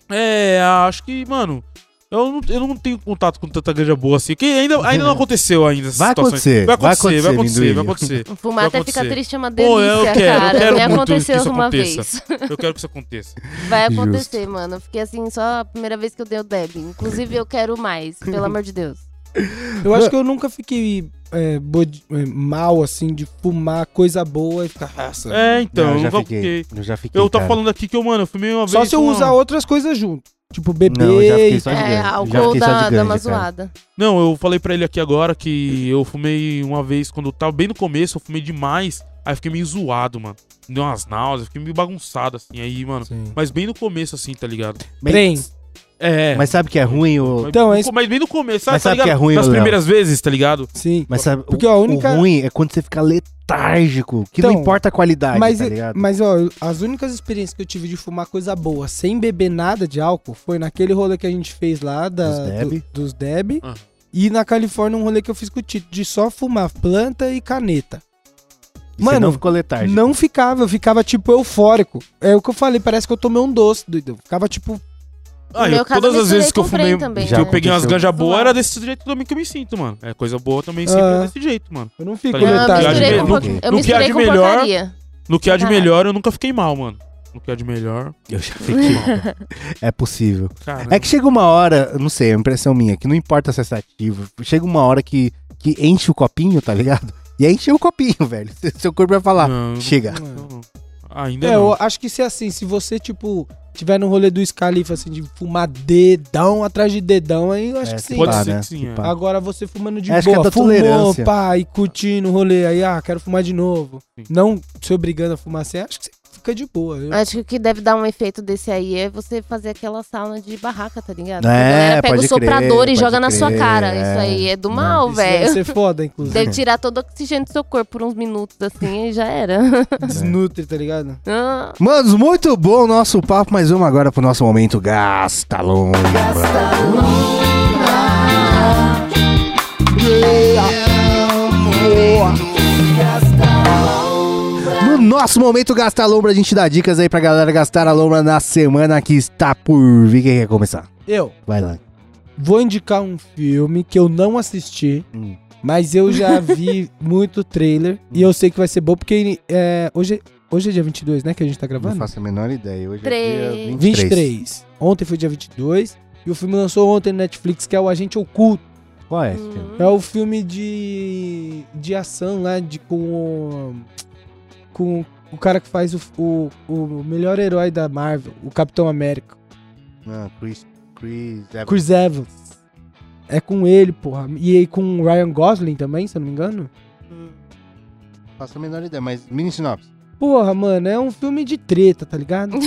É, acho que, mano. Eu não, eu não tenho contato com tanta ganja boa assim. Que ainda, ainda não aconteceu ainda. essas
Vai
situações.
acontecer,
Vai acontecer, vai
vai
acontecer,
acontecer,
vai acontecer.
Fumar
Vai
até ficar
acontecer.
triste é uma
Pô, eu
delícia,
quero, eu
cara.
quero
Me
muito
aconteceu
que isso
uma
aconteça.
vez.
Eu quero que isso aconteça.
Vai
Justo.
acontecer, mano. Fiquei assim, só a primeira vez que eu dei o deb. Inclusive, eu quero mais, pelo amor de Deus.
Eu acho que eu nunca fiquei é, bod- é, mal, assim, de fumar coisa boa e ficar. Nossa.
É, então,
Não, eu
eu
já
nunca
fiquei.
fiquei.
Eu já fiquei.
Eu tô
cara.
falando aqui que eu, mano, eu fumei uma
Só
vez. um
se eu
uma-
usar outras coisas junto. Tipo, beber.
Não, eu já fiquei
e-
só de
É,
grande. Eu já
álcool
fiquei só
dá,
de
dá uma
grande, cara.
zoada.
Não, eu falei pra ele aqui agora que eu fumei uma vez quando eu tava bem no começo, eu fumei demais. Aí eu fiquei meio zoado, mano. Deu umas náuseas, fiquei meio bagunçado assim. Aí, mano.
Sim.
Mas bem no começo, assim, tá ligado?
Trem.
É.
Mas sabe que é ruim o.
mas-
Então, é isso.
Mas bem no começo, sabe?
Mas sabe
tá
que é
ligado?
ruim,
Nas
Léo?
primeiras vezes, tá ligado?
Sim.
Mas sabe,
Porque
o,
a única-
o ruim é quando você fica letárgico, que não
Então,
importa a qualidade,
Mas, é-
tá ligado?
mas, ó, as únicas experiências que eu tive de fumar coisa boa, sem beber nada de álcool, foi naquele rolê que a gente fez lá da,
Dos Deb.
do- dos Deb.
Ah.
E na Califórnia, um rolê que eu fiz com o Tito, de só fumar planta e caneta.
E você
mano,
não ficou letárgico.
Não ficava, eu ficava, tipo, eufórico. É o que eu falei, parece que eu tomei um doce, doido. Ficava, tipo,
No
Ah, eu,
meu caso,
todas
eu
as vezes
misturei
que eu
com trem
fumei,
também,
que
né?
eu peguei umas
Aconteceu.
ganja boa,
Claro.
era desse jeito também que eu me sinto, mano. É coisa boa também, sempre
Ah.
é desse jeito, mano.
eu não fico É,
Tá
Não,
ligado?
eu
Verdade,
"Ah, misturei
no-
com,
no
porca- eu
que há
misturei
de
com
melhor-
porcaria.
No que há de
Caralho.
melhor, eu nunca fiquei mal, mano. No que há de melhor.
Eu já fiquei. é possível.
Cara,
É que chega uma hora, eu não sei, é uma impressão minha, que não importa se é sativa, chega uma hora que, que enche o copinho, tá ligado? E aí encheu o copinho, velho. Seu corpo vai falar,
não,
chega.
não, não, não. Ainda
É,
não.
eu acho que se é assim, se você, tipo, tiver no rolê do Scalifa, assim, de fumar dedão atrás de dedão, aí eu acho
É,
que sim.
Pode
pá,
ser
né?
que sim,
Que
é.
pá.
Agora você fumando de
Acho que é
boa,
da
fumou,
tolerância.
pá, e curtindo o rolê, aí, ah, quero fumar de novo.
Sim.
Não se obrigando a fumar assim, acho que você fica de boa. Eu-
Acho que o que deve dar um efeito desse aí é você fazer aquela sauna de barraca, tá ligado?
É,
a galera pega
pode
o soprador
crer,
e joga
pode
na sua
crer,
cara.
é.
Isso aí é do
Não,
mal,
Isso deve
velho.
ser foda, inclusive.
Deve tirar todo o oxigênio do seu corpo por uns minutos, assim, e já era.
né?
Desnutre, tá ligado?
Ah.
Manos, muito bom o nosso papo, mas vamos agora pro nosso momento Gasta Longa. Gasta Longa. Nosso momento gastar a lombra, a gente dá dicas aí pra galera gastar a lombra na semana que está por vir. Quem quer começar?
Eu
Vai lá.
vou indicar um filme que eu não assisti,
Hum.
mas eu já vi muito trailer e eu sei que vai ser bom porque é, hoje, hoje é dia 22, né, que a gente tá
Não
gravando?
faço a menor ideia. Hoje é
Três.
dia 23.
23. Ontem foi dia 22 e o filme lançou ontem no Netflix que é o Agente Oculto.
Qual é? esse filme?
Hum.
É o filme de de ação lá de com o, com o cara que faz o, o, o melhor herói da Marvel, o Capitão América.
Ah, Chris. Chris. Evans.
Chris Evans. É com ele, porra. E aí com o Ryan Gosling também, se eu não me engano.
Não faço a menor ideia, mas mini sinopse.
Porra, mano, é um filme de treta, tá ligado?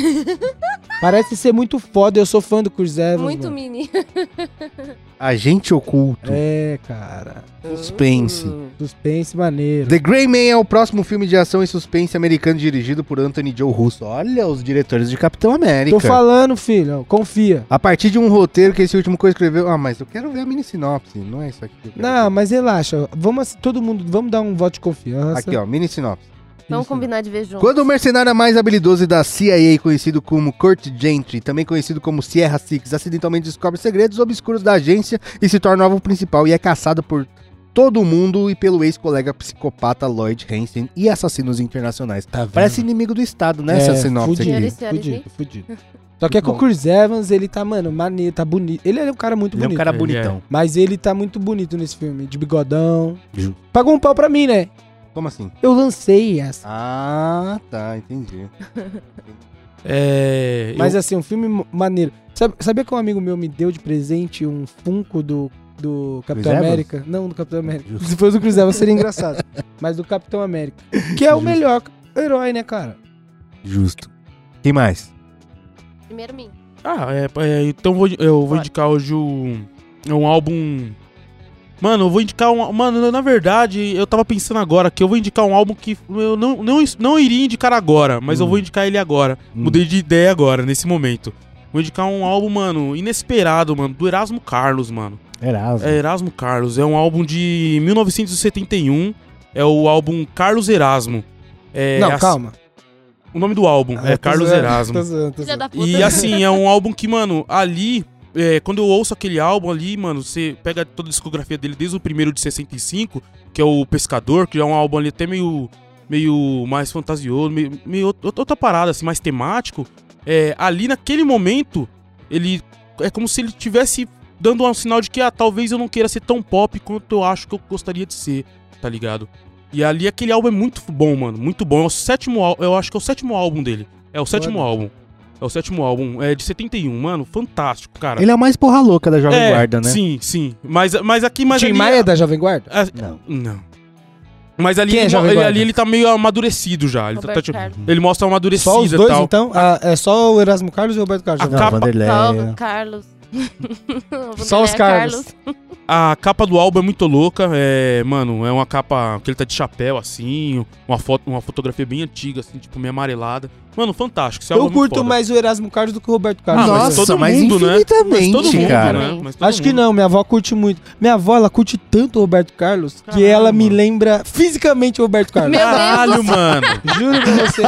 Parece ser muito foda, eu sou fã do Chris Evans.
Muito
mano.
mini.
Agente oculto.
É, cara.
Suspense.
Suspense maneiro.
The Grey Man é o próximo filme de ação e suspense americano dirigido por Anthony Joe Russo. Olha os diretores de Capitão América.
Tô falando, filho, confia.
A partir de um roteiro que esse último coescreveu. Ah, mas eu quero ver a mini sinopse. Não é isso aqui. Que eu quero
Não,
ver.
mas relaxa. Vamos ass- todo mundo, vamos dar um voto de confiança.
Aqui, ó, mini sinopse.
Vamos
Isso. né?
combinar de ver junto.
Quando o mercenário mais habilidoso da CIA, conhecido como Kurt Gentry, também conhecido como Sierra Six, acidentalmente descobre segredos obscuros da agência e se torna o alvo principal e é caçado por todo mundo e pelo ex-colega psicopata Lloyd Hansen e assassinos internacionais.
Tá vendo?
Parece inimigo do Estado, né? Essa
É,
sinopse
fudido,
aqui. Tá
Esse era
fudido, fudido. Só que é com o
Bom.
Chris Evans, ele tá, mano, maneiro, tá bonito. Ele é um cara muito
Ele é um
bonito.
cara
Ele
bonitão.
Mas ele tá muito bonito nesse filme, de bigodão.
Ju.
Pagou um pau pra mim, né?
Como assim?
Eu lancei essa.
Ah, tá, entendi.
É,
Mas
eu-
assim, um filme mo- maneiro. Sabe, sabia que um amigo meu me deu de presente um Funko do, do Capitão
Evans?
América? Não, do Capitão América. Se fosse o Cruz Evans, seria É engraçado. Mas do Capitão América. Que é o
Justo.
melhor herói, né, cara?
Justo. Quem mais?
Primeiro mim.
Ah, é, é, então vou- eu vou
Vai.
indicar hoje um, um álbum. Mano, eu vou indicar um. Mano, na verdade, eu tava pensando agora que eu vou indicar um álbum que eu não, não, não iria indicar agora, mas eu
Hum.
vou indicar ele agora.
Hum.
Mudei de ideia agora, nesse momento. Vou indicar um álbum, mano, inesperado, mano, do Erasmo Carlos, mano.
Erasmo.
É Erasmo Carlos, é um álbum de 1971. É o álbum Carlos Erasmo. É,
não,
a-
calma.
O nome do álbum
Ah,
é
tô
Carlos
zoando,
Erasmo.
tô zoando, tô
Filha
zoando.
da puta. né?
E assim, é um álbum que, mano, ali. é, quando eu ouço aquele álbum ali, mano, você pega toda a discografia dele desde o primeiro de 65, que é o Pescador, que é um álbum ali até meio, meio mais fantasioso, meio, meio out- outra parada, assim, mais temático. É, ali naquele momento, ele. É como se ele tivesse dando um sinal de que, ah, talvez eu não queira ser tão pop quanto eu acho que eu gostaria de ser, tá ligado? E ali aquele álbum é muito bom, mano, muito bom. É o sétimo álbum, eu acho que é o sétimo álbum dele. É o sétimo
Foda.
álbum. É o sétimo álbum, é de 71, mano, fantástico, cara.
Ele é o mais porra louca da Jovem
é,
Guarda, né?
Sim, sim. Mas, mas aqui, mas
Tim
ali-
Maia é da Jovem Guarda?
Ah,
Não.
não. Mas ali,
Quem é
ele,
Jovem
ele-
Guarda?
ali ele tá meio amadurecido já. Ele, tá- tá,
Roberto
tipo,
Carlos.
ele mostra uma amadurecida
Só os
e
dois,
tal. Ah,
então? Ah, é só o Erasmo Carlos e o Roberto Carlos? então.
A
Não.
Não,
capa-
Vanderlei.
Salve, Carlos. Vou
Só os
nomear
Carlos.
A capa do álbum é muito louca. É, mano, é uma capa que ele tá de chapéu, assim. Uma, foto, uma fotografia bem antiga, assim, tipo, meio amarelada. Mano, fantástico. Esse álbum é
Eu
muito
curto
foda.
mais o Erasmo Carlos do que o Roberto Carlos.
Ah, mas
Nossa,
todo
mas
mundo, né?
infinitamente,
Mas todo mundo,
cara.
né? Mas todo
Acho que
mundo.
não, minha avó curte muito. Minha avó, ela curte tanto o Roberto Carlos que
Caramba.
ela me lembra fisicamente o Roberto Carlos.
Meu
Caralho,
Deus
mano.
Juro pra você.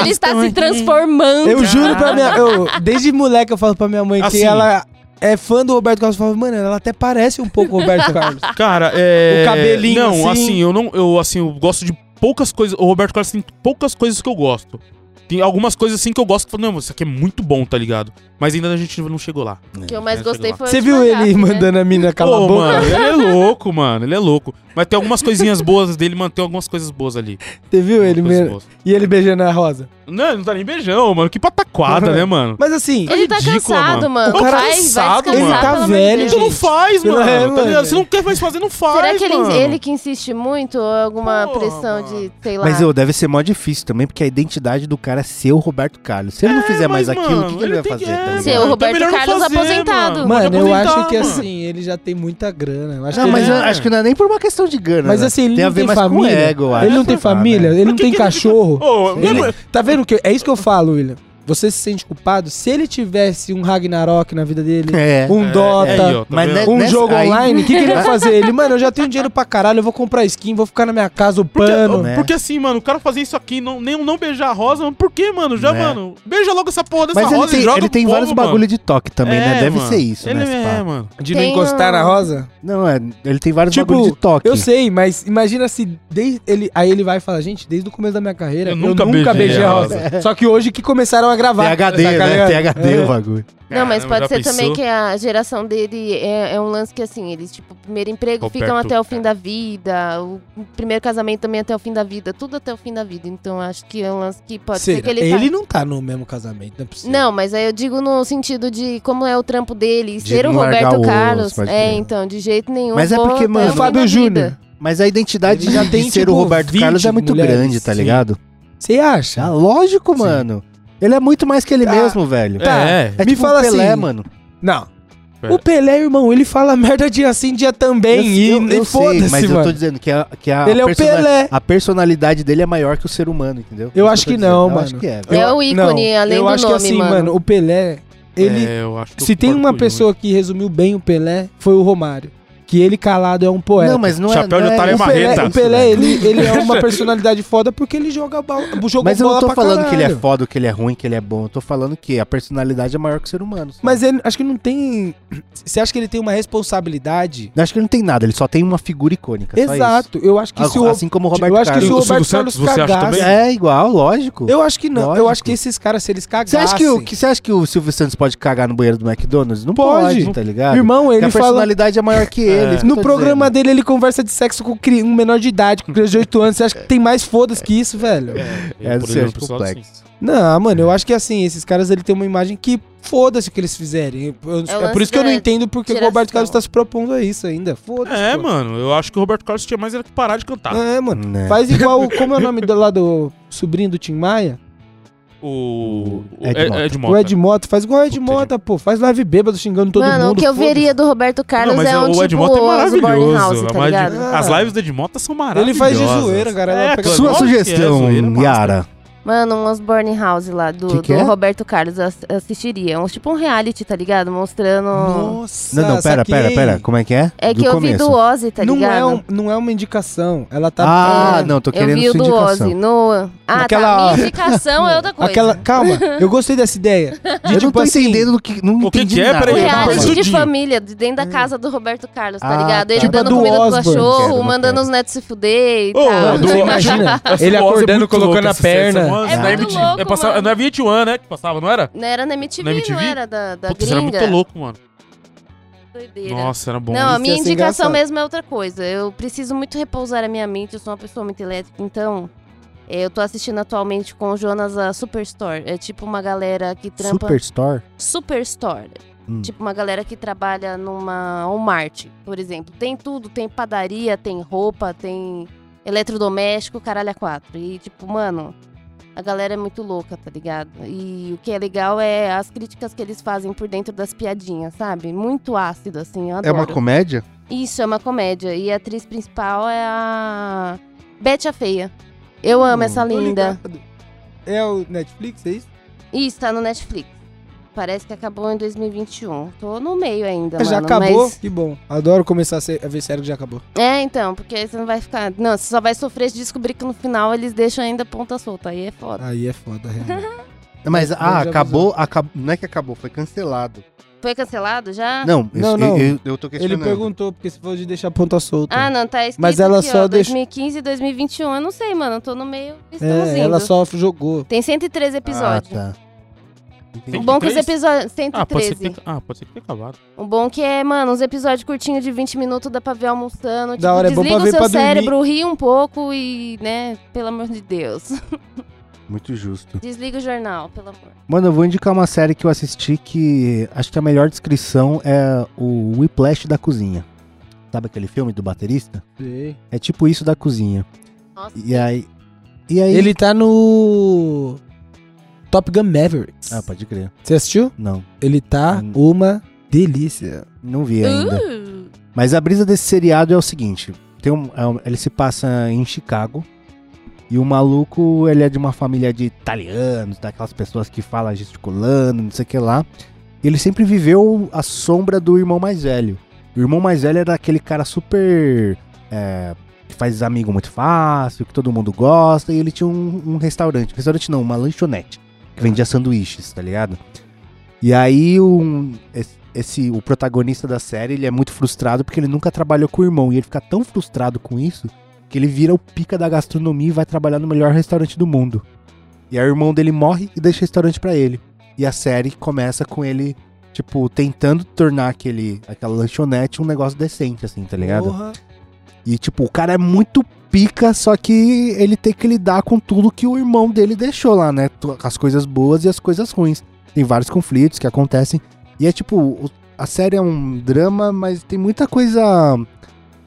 Ele está se transformando.
Eu juro pra minha. Eu, desde moleque eu falo pra minha mãe
Assim.
que ela é fã do Roberto Carlos. Eu falo, mano, ela até parece um pouco o Roberto Carlos.
Cara, é.
O cabelinho,
Não,
assim.
assim, eu não. Eu, assim, eu gosto de poucas coisas. O Roberto Carlos tem poucas coisas que eu gosto. Tem algumas coisas assim que eu gosto que eu falo, não, isso aqui é muito bom, tá ligado? Mas ainda a gente não chegou Né, lá.
O que eu mais gostei foi o
Você
de
viu ele
Magato, né?
mandando a mina calar a
Pô,
boca?
mano, ele é louco, mano. Ele é louco. Mas tem algumas coisinhas boas dele, mano. Tem algumas coisas boas ali.
Você viu ele
Algumas
mesmo?
coisas boas.
E ele beijando a rosa.
Não, ele não tá nem beijão, mano. Que pataquada, né, mano?
Mas assim,
É
Ele tá
ridículo,
cansado, mano.
O cara
vai,
cansado,
vai descansar,
mano. Ele
tá
pelo amor de
velho,
Deus.
Então não faz,
Ele
mano.
é,
tá ligado?
mano.
Se não quer mais fazer, não faz,
Será que
mano.
ele, ele que insiste muito ou é alguma
Porra,
pressão
mano.
de, sei lá...
Mas eu, deve ser mó difícil também, porque a identidade do cara é ser o Roberto Carlos. Se ele não fizer mais
É, mas,
aquilo, o
mano,
que, que ele, vai
ele tem que-
fazer? tá
é,
ligado?
Seu
mano,
Roberto
tá melhor não
Carlos
fazer,
aposentado.
mano.
mano,
Pode
eu
aposentar,
acho que
mano.
assim, ele já tem muita grana. Eu acho
Não,
que
mas
ele...
eu acho que não é nem por uma questão de grana.
Mas
né?
assim, ele
tem a
não
ver
tem
mais
família.
com ego, eu
ele não
acho, Ah,
tem
sei lá,
né?
família, ele não
que
tem
que-
cachorro.
Ô,
Ele-
lembra-
Tá vendo que é isso que eu falo, William? Você se sente culpado? Se ele tivesse um Ragnarok na vida dele,
É.
um
É,
Dota,
é aí, ó, tá
Mas
vendo?
né-
um
nessa-
jogo
aí-
online, o que, que ele vai fazer? Ele, mano, eu já tenho dinheiro pra caralho, eu vou comprar skin, vou ficar na minha casa
Porque,
upando.
né?
porque assim, mano, o cara fazer isso aqui, não, nem não beijar a rosa, mano, por que, mano? Já,
Né?
mano, beija logo essa porra dessa
Mas ele
rosa e
tem,
joga
ele
pro
tem
povo,
vários
mano.
bagulho de toque também, né?
É,
Deve
mano.
ser isso,
Ele
né? esse
é,
papo.
mano.
De não
Tem
encostar
um-
na rosa?
Não, é, ele tem vários
Tipo,
bagulho de toque.
Eu sei, mas imagina se desde ele, aí ele vai falar, gente, desde o começo da minha carreira, eu,
Eu nunca
nunca,
beijei
beijei,
a
a rosa. Só que hoje que começaram a gravar.
THD,
saca,
né?
ligado?
THD
É.
o bagulho.
Não, mas
Caramba,
pode
já
ser
pensou?
também que a geração dele é, é um lance que, assim, eles, tipo, primeiro emprego ficam
Roberto,
até o fim da vida, o primeiro casamento também até o fim da vida, tudo até o fim da vida. Então, acho que é um lance que pode ser
Será?
que ele.
ele
vai-
não tá no mesmo casamento, não é possível.
Não, mas aí eu digo no sentido de como é o trampo dele, e
De
ser o
não largar
Roberto
o osso,
Carlos.
pode
é,
crer.
então, de jeito nenhum.
Mas é
vou
porque,
até
mano,
fim
o
da
Fábio
vida.
Júnior.
Mas a identidade
Ele
já
já
tem,
tem,
de ser
tipo,
o Roberto
20
Carlos é muito
mulheres,
grande, tá
sim.
ligado?
Você acha?
Ah, lógico,
Sim.
mano. Ele é muito mais que ele
Tá.
mesmo, velho.
Tá.
É,
É
Me
tipo
fala
o Pelé,
assim,
mano. É.
Não.
Pera.
O Pelé, irmão, ele fala merda dia sim, dia também. e
eu, eu, eu sei,
e foda-se,
mas
mano.
eu tô dizendo ah, que a, que a
Ele é o
persona-
Pelé.
a personalidade dele é maior que o ser humano, entendeu?
Eu
Isso
acho
tô
que
dizendo.
não,
Eu acho
mano.
que é, velho.
É o ícone,
não,
além
eu
do
acho
nome,
que assim,
mano.
o Pelé, ele...
É, eu acho que
se
eu
tem
concordo
uma
com o Júnior.
pessoa que resumiu bem o Pelé, foi o Romário. Que ele calado é um poeta.
Não, mas não é.
Chapéu de
não
otário é
o
isso,
marreta.
Pelé,
velho.
o Pelé ele, ele é uma personalidade foda porque ele joga bola. Jogou
Mas eu não
bola
tô
pra
falando que ele é
caralho.
foda, que ele é ruim, que ele é bom. Eu tô falando que a personalidade é maior que o ser humano. sabe?
Mas ele, acho que não tem. Você acha que ele tem uma responsabilidade?
Eu acho que ele não tem nada, ele só tem uma figura icônica. É só isso.
Exato. Eu acho que
A-
se o.
Assim como o Roberto
Tipo, eu acho que
Carlos.
se o
O Silvio
Roberto
Santos,
Carlos
você acha
cagasse.
também?
É igual, lógico.
Eu Ah, acho que não. Eu acho
Lógico.
que esses caras, se eles cagassem.
Você acha, que o, que, você acha que o Silvio Santos pode cagar no banheiro do McDonald's? Não
Pode.
pode, tá ligado?
Irmão,
Porque
ele
a
fala.
personalidade é maior que ele. isso que eu
No
tô
programa
dizendo.
dele, ele conversa de sexo com cri- um menor de idade, com criança de 8 anos. Você acha que tem mais foda-se que isso, velho?
É,
É,
é,
não
por
sei,
exemplo,
acho
pessoal,
complexo.
assim.
Não, mano, eu acho que assim, esses caras ele tem uma imagem que foda-se o que eles fizerem. Eu-
É o
é por
lance
isso que eu não
da
entendo porque o
geração.
Roberto Carlos tá se propondo a isso ainda. Foda-se.
É,
pô.
mano, eu acho que o Roberto Carlos tinha mais era que parar de cantar.
É, mano.
Né.
Faz igual, como é o nome do, lá do sobrinho do Tim Maia?
O. o
Ed
Ed,
Mota.
Ed
O
Mota.
Ed Mota. Faz igual o Ed
Puta,
Mota, pô. Faz live bêbado xingando todo
Mano,
mundo.
o que eu
foda-se.
veria do Roberto Carlos
mas
é
o
um
Ed
tipo
Mota é
Osborne
maravilhoso.
House, tá
Mas
ligado?
Ah.
As lives do Ed Mota são
Ele
maravilhosas.
faz de zoeira, cara.
É,
Ela pega-
claro.
Sua
Lógico que é
sugestão,
zoeira, mas-
Yara.
Mano, um Osborne House lá do,
Que que
do
é?
Roberto Carlos eu ass- assistiria. É um, tipo um reality, tá ligado? Mostrando.
Nossa,
Não, não, pera,
saquei.
pera, pera. Como é que é?
É
Do
que eu vi
começo.
do Ozzy, tá
não,
ligado?
é um- não é uma indicação. Ela tá.
Ah,
É,
não, tô
eu
querendo
vi o
sua
do
indicação.
Ozzy. No... Ah, tá.
Aquela-
Minha indicação é outra coisa.
Aquela, calma, eu gostei dessa ideia. De,
eu não
tipo
tô
assim,
entendendo do que. Não
o que
entendi
que é?
nada.
O
Peraí,
calma.
reality de
Tudinho.
família, de dentro da casa do Roberto Carlos, tá
Ah,
ligado? Ele
tá.
dando
Tipo a do
comida pro
Osborne.
cachorro,
Não quero, não
mandando
quero.
os netos se fuder e
Ô,
tal.
do-
Você imagina?
Essa
Ele
Oz é
acordando,
muito
colocando
louca,
a
essa série,
perna.
essa Oz
É
na
muito
MTV.
louco,
é, passava,
mano.
Não era 21, né? Que passava, não era?
Não era na MTV,
Na MTV?
não era da, da
Putz, era
gringa.
muito louco, mano.
Doideira.
Nossa, era bom.
Não, a
isso ia
minha
ser
indicação
engraçado.
mesmo é outra coisa. Eu preciso muito repousar a minha mente, eu sou uma pessoa muito elétrica, então. é, Eu tô assistindo atualmente com o Jonas a Superstore. É tipo uma galera que trampa.
Superstore?
Superstore.
Hum.
Tipo, uma galera que trabalha numa Walmart, por exemplo. Tem tudo, tem padaria, tem roupa, tem eletrodoméstico, caralho a quatro. E, tipo, mano, a galera é muito louca, tá ligado? E o que é legal é as críticas que eles fazem por dentro das piadinhas, sabe? Muito ácido, assim, eu
É
adoro.
comédia?
Isso, é uma comédia. E a atriz principal é a... Bete a Feia. Eu amo essa
Hum, Tô
linda.
ligado. É o Netflix, é isso?
Isso, tá no Netflix. Parece que acabou em 2021. Tô no meio ainda,
já
Tá mano,
acabou?
mas-
Que bom. Adoro começar a, ser- a ver série que já acabou.
É, então, porque aí você não vai ficar. Não, você só vai sofrer de descobrir que no final eles deixam ainda a ponta solta. Aí é foda.
Aí é foda, realmente.
Mas,
Vamos
ah,
avisar.
acabou, acabou. Não é que acabou, foi cancelado.
Foi cancelado já?
Não,
Ah. Não,
eu,
não.
Eu, eu- eu tô
Ele
questionando.
perguntou, porque se for de deixar a ponta solta.
Ah, não, tá escrito
Mas ela
aqui,
só
ó,
deixa-
2015 e 2021. Eu não sei, mano. Eu tô no meio. Estamos
é,
indo.
ela só jogou.
Tem 103 episódios.
Ah, tá.
tá.
Tem
Bom que os
103?
episódios.
Ah, pode ser que
113.
tenha- ah, pode ser que tenha acabado.
o bom que é, mano, uns episódios curtinhos de 20 minutos dá pra ver almoçando. Tipo,
Da hora, é bom
desliga
pra
o
ver
seu
pra dormir.
cérebro, ri um pouco e, né, pelo amor de Deus.
Muito justo.
Desliga o jornal, pelo amor.
Mano, eu vou indicar uma série que eu assisti que acho que a melhor descrição é o Whiplash da cozinha. Sabe aquele filme do baterista? É tipo isso da cozinha.
Nossa.
E aí. E aí.
Ele tá no. Top Gun Mavericks.
Ah, pode crer.
Você assistiu?
Não,
Ele tá
Hum.
uma delícia.
não vi ainda.
Uh,
Mas a brisa desse seriado é o seguinte: tem um, é um- ele se passa em Chicago E o maluco, ele é de uma família de italianos, daquelas pessoas que falam gesticulando, não sei o que lá. Ele sempre viveu a sombra do irmão mais velho. O irmão mais velho era aquele cara super. é, que faz amigo muito fácil, que todo mundo gosta. E ele tinha um, um restaurante. Restaurante não, uma lanchonete. Que vendia sanduíches, tá ligado? E aí um, esse- esse, o protagonista da série ele é muito frustrado porque ele nunca trabalhou com o irmão. E ele fica tão frustrado com isso que ele vira o pica da gastronomia e vai trabalhar no melhor restaurante do mundo. E aí o irmão dele morre e deixa o restaurante pra ele. E a série começa com ele, tipo, tentando tornar aquele, aquela lanchonete um negócio decente, assim, tá ligado?
Porra.
E, tipo, o cara é muito pica, só que ele tem que lidar com tudo que o irmão dele deixou lá, né? Tu- As coisas boas e as coisas ruins. Tem vários conflitos que acontecem. E é tipo, o- a série é um drama, mas tem muita coisa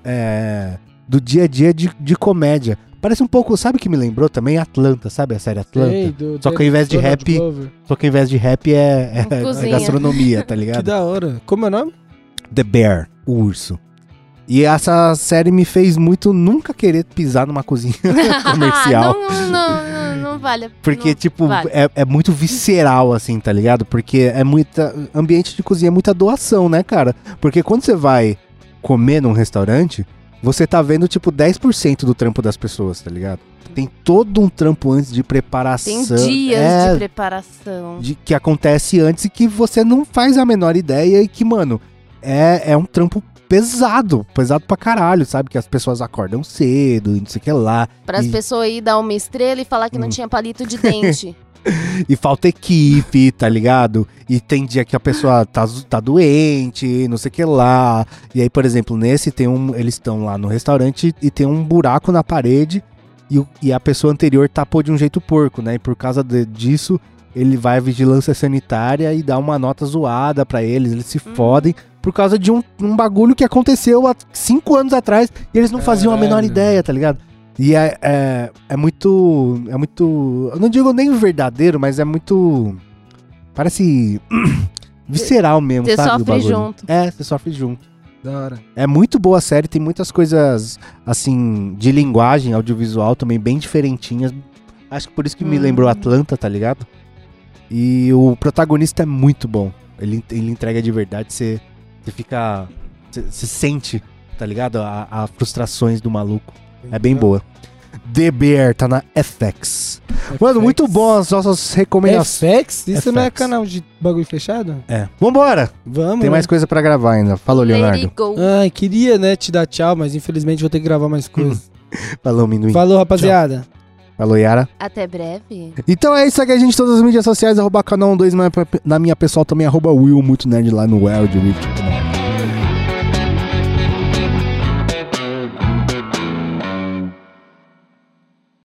é, do dia a dia de, de comédia. Parece um pouco, sabe o que me lembrou também? Atlanta, sabe a série Atlanta?
Sei, do-
Só que ao invés de
Donald
rap-
Glover.
Só que ao invés de rap é, é- é
Cozinha.
gastronomia, tá
Que
ligado?
da hora. Como é o nome?
The Bear, o urso. E essa série me fez muito nunca querer pisar numa cozinha comercial.
Ah, não, não, não, não vale.
Porque,
não
tipo,
vale.
é, é muito visceral, assim, tá ligado? Porque é muita. Ambiente de cozinha é muita doação, né, cara? Porque quando você vai comer num restaurante, você tá vendo, tipo, 10% do trampo das pessoas, tá ligado? Tem todo um trampo antes de preparação.
Tem dias
É,
de preparação.
de- que acontece antes e que você não faz a menor ideia e que, mano, é, é um trampo pesado, pesado pra caralho, sabe? Que as pessoas acordam cedo e não sei o que lá.
Para as
E-
pessoas ir dar uma estrela e falar que não
Hum.
tinha palito de dente.
E falta equipe, tá ligado? E tem dia que a pessoa tá, zo- tá doente, não sei o que lá. E aí, por exemplo, nesse tem um. Eles estão lá no restaurante e tem um buraco na parede. E, o- e a pessoa anterior tapou de um jeito porco, né? E por causa de- disso, ele vai à vigilância sanitária e dá uma nota zoada pra eles. Eles se
Hum.
fodem por causa de um, um bagulho que aconteceu há cinco anos atrás e eles não faziam a menor
Caralho.
ideia, tá ligado? E é, é, é muito. É muito. Eu não digo nem verdadeiro, mas é muito. Parece. visceral mesmo,
Você
sabe? o
sofre
bagulho.
junto.
É, você sofre junto.
Da hora.
É muito boa a série, tem muitas coisas, assim, de linguagem audiovisual também bem diferentinhas. Acho que por isso que me
Hum.
lembrou Atlanta, tá ligado? E o protagonista é muito bom. Ele, ele entrega de verdade, você, você fica. Você, você sente, tá ligado? A, a frustrações do maluco. É bem boa. The Bear tá na FX. Mano, muito bom as nossas recomendações.
FX? Isso não é
FX.
canal de bagulho fechado?
É. Vambora!
Vamos.
Tem
né?
mais coisa pra gravar ainda. Falou,
Lady
Leonardo.
Go.
Ai, queria, né, te dar tchau, mas infelizmente vou ter que gravar
Hum,
mais coisas.
Falou, Minduim.
Falou, rapaziada.
Falou, Yara.
Até breve.
Então é isso, segue a gente em um todas as mídias sociais, arroba canal 2 na minha pessoal também, arroba Will, muito nerd lá no Wild né? Rift.